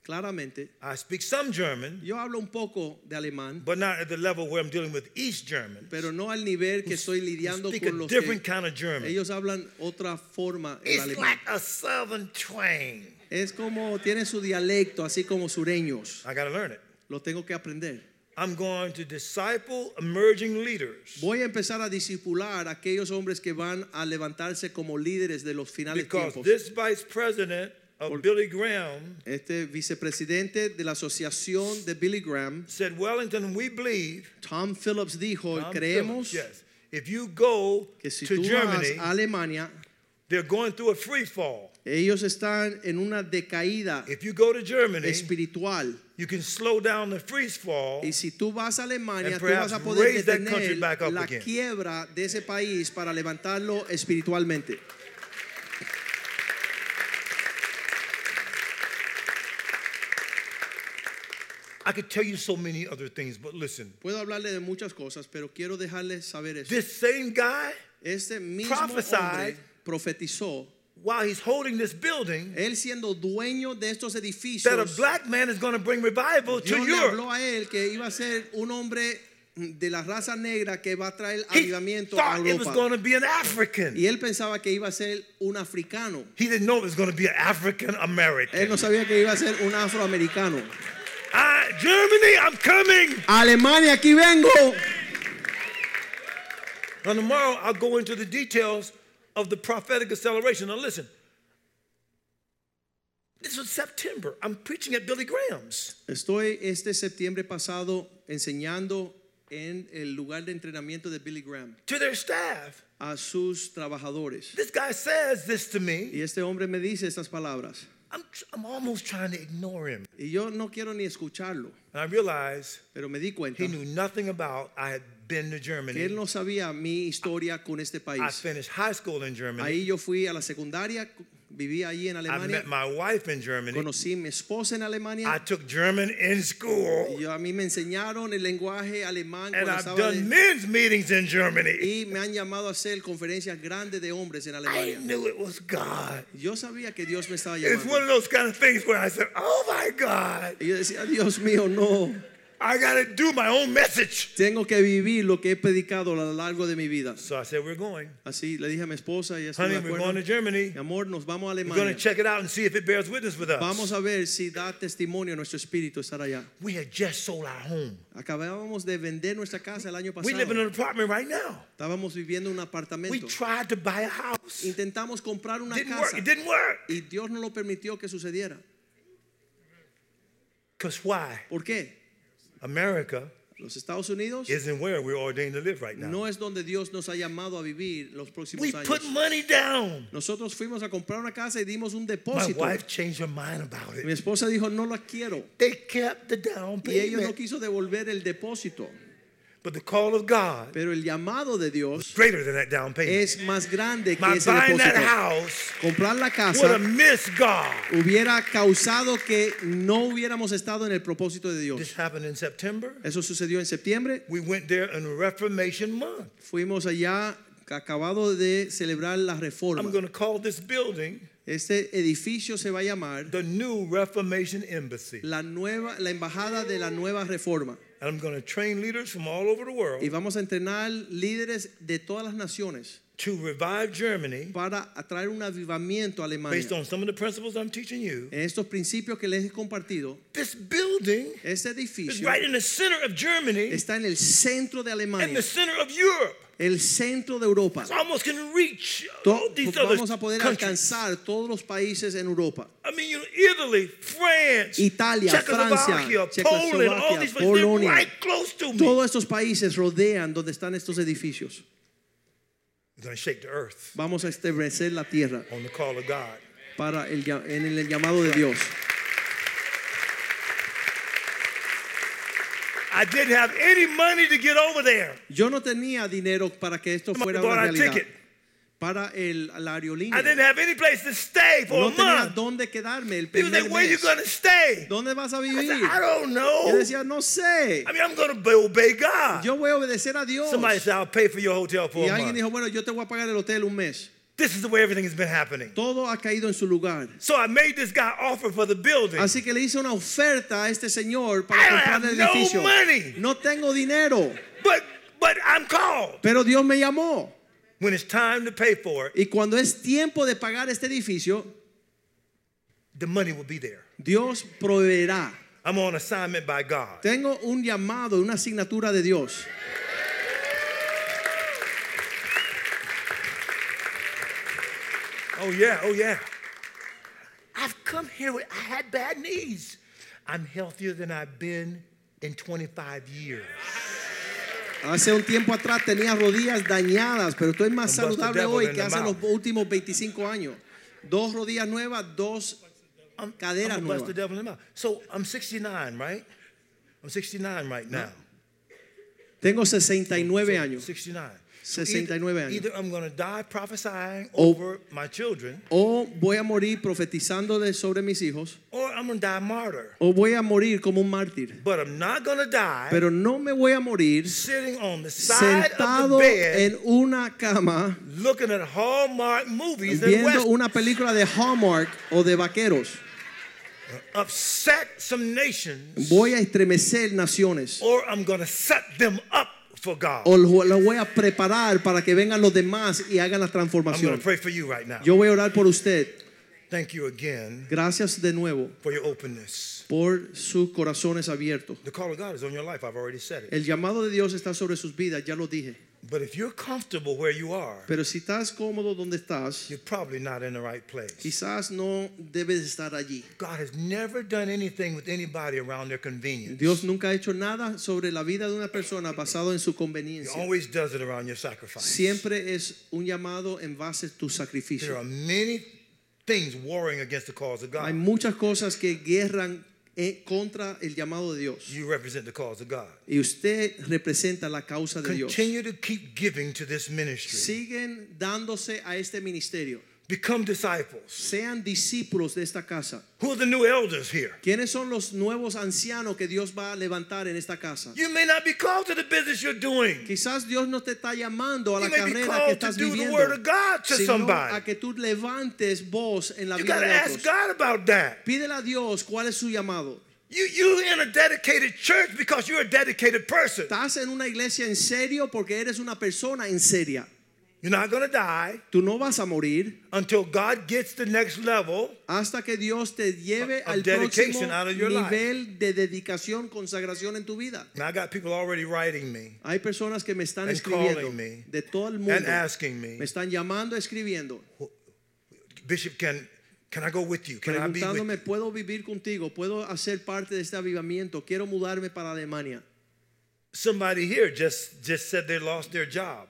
Speaker 1: Claramente,
Speaker 2: I speak some German,
Speaker 1: yo hablo un poco de alemán,
Speaker 2: but not at the level where I'm dealing with East Germans.
Speaker 1: pero no al nivel que estoy
Speaker 2: who
Speaker 1: lidiando
Speaker 2: speak
Speaker 1: con
Speaker 2: a
Speaker 1: los
Speaker 2: different
Speaker 1: que
Speaker 2: kind of German.
Speaker 1: ellos hablan otra forma el
Speaker 2: It's
Speaker 1: alemán.
Speaker 2: like a southern twang.
Speaker 1: Es como tienen su dialecto, así como sureños.
Speaker 2: I got to learn it.
Speaker 1: Lo tengo que aprender.
Speaker 2: I'm going to disciple emerging leaders
Speaker 1: Voy a empezar a discipular a aquellos hombres que van a levantarse como líderes de los finales
Speaker 2: because
Speaker 1: tiempos.
Speaker 2: this vice president of Billy Graham
Speaker 1: Este vicepresidente de la asociación de Billy Graham,
Speaker 2: said, Wellington, we believe
Speaker 1: Tom Phillips, dijo,
Speaker 2: I'm
Speaker 1: creemos
Speaker 2: Phillips, yes. If you go
Speaker 1: que si
Speaker 2: to
Speaker 1: tú
Speaker 2: Germany,
Speaker 1: vas a Alemania,
Speaker 2: they're going through a free fall.
Speaker 1: ellos están en una decaída
Speaker 2: If you go to Germany,
Speaker 1: espiritual.
Speaker 2: you can slow down the free fall
Speaker 1: Y si tú vas a Alemania,
Speaker 2: And
Speaker 1: tú vas a
Speaker 2: perhaps
Speaker 1: poder
Speaker 2: raise that country
Speaker 1: detener
Speaker 2: back up
Speaker 1: la
Speaker 2: again.
Speaker 1: quiebra de ese país para levantarlo espiritualmente.
Speaker 2: I could tell you so many other things, but listen.
Speaker 1: Puedo hablarle de muchas cosas, pero quiero dejarles saber eso.
Speaker 2: This same guy,
Speaker 1: Este mismo
Speaker 2: prophesied-
Speaker 1: hombre profetizó,
Speaker 2: while he's holding this building,
Speaker 1: él siendo dueño de estos
Speaker 2: that a
Speaker 1: edificios,
Speaker 2: black man is going to bring revival to
Speaker 1: Dios le
Speaker 2: Europe.
Speaker 1: habló a él que iba a ser un hombre de la raza negra que va a traer
Speaker 2: He
Speaker 1: avivamiento a
Speaker 2: thought it was going
Speaker 1: Europa.
Speaker 2: to be an
Speaker 1: Y
Speaker 2: African.
Speaker 1: él pensaba que iba a ser un africano.
Speaker 2: He didn't know it was going to be an African
Speaker 1: Él no
Speaker 2: American.
Speaker 1: sabía que iba a ser un afroamericano.
Speaker 2: I- Germany, I'm coming.
Speaker 1: Alemania, aquí vengo.
Speaker 2: Now, tomorrow I'll go into the details of the prophetic acceleration. Now, listen. This was September. I'm preaching at Billy Graham's.
Speaker 1: Estoy este septiembre pasado enseñando en el lugar de entrenamiento de Billy Graham
Speaker 2: to their staff.
Speaker 1: a sus trabajadores.
Speaker 2: This guy says this to me.
Speaker 1: Y este hombre me dice estas palabras.
Speaker 2: I'm, tr- I'm almost trying to ignore him.
Speaker 1: Y yo no quiero ni escucharlo,
Speaker 2: And I realize
Speaker 1: pero me di cuenta
Speaker 2: he knew
Speaker 1: que
Speaker 2: nothing about I had been to
Speaker 1: él
Speaker 2: Germany.
Speaker 1: no sabía mi historia con este
Speaker 2: I
Speaker 1: país.
Speaker 2: finished high school in Germany.
Speaker 1: Ahí yo fui a la secundaria, viví allí en
Speaker 2: I
Speaker 1: Alemania,
Speaker 2: met my wife in Germany.
Speaker 1: conocí a mi esposa en
Speaker 2: I
Speaker 1: Alemania.
Speaker 2: took German in school.
Speaker 1: Y yo, a mí me enseñaron el lenguaje alemán
Speaker 2: And
Speaker 1: cuando
Speaker 2: I've
Speaker 1: estaba
Speaker 2: done
Speaker 1: de-
Speaker 2: men's meetings in Germany.
Speaker 1: y me han llamado a hacer conferencias grandes de hombres en
Speaker 2: I
Speaker 1: Alemania.
Speaker 2: knew it was God.
Speaker 1: Yo sabía que Dios me estaba
Speaker 2: It's one of
Speaker 1: llamando.
Speaker 2: those kind of things where I said, Oh my God,
Speaker 1: Y yo decía, Dios mío, no.
Speaker 2: I got to do my own message.
Speaker 1: Tengo que vivir lo que he predicado a lo largo de mi vida.
Speaker 2: So I said, We're going.
Speaker 1: Así le dije a mi esposa y estuve
Speaker 2: Honey,
Speaker 1: de
Speaker 2: we're going to
Speaker 1: acuerdo.
Speaker 2: Germany.
Speaker 1: Mi amor, nos vamos a
Speaker 2: We're going
Speaker 1: Alemania.
Speaker 2: to check it out and see if it bears witness with us.
Speaker 1: Vamos a ver si da testimonio a nuestro espíritu estar allá.
Speaker 2: We had just sold our home.
Speaker 1: Acabábamos de vender nuestra casa el año
Speaker 2: We live in
Speaker 1: pasado.
Speaker 2: an apartment right now.
Speaker 1: Estábamos viviendo en un
Speaker 2: We
Speaker 1: apartamento.
Speaker 2: tried to buy a house.
Speaker 1: Intentamos comprar una
Speaker 2: Didn't work.
Speaker 1: casa
Speaker 2: It didn't work.
Speaker 1: y Dios no lo permitió que sucediera.
Speaker 2: Because why?
Speaker 1: ¿Por qué?
Speaker 2: America
Speaker 1: Los Estados Unidos
Speaker 2: isn't where we're ordained to live right now.
Speaker 1: no es donde Dios nos ha llamado a vivir los próximos
Speaker 2: We
Speaker 1: años.
Speaker 2: put money down.
Speaker 1: Nosotros fuimos a comprar una casa y dimos un
Speaker 2: My
Speaker 1: depósito.
Speaker 2: wife changed her mind about
Speaker 1: Mi
Speaker 2: it.
Speaker 1: esposa dijo, no la quiero.
Speaker 2: They kept the down
Speaker 1: Y ellos no
Speaker 2: payment.
Speaker 1: quiso devolver el depósito.
Speaker 2: But the call of God
Speaker 1: Pero el llamado de
Speaker 2: was
Speaker 1: Dios
Speaker 2: greater than that down payment.
Speaker 1: es más grande que
Speaker 2: My
Speaker 1: ese
Speaker 2: buying that
Speaker 1: depósito.
Speaker 2: house
Speaker 1: Comprar la
Speaker 2: would
Speaker 1: casa
Speaker 2: have missed God.
Speaker 1: hubiera causado que no hubiéramos estado en el propósito de
Speaker 2: This
Speaker 1: Dios.
Speaker 2: happened in September.
Speaker 1: Eso sucedió en septiembre.
Speaker 2: We went there in Reformation Month.
Speaker 1: Fuimos allá, acabado de celebrar la
Speaker 2: I'm
Speaker 1: reforma.
Speaker 2: going to call this building
Speaker 1: Este edificio se va a llamar
Speaker 2: the new Reformation Embassy.
Speaker 1: la nueva, la embajada de la nueva reforma.
Speaker 2: And I'm going to train leaders from all over the world
Speaker 1: Y vamos a entrenar líderes de todas las naciones
Speaker 2: to revive Germany
Speaker 1: para atraer un avivamiento a Alemania.
Speaker 2: based on some of the principles I'm teaching you.
Speaker 1: En estos principios que les he compartido,
Speaker 2: This building
Speaker 1: este
Speaker 2: is
Speaker 1: edificio
Speaker 2: right in the center of Germany
Speaker 1: está en el centro de
Speaker 2: and
Speaker 1: Alemania,
Speaker 2: the center of Europe.
Speaker 1: el centro de Europa.
Speaker 2: It's almost can reach
Speaker 1: To-
Speaker 2: all these other
Speaker 1: Vamos a poder
Speaker 2: countries.
Speaker 1: alcanzar todos los países en Europa.
Speaker 2: I mean, you know, Italy, France,
Speaker 1: Italia,
Speaker 2: Czechoslovakia,
Speaker 1: Francia,
Speaker 2: Poland, all these places, they're
Speaker 1: Polonia.
Speaker 2: right close to me.
Speaker 1: Todos estos países rodean donde están estos edificios.
Speaker 2: We're going to shake the earth
Speaker 1: Vamos a establecer la tierra
Speaker 2: on the call of God.
Speaker 1: para el, llam- en el llamado de Dios.
Speaker 2: I didn't have any money to get over there,
Speaker 1: Yo no tenía dinero para que esto
Speaker 2: Somebody
Speaker 1: fuera
Speaker 2: bought
Speaker 1: una
Speaker 2: our
Speaker 1: realidad.
Speaker 2: ticket.
Speaker 1: Para el, la aerolínea.
Speaker 2: I didn't have any place to stay for
Speaker 1: No
Speaker 2: a
Speaker 1: tenía
Speaker 2: month.
Speaker 1: dónde quedarme el
Speaker 2: People
Speaker 1: primer
Speaker 2: say, where you
Speaker 1: mes.
Speaker 2: going to stay?
Speaker 1: ¿Dónde vas a
Speaker 2: I,
Speaker 1: vivir?
Speaker 2: said, I don't
Speaker 1: Yo
Speaker 2: know.
Speaker 1: decía, no sé.
Speaker 2: I mean, I'm going to obey God.
Speaker 1: Yo voy a obedecer a Dios.
Speaker 2: Somebody said, I'll pay for your hotel for
Speaker 1: Y
Speaker 2: a
Speaker 1: alguien
Speaker 2: month.
Speaker 1: dijo, bueno, yo te voy a pagar el hotel un mes.
Speaker 2: This is the way everything has been happening.
Speaker 1: Todo ha caído en su lugar.
Speaker 2: So I made this guy offer for the building.
Speaker 1: Así que le hice una oferta a este
Speaker 2: I
Speaker 1: señor para
Speaker 2: don't
Speaker 1: comprar
Speaker 2: have
Speaker 1: el
Speaker 2: no
Speaker 1: edificio.
Speaker 2: money.
Speaker 1: No tengo dinero,
Speaker 2: But but I'm called.
Speaker 1: pero Dios me llamó.
Speaker 2: When it's time to pay for it,
Speaker 1: Y cuando es tiempo de pagar este edificio,
Speaker 2: the money will be there.
Speaker 1: Dios proveerá.
Speaker 2: I'm on assignment by God.
Speaker 1: Tengo un llamado, una asignatura de Dios.
Speaker 2: Oh yeah, oh yeah. I've come here with I had bad knees. I'm healthier than I've been in 25 years.
Speaker 1: Hace un tiempo atrás tenía rodillas dañadas, pero estoy más
Speaker 2: And bust the
Speaker 1: saludable
Speaker 2: devil
Speaker 1: hoy
Speaker 2: in
Speaker 1: que
Speaker 2: the
Speaker 1: hace los
Speaker 2: mouth.
Speaker 1: últimos 25 años. Dos rodillas nuevas, dos
Speaker 2: I'm,
Speaker 1: Cadera
Speaker 2: I'm gonna bust
Speaker 1: nueva.
Speaker 2: the devil in the mouth. So I'm 69, right? I'm 69 right now.
Speaker 1: Tengo 69 años.
Speaker 2: 69. So either-
Speaker 1: 69 años. Oh.
Speaker 2: Either I'm going to die prophesying
Speaker 1: O-
Speaker 2: over my children,
Speaker 1: O voy a morir profetizando de- sobre mis hijos,
Speaker 2: or I'm going to die martyr.
Speaker 1: o voy a morir como un mártir.
Speaker 2: But I'm not going to die
Speaker 1: Pero no me voy a morir
Speaker 2: sitting on the side of the
Speaker 1: sentado
Speaker 2: bed
Speaker 1: en una cama
Speaker 2: looking at Hallmark movies and
Speaker 1: viendo
Speaker 2: West,
Speaker 1: una película de Hallmark o de vaqueros.
Speaker 2: upset some nations,
Speaker 1: Voy a estremecer naciones
Speaker 2: or I'm going to set them up for God.
Speaker 1: o lo- los voy a preparar para que vengan los demás y hagan la
Speaker 2: I'm going
Speaker 1: transformación.
Speaker 2: to pray for you right now.
Speaker 1: Yo voy a orar por usted.
Speaker 2: Thank you again
Speaker 1: Gracias de nuevo
Speaker 2: for your openness.
Speaker 1: por sus corazones abiertos.
Speaker 2: The call of God is on your life. I've already said it.
Speaker 1: El llamado de Dios está sobre sus vidas, ya lo dije.
Speaker 2: But if you're comfortable where you are,
Speaker 1: Pero si estás cómodo donde estás,
Speaker 2: you're probably not in the right place.
Speaker 1: quizás no debes estar allí.
Speaker 2: God has never done anything with anybody around their convenience.
Speaker 1: Dios nunca ha hecho nada sobre la vida de una persona basado en su
Speaker 2: He
Speaker 1: conveniencia.
Speaker 2: always does it around your sacrifice.
Speaker 1: Siempre es un llamado en base a tu
Speaker 2: There
Speaker 1: sacrificio.
Speaker 2: are many things warring against the cause of
Speaker 1: Hay
Speaker 2: God.
Speaker 1: muchas cosas que guerran eh, contra el llamado de Dios.
Speaker 2: You represent the cause of God.
Speaker 1: Y usted representa la causa de Dios.
Speaker 2: Continue to keep giving to this ministry.
Speaker 1: Siguen dándose a este ministerio.
Speaker 2: Become disciples.
Speaker 1: Sean discípulos de esta casa.
Speaker 2: Who are the new elders here?
Speaker 1: ¿Quiénes son los nuevos ancianos que Dios va a levantar en esta casa?
Speaker 2: You may not be called to the business you're doing.
Speaker 1: Quizás Dios no te está llamando a
Speaker 2: You
Speaker 1: la
Speaker 2: may be
Speaker 1: carrera que
Speaker 2: called to
Speaker 1: estás
Speaker 2: do the
Speaker 1: viviendo,
Speaker 2: word of God to
Speaker 1: sino a
Speaker 2: somebody.
Speaker 1: que tú levantes voz en la
Speaker 2: You
Speaker 1: vida
Speaker 2: gotta
Speaker 1: de
Speaker 2: ask
Speaker 1: otros.
Speaker 2: God about that.
Speaker 1: Pídele a Dios cuál es su llamado.
Speaker 2: You you in a dedicated church because you're a dedicated person.
Speaker 1: Estás en una iglesia en serio porque eres una persona en seria.
Speaker 2: You're not gonna die
Speaker 1: Tú no vas a morir
Speaker 2: until God gets the next level
Speaker 1: hasta que Dios te lleve
Speaker 2: Of
Speaker 1: al
Speaker 2: dedication
Speaker 1: próximo
Speaker 2: out of your life.
Speaker 1: nivel de dedicación, consagración en tu vida.
Speaker 2: And I got people already writing me
Speaker 1: Hay personas que me están
Speaker 2: And
Speaker 1: escribiendo
Speaker 2: calling me.
Speaker 1: de todo el mundo.
Speaker 2: and asking me,
Speaker 1: Me están llamando, escribiendo,
Speaker 2: Bishop, can can I go with you? Can I be with
Speaker 1: preguntándome,
Speaker 2: you?
Speaker 1: ¿puedo vivir contigo? ¿Puedo hacer parte de este avivamiento? Quiero mudarme para Alemania.
Speaker 2: Somebody here just just said they lost their job.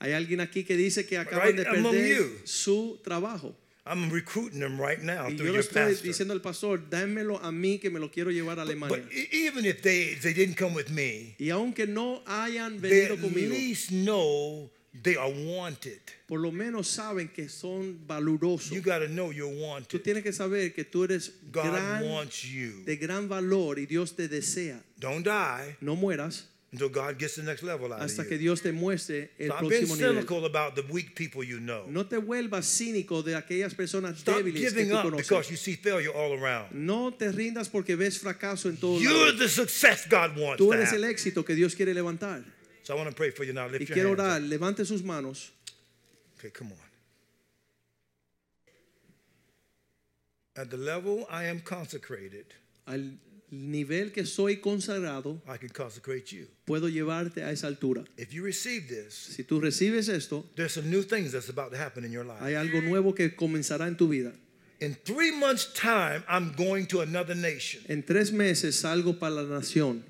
Speaker 1: Hay alguien aquí que dice que acaban
Speaker 2: Right
Speaker 1: de
Speaker 2: among
Speaker 1: perder
Speaker 2: you.
Speaker 1: su trabajo.
Speaker 2: I'm recruiting them right now
Speaker 1: Y
Speaker 2: through
Speaker 1: yo le
Speaker 2: your
Speaker 1: estoy
Speaker 2: pastor.
Speaker 1: diciendo al pastor, dámelo a mí que me lo quiero llevar a Alemania.
Speaker 2: But e- even if they if they didn't come with me,
Speaker 1: Y aunque no hayan
Speaker 2: they
Speaker 1: venido
Speaker 2: at
Speaker 1: conmigo,
Speaker 2: least know they are wanted.
Speaker 1: por lo menos saben que son
Speaker 2: You
Speaker 1: valorosos.
Speaker 2: got to know you're
Speaker 1: Tú
Speaker 2: wanted.
Speaker 1: tienes que saber que tú eres
Speaker 2: God
Speaker 1: gran,
Speaker 2: wants you.
Speaker 1: de gran valor y Dios te desea.
Speaker 2: Don't die
Speaker 1: No mueras
Speaker 2: until God gets the next level out
Speaker 1: hasta
Speaker 2: of
Speaker 1: que
Speaker 2: you.
Speaker 1: Dios te muestre el
Speaker 2: So I've been
Speaker 1: próximo nivel.
Speaker 2: cynical about the weak people you know.
Speaker 1: No te vuelvas cínico de aquellas personas
Speaker 2: Stop
Speaker 1: débiles que
Speaker 2: giving
Speaker 1: tú
Speaker 2: up because
Speaker 1: conoces.
Speaker 2: you see failure all around.
Speaker 1: No te rindas porque ves fracaso en todo
Speaker 2: You're
Speaker 1: lado.
Speaker 2: the success God wants.
Speaker 1: Tú
Speaker 2: to
Speaker 1: eres el
Speaker 2: have.
Speaker 1: éxito que Dios quiere levantar.
Speaker 2: So I want to pray for you now.
Speaker 1: Y
Speaker 2: Lift
Speaker 1: quiero
Speaker 2: your hands.
Speaker 1: orar,
Speaker 2: up.
Speaker 1: levante sus manos.
Speaker 2: Okay, come on. At the level I am consecrated,
Speaker 1: Al nivel que soy consagrado,
Speaker 2: I can consecrate you.
Speaker 1: puedo llevarte a esa altura.
Speaker 2: If you receive this,
Speaker 1: Si tú recibes esto,
Speaker 2: there's some new things that's about to happen in your life.
Speaker 1: hay algo nuevo que comenzará en tu vida.
Speaker 2: in three months' time, I'm going to another nation.
Speaker 1: En tres meses salgo para la nación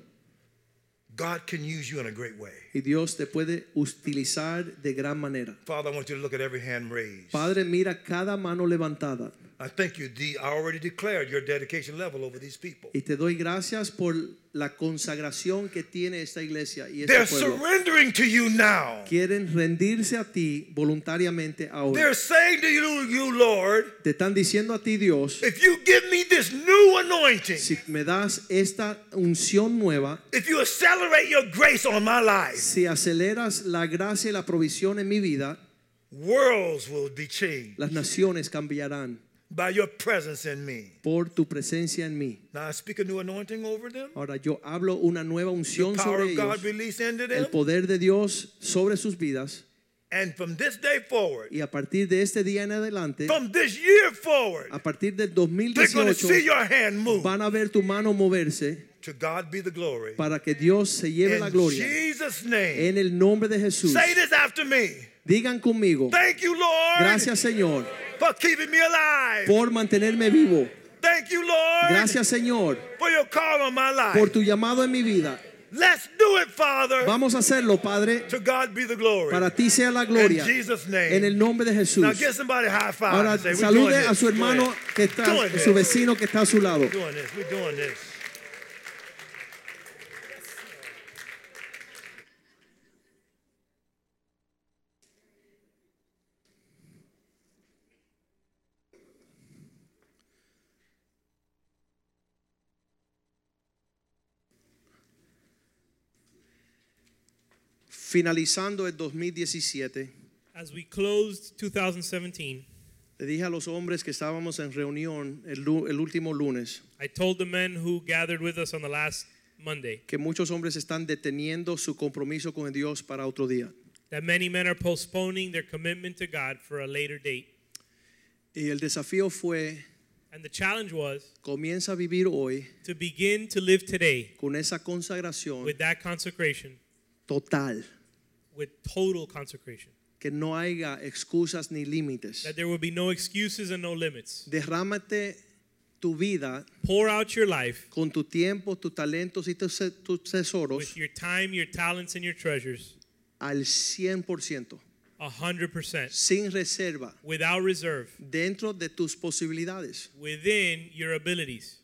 Speaker 2: God can use you in a great way.
Speaker 1: y Dios te puede utilizar de gran manera.
Speaker 2: Father, I want you to look at every hand raised.
Speaker 1: Padre, mira cada mano levantada.
Speaker 2: I thank you. The, I already declared your dedication level over these people.
Speaker 1: Y te doy gracias por la consagración que tiene esta iglesia y este
Speaker 2: They're
Speaker 1: pueblo.
Speaker 2: surrendering to you now.
Speaker 1: Quieren rendirse a ti voluntariamente ahora.
Speaker 2: They're saying to you, you Lord,
Speaker 1: Te están diciendo a ti, Dios,
Speaker 2: if you give me this new anointing,
Speaker 1: si me das esta unción nueva,
Speaker 2: if you accelerate your grace on my life,
Speaker 1: si aceleras la gracia y la provisión en mi vida,
Speaker 2: worlds will be changed
Speaker 1: las naciones cambiarán
Speaker 2: by your presence in me.
Speaker 1: por tu presencia en mí.
Speaker 2: Now I speak a new anointing over them.
Speaker 1: Ahora yo hablo una nueva
Speaker 2: The
Speaker 1: unción
Speaker 2: power
Speaker 1: sobre
Speaker 2: of God
Speaker 1: ellos,
Speaker 2: released into them.
Speaker 1: el poder de Dios sobre sus vidas.
Speaker 2: And from this day forward,
Speaker 1: Y a partir de este día en adelante,
Speaker 2: from this year forward,
Speaker 1: a partir del
Speaker 2: they're going to
Speaker 1: 2018,
Speaker 2: see your hand move.
Speaker 1: van a ver tu mano moverse
Speaker 2: To God be the glory.
Speaker 1: para que Dios se lleve la
Speaker 2: In
Speaker 1: gloria.
Speaker 2: Jesus' name.
Speaker 1: En el nombre de Jesús.
Speaker 2: Say this after me.
Speaker 1: Digan conmigo.
Speaker 2: Thank you, Lord,
Speaker 1: Gracias Señor
Speaker 2: for keeping me alive.
Speaker 1: por mantenerme vivo.
Speaker 2: Thank you, Lord,
Speaker 1: Gracias Señor
Speaker 2: for your call on my life.
Speaker 1: por tu llamado en mi vida.
Speaker 2: Let's do it, Father.
Speaker 1: Vamos a hacerlo, Padre.
Speaker 2: To God be the glory.
Speaker 1: Para ti sea la gloria.
Speaker 2: In Jesus' name.
Speaker 1: En el nombre de Jesús.
Speaker 2: Now give somebody a high five.
Speaker 1: Ahora
Speaker 2: and say, "We're
Speaker 1: salude
Speaker 2: doing
Speaker 1: a su
Speaker 2: this. Go
Speaker 1: hermano
Speaker 2: ahead.
Speaker 1: que está,
Speaker 2: doing this.
Speaker 1: su vecino que está a su lado.
Speaker 2: We're doing this. We're doing this.
Speaker 1: finalizando el 2017,
Speaker 3: As we closed 2017,
Speaker 1: le dije a los hombres que estábamos en reunión el, lu- el último lunes
Speaker 3: I told the men who gathered with us on the last Monday
Speaker 1: que muchos hombres están deteniendo su compromiso con Dios para otro día.
Speaker 3: that many men are postponing their commitment to God for a later date.
Speaker 1: Y el desafío fue,
Speaker 3: And the challenge was
Speaker 1: comienza a vivir hoy
Speaker 3: to begin to live today
Speaker 1: con esa consagración
Speaker 3: with that consecration,
Speaker 1: total,
Speaker 3: with total consecration,
Speaker 1: que no haya excusas ni límites.
Speaker 3: that there will be no excuses and no limits.
Speaker 1: Derrámate tu vida
Speaker 3: Pour out your life
Speaker 1: con tu tiempo, tus talentos y tus ce- tus
Speaker 3: with
Speaker 1: tesoros
Speaker 3: your time, your talents, and your treasures
Speaker 1: al 100%,
Speaker 3: 100%,
Speaker 1: sin reserva,
Speaker 3: without reserve,
Speaker 1: dentro de tus posibilidades.
Speaker 3: within your abilities.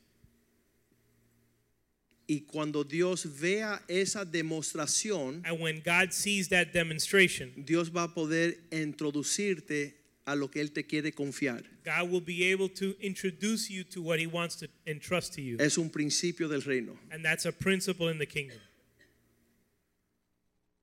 Speaker 1: Y cuando Dios vea esa demostración,
Speaker 3: And when God sees that demonstration,
Speaker 1: Dios va a poder introducirte a lo que Él te quiere confiar.
Speaker 3: God will be able to introduce you to what He wants to entrust to you.
Speaker 1: Es un principio del reino.
Speaker 3: And that's a principle in the kingdom.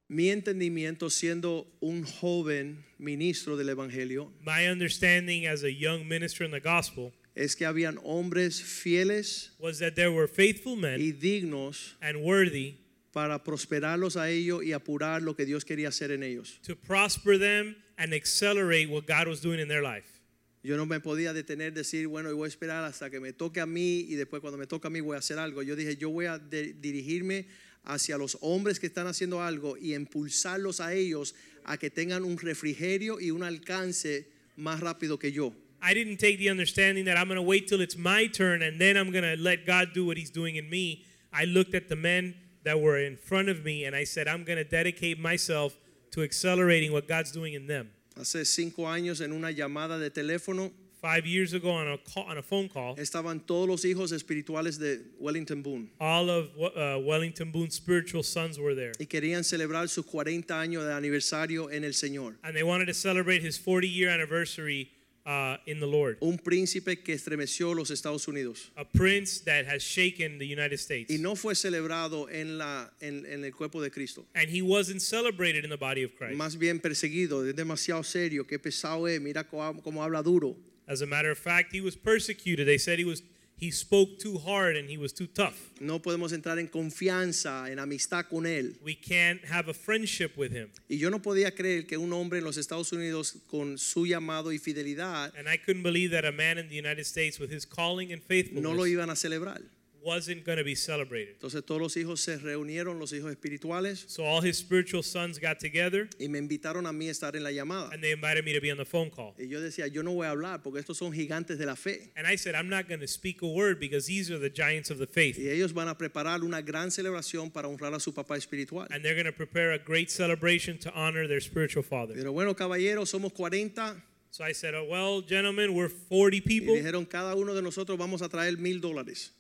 Speaker 1: Mi entendimiento siendo un joven ministro del Evangelio
Speaker 3: My understanding as a young minister in the gospel
Speaker 1: es que habían hombres fieles
Speaker 3: was that there were faithful men
Speaker 1: y dignos
Speaker 3: and worthy
Speaker 1: para prosperarlos a ellos y apurar lo que Dios quería hacer en ellos.
Speaker 3: to prosper them and accelerate what God was doing in their life.
Speaker 1: Yo no me podía detener, decir, bueno, yo voy a esperar hasta que me toque a mí y después cuando me toque a mí voy a hacer algo. Yo dije, yo voy a de- dirigirme hacia los hombres que están haciendo algo y impulsarlos a ellos a que tengan un refrigerio y un alcance más rápido que yo.
Speaker 3: I didn't take the understanding that I'm going to wait till it's my turn and then I'm going to let God do what He's doing in me. I looked at the men that were in front of me and I said, I'm going to dedicate myself to accelerating what God's doing in them.
Speaker 1: Hace cinco años en una llamada de teléfono
Speaker 3: Five years ago on a, call, on a phone call,
Speaker 1: estaban todos los hijos espirituales de Wellington Boone
Speaker 3: all of uh, Wellington Boone's spiritual sons were there.
Speaker 1: y querían celebrar sus 40 años de aniversario en el Señor.
Speaker 3: and they wanted to celebrate his 40 year anniversary uh, in the Lord.
Speaker 1: Un príncipe que estremeció los Estados Unidos.
Speaker 3: A prince that has shaken the United States.
Speaker 1: y no fue celebrado en, la, en, en el cuerpo de Cristo.
Speaker 3: And he wasn't celebrated in the body of Christ.
Speaker 1: Más bien perseguido, es demasiado serio, qué pesado es, mira cómo, cómo habla duro.
Speaker 3: As a matter of fact, he was persecuted. They said he was he spoke too hard and he was too tough.
Speaker 1: No podemos entrar en confianza, en amistad con él.
Speaker 3: We can't have a friendship with him.
Speaker 1: Y yo no podía creer que un hombre en los Estados Unidos con su llamado y fidelidad
Speaker 3: And I couldn't believe that a man in the United States with his calling and faithfulness
Speaker 1: no lo iban a celebrar.
Speaker 3: wasn't going to be celebrated.
Speaker 1: Entonces todos los hijos se reunieron, los hijos espirituales,
Speaker 3: So all his spiritual sons got together
Speaker 1: y me invitaron a mí a estar en la llamada.
Speaker 3: and they invited me to be on the phone call.
Speaker 1: Y yo decía, yo no voy a hablar porque estos son gigantes de la fe.
Speaker 3: And I said, I'm not going to speak a word because these are the giants of the faith.
Speaker 1: Y ellos van a preparar una gran celebración para honrar a su papá espiritual.
Speaker 3: and they're going to prepare a great celebration to honor their spiritual father.
Speaker 1: Pero bueno, caballeros, somos 40
Speaker 3: So I said, oh, "Well, gentlemen, we're 40
Speaker 1: y
Speaker 3: people."
Speaker 1: dijeron cada uno de nosotros vamos a traer mil dólares.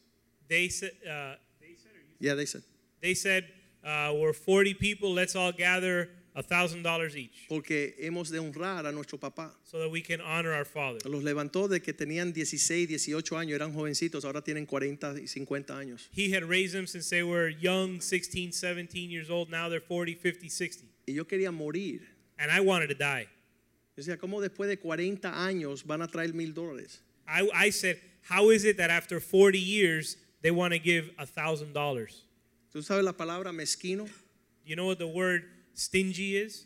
Speaker 3: They said, uh,
Speaker 1: Ya dicen.
Speaker 3: "They said uh, we're 40 people. Let's all gather a thousand dollars each,
Speaker 1: Porque hemos de honrar a nuestro papá.
Speaker 3: so that we can honor our father."
Speaker 1: Los levantó de que tenían 16, 18 años, eran jovencitos, ahora tienen 40 y 50 años.
Speaker 3: He had raised them since they were young, 16, 17 years old. Now they're 40, 50, 60,
Speaker 1: Y yo quería morir.
Speaker 3: and I wanted to die.
Speaker 1: Yo decía, ¿cómo después de 40 años van a traer mil dólares?
Speaker 3: I, I said, "How is it that after 40 years they want to give a thousand dollars?"
Speaker 1: ¿Tú sabes la palabra mezquino?
Speaker 3: You know what the word stingy is?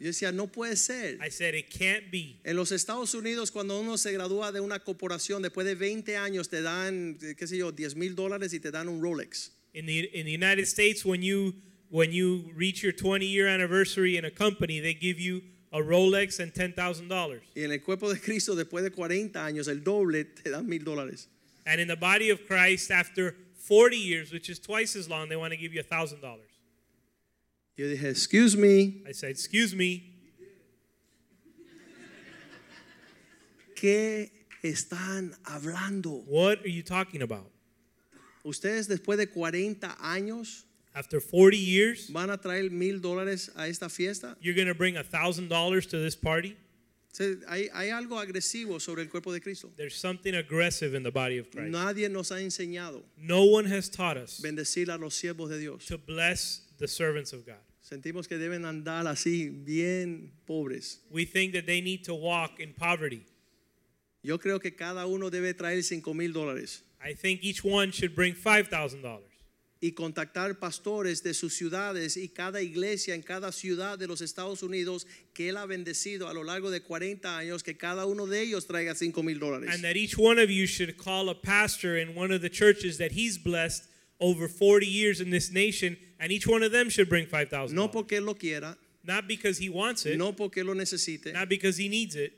Speaker 1: Yo decía, no puede ser.
Speaker 3: I said, "It can't be."
Speaker 1: En los Estados Unidos, cuando uno se gradúa de una corporación, después de 20 años te dan, qué sé yo, 10 mil dólares y te dan un Rolex.
Speaker 3: In the in the United States, when you when you reach your 20 year anniversary in a company, they give you a Rolex and ten thousand dollars.
Speaker 1: Y en el cuerpo de Cristo, después de 40 años, el doble te dan mil dólares.
Speaker 3: And in the body of Christ, after 40 years, which is twice as long, they want to give you a thousand dollars.
Speaker 1: Yo dije, excuse me,
Speaker 3: I said, "Excuse me,
Speaker 1: ¿qué están hablando?
Speaker 3: what are you talking about?
Speaker 1: Ustedes después de 40 años
Speaker 3: After 40 years,
Speaker 1: van a traer mil dólares a esta fiesta.
Speaker 3: you're going to bring a thousand dollars to this party?"
Speaker 1: Se- Hay, hay algo agresivo sobre el cuerpo de Cristo.
Speaker 3: There's something aggressive in the body of Christ.
Speaker 1: Nadie nos ha enseñado
Speaker 3: No one has taught us
Speaker 1: bendecir a los siervos de Dios.
Speaker 3: to bless the servants of God.
Speaker 1: Sentimos que deben andar así, bien pobres.
Speaker 3: We think that they need to walk in poverty.
Speaker 1: Yo creo que cada uno debe traer 5 mil dólares
Speaker 3: I think each one should bring $5,000
Speaker 1: y contactar pastores de sus ciudades y cada iglesia en cada ciudad de los Estados Unidos que él ha bendecido a lo largo de 40 años, que cada uno de ellos traiga 5 mil dólares.
Speaker 3: and that each one of you should call a pastor in one of the churches that he's blessed over 40 years in this nation and each one of them should bring $5,000.
Speaker 1: No porque él lo quiera,
Speaker 3: Not because he wants it,
Speaker 1: no porque lo necesite,
Speaker 3: not because he needs it,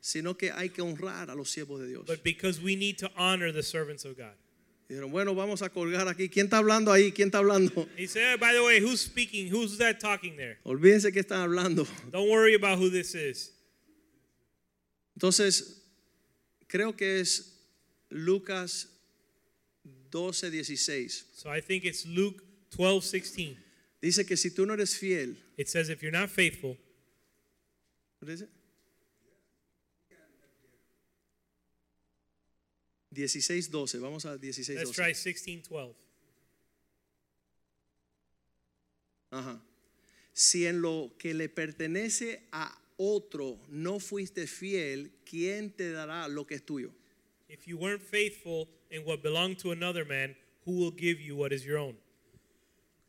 Speaker 1: sino que hay que honrar a los siervos de Dios.
Speaker 3: but because we need to honor the servants of God.
Speaker 1: Dijeron, bueno, vamos a colgar aquí. ¿Quién está hablando ahí? ¿Quién está hablando? (laughs)
Speaker 3: He said, "Oh, by the way, who's speaking? Who's that talking there?
Speaker 1: Olvídense que están hablando.
Speaker 3: Don't worry about who this is.
Speaker 1: Entonces, creo que es Lucas 12, 16.
Speaker 3: So I think it's Luke 12, 16.
Speaker 1: Dice que si tú no eres fiel,
Speaker 3: It says, if you're not faithful,
Speaker 1: ¿what is it? 16, 12. Vamos a 16,
Speaker 3: let's
Speaker 1: 12.
Speaker 3: try 16, 12.
Speaker 1: Ajá. Si en lo que le pertenece a otro no fuiste fiel, ¿quién te dará lo que es tuyo?
Speaker 3: If you weren't faithful in what belonged to another man, who will give you what is your own?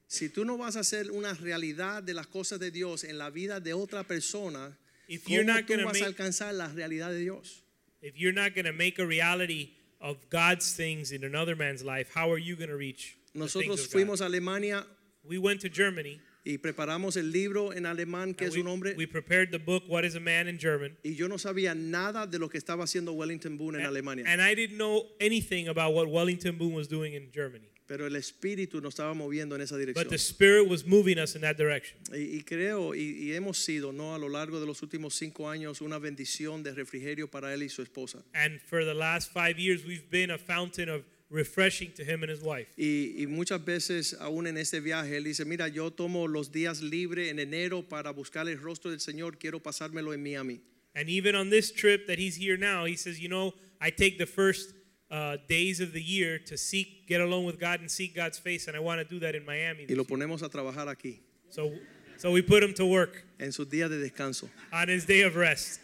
Speaker 1: Si tú no vas a hacer una realidad de las cosas de Dios en la vida de otra persona,
Speaker 3: If
Speaker 1: ¿cómo
Speaker 3: you're not
Speaker 1: tú
Speaker 3: gonna
Speaker 1: vas
Speaker 3: make-
Speaker 1: a alcanzar la realidad de Dios?
Speaker 3: If you're not going to make a reality of God's things in another man's life, how are you going to reach the things
Speaker 1: Nosotros
Speaker 3: of God?
Speaker 1: fuimos a Alemania
Speaker 3: We went to Germany.
Speaker 1: y preparamos el libro en alemán que
Speaker 3: and
Speaker 1: es
Speaker 3: we,
Speaker 1: un hombre
Speaker 3: we prepared the book, What is a Man in German?
Speaker 1: y yo no sabía nada de lo que estaba haciendo Wellington Boone en Alemania,
Speaker 3: And I didn't know anything about what Wellington Boone was doing in Germany.
Speaker 1: pero el espíritu nos estaba moviendo en esa dirección.
Speaker 3: But the Spirit was moving us in that direction.
Speaker 1: Y, y creo y, y hemos sido no a lo largo de los últimos cinco años una bendición de refrigerio para él y su esposa.
Speaker 3: And for the last five years, we've been a fountain of refreshing to him and his wife.
Speaker 1: Y, y muchas veces, aún en este viaje, él dice, mira, yo tomo los días libres en enero para buscar el rostro del Señor, quiero pasármelo en Miami.
Speaker 3: And even on this trip that he's here now, he says, You know, I take the first uh, days of the year to seek, get alone with God and seek God's face. And I want to do that in
Speaker 1: Y
Speaker 3: Miami. this
Speaker 1: lo
Speaker 3: year."
Speaker 1: ponemos a trabajar aquí,
Speaker 3: So, so we put him to work
Speaker 1: en sus días de descanso.
Speaker 3: on his day of rest.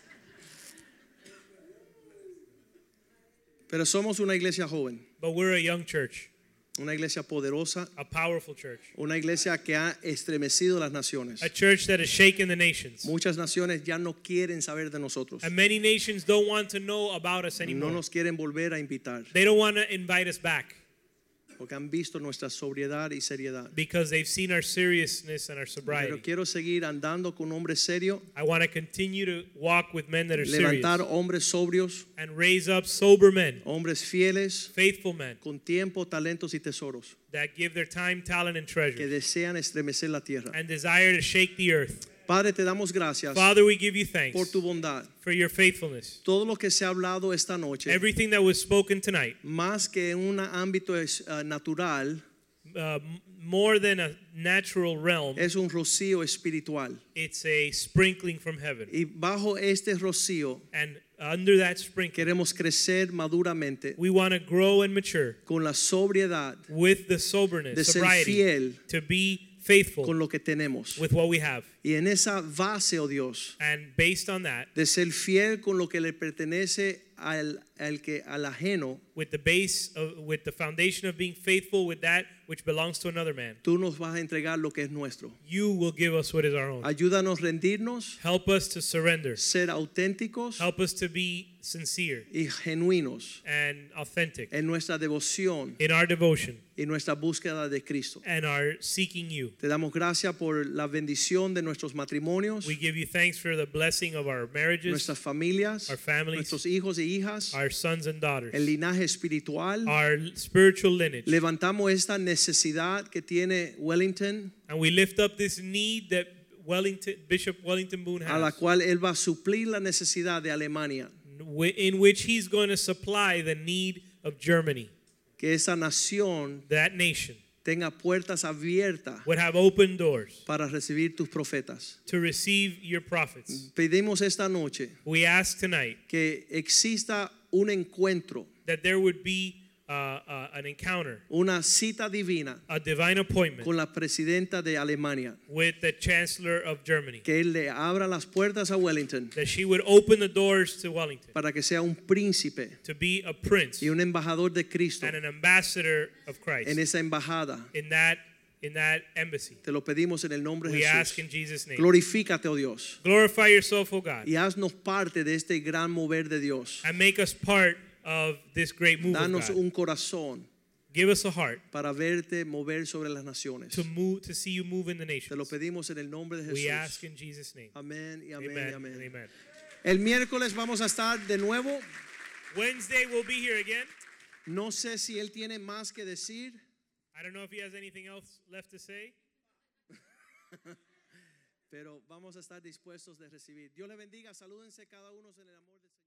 Speaker 1: Pero somos una iglesia joven,
Speaker 3: But we're a young church,
Speaker 1: una iglesia poderosa,
Speaker 3: a powerful church,
Speaker 1: una iglesia que ha estremecido las naciones.
Speaker 3: a church that has shaken the nations.
Speaker 1: Muchas naciones ya no quieren saber de nosotros,
Speaker 3: And many nations don't want to know about us
Speaker 1: no
Speaker 3: anymore.
Speaker 1: nos quieren volver a invitar,
Speaker 3: They don't want to invite us back
Speaker 1: porque han visto nuestra sobriedad y seriedad.
Speaker 3: because they've seen our seriousness and our
Speaker 1: Pero
Speaker 3: sobriety.
Speaker 1: quiero seguir andando con hombres serios,
Speaker 3: I want to continue to walk with men that are serious
Speaker 1: levantar hombres sobrios,
Speaker 3: and raise up sober men,
Speaker 1: hombres fieles.
Speaker 3: faithful men
Speaker 1: con tiempo, talentos y tesoros
Speaker 3: that give their time, talent, and
Speaker 1: que
Speaker 3: treasure
Speaker 1: desean estremecer la tierra.
Speaker 3: and desire to shake the earth.
Speaker 1: Padre, te damos gracias
Speaker 3: Father, we give you thanks
Speaker 1: por tu bondad.
Speaker 3: for your faithfulness.
Speaker 1: Todo lo que se ha hablado esta noche,
Speaker 3: Everything that was spoken tonight,
Speaker 1: más que en un ámbito es, ah, natural,
Speaker 3: uh, m- more than a natural realm,
Speaker 1: es un rocío espiritual.
Speaker 3: it's a sprinkling from heaven.
Speaker 1: Y bajo este rocío
Speaker 3: And under that sprinkling,
Speaker 1: queremos crecer maduramente
Speaker 3: we want to grow and mature
Speaker 1: con la sobriedad,
Speaker 3: with the
Speaker 1: De
Speaker 3: soberness,
Speaker 1: ser
Speaker 3: sobriety,
Speaker 1: fiel.
Speaker 3: to be
Speaker 1: con
Speaker 3: faithful
Speaker 1: lo que tenemos.
Speaker 3: with what we have.
Speaker 1: Y en esa base, oh Dios,
Speaker 3: And based on that,
Speaker 1: de ser fiel con lo que le pertenece al, al que, al ajeno,
Speaker 3: with the base of, with the foundation of being faithful with that which belongs to another man
Speaker 1: tú nos vas a entregar lo que es nuestro.
Speaker 3: you will give us what is our own
Speaker 1: Ayúdanos a rendirnos,
Speaker 3: help us to surrender
Speaker 1: ser auténticos
Speaker 3: help us to be sincere
Speaker 1: y genuinos
Speaker 3: and authentic
Speaker 1: en nuestra devoción
Speaker 3: in our devotion
Speaker 1: y nuestra búsqueda de Cristo.
Speaker 3: and our seeking you
Speaker 1: Te damos gracias por la bendición de nuestros matrimonios,
Speaker 3: we give you thanks for the blessing of our marriages
Speaker 1: nuestras familias,
Speaker 3: our families,
Speaker 1: nuestros hijos e hijas,
Speaker 3: our sons and
Speaker 1: el
Speaker 3: daughters
Speaker 1: linaje espiritual.
Speaker 3: our spiritual lineage
Speaker 1: Levantamos esta necesidad que tiene Wellington,
Speaker 3: and we lift up this need that Wellington Bishop Wellington Boone
Speaker 1: a la
Speaker 3: has
Speaker 1: cual él va a suplir la necesidad de Alemania,
Speaker 3: wi- in which he's going to supply the need of Germany
Speaker 1: que esa nación
Speaker 3: that nation
Speaker 1: tenga puertas abiertas
Speaker 3: would have open doors
Speaker 1: para recibir tus profetas.
Speaker 3: to receive your
Speaker 1: Mm.
Speaker 3: prophets.
Speaker 1: Pedimos esta noche
Speaker 3: We ask tonight
Speaker 1: que exista un encuentro,
Speaker 3: that there would be uh, uh, an encounter,
Speaker 1: una cita divina
Speaker 3: a divine appointment
Speaker 1: con la presidenta de Alemania,
Speaker 3: with the Chancellor of Germany,
Speaker 1: que él le abra las puertas a Wellington
Speaker 3: that she would open the doors to Wellington
Speaker 1: para que sea un príncipe
Speaker 3: to be a prince
Speaker 1: y un embajador de Cristo
Speaker 3: and an ambassador of Christ
Speaker 1: en esa embajada.
Speaker 3: in that in that embassy.
Speaker 1: Te lo pedimos en el nombre de
Speaker 3: We ask in
Speaker 1: Jesús.
Speaker 3: Jesus' name.
Speaker 1: Glorifícate, oh Dios,
Speaker 3: Glorify yourself, O God,
Speaker 1: y haznos parte de este gran mover de Dios.
Speaker 3: and make us part of this great move. of
Speaker 1: Danos
Speaker 3: God.
Speaker 1: un corazón
Speaker 3: Give us a heart
Speaker 1: para verte mover sobre las naciones.
Speaker 3: to move to see you move in the
Speaker 1: Te lo
Speaker 3: nations.
Speaker 1: pedimos en el nombre de
Speaker 3: We ask
Speaker 1: Jesús.
Speaker 3: in Jesus' name.
Speaker 1: Amén y amén
Speaker 3: Amen.
Speaker 1: y
Speaker 3: and
Speaker 1: amén.
Speaker 3: Amen.
Speaker 1: El miércoles vamos a estar de nuevo.
Speaker 3: Wednesday we'll be here again.
Speaker 1: No sé si él tiene más que decir.
Speaker 3: I don't know if he has anything else left to say.
Speaker 1: pero vamos a estar dispuestos de recibir. Dios le bendiga, salúdense cada uno en el amor del Señor.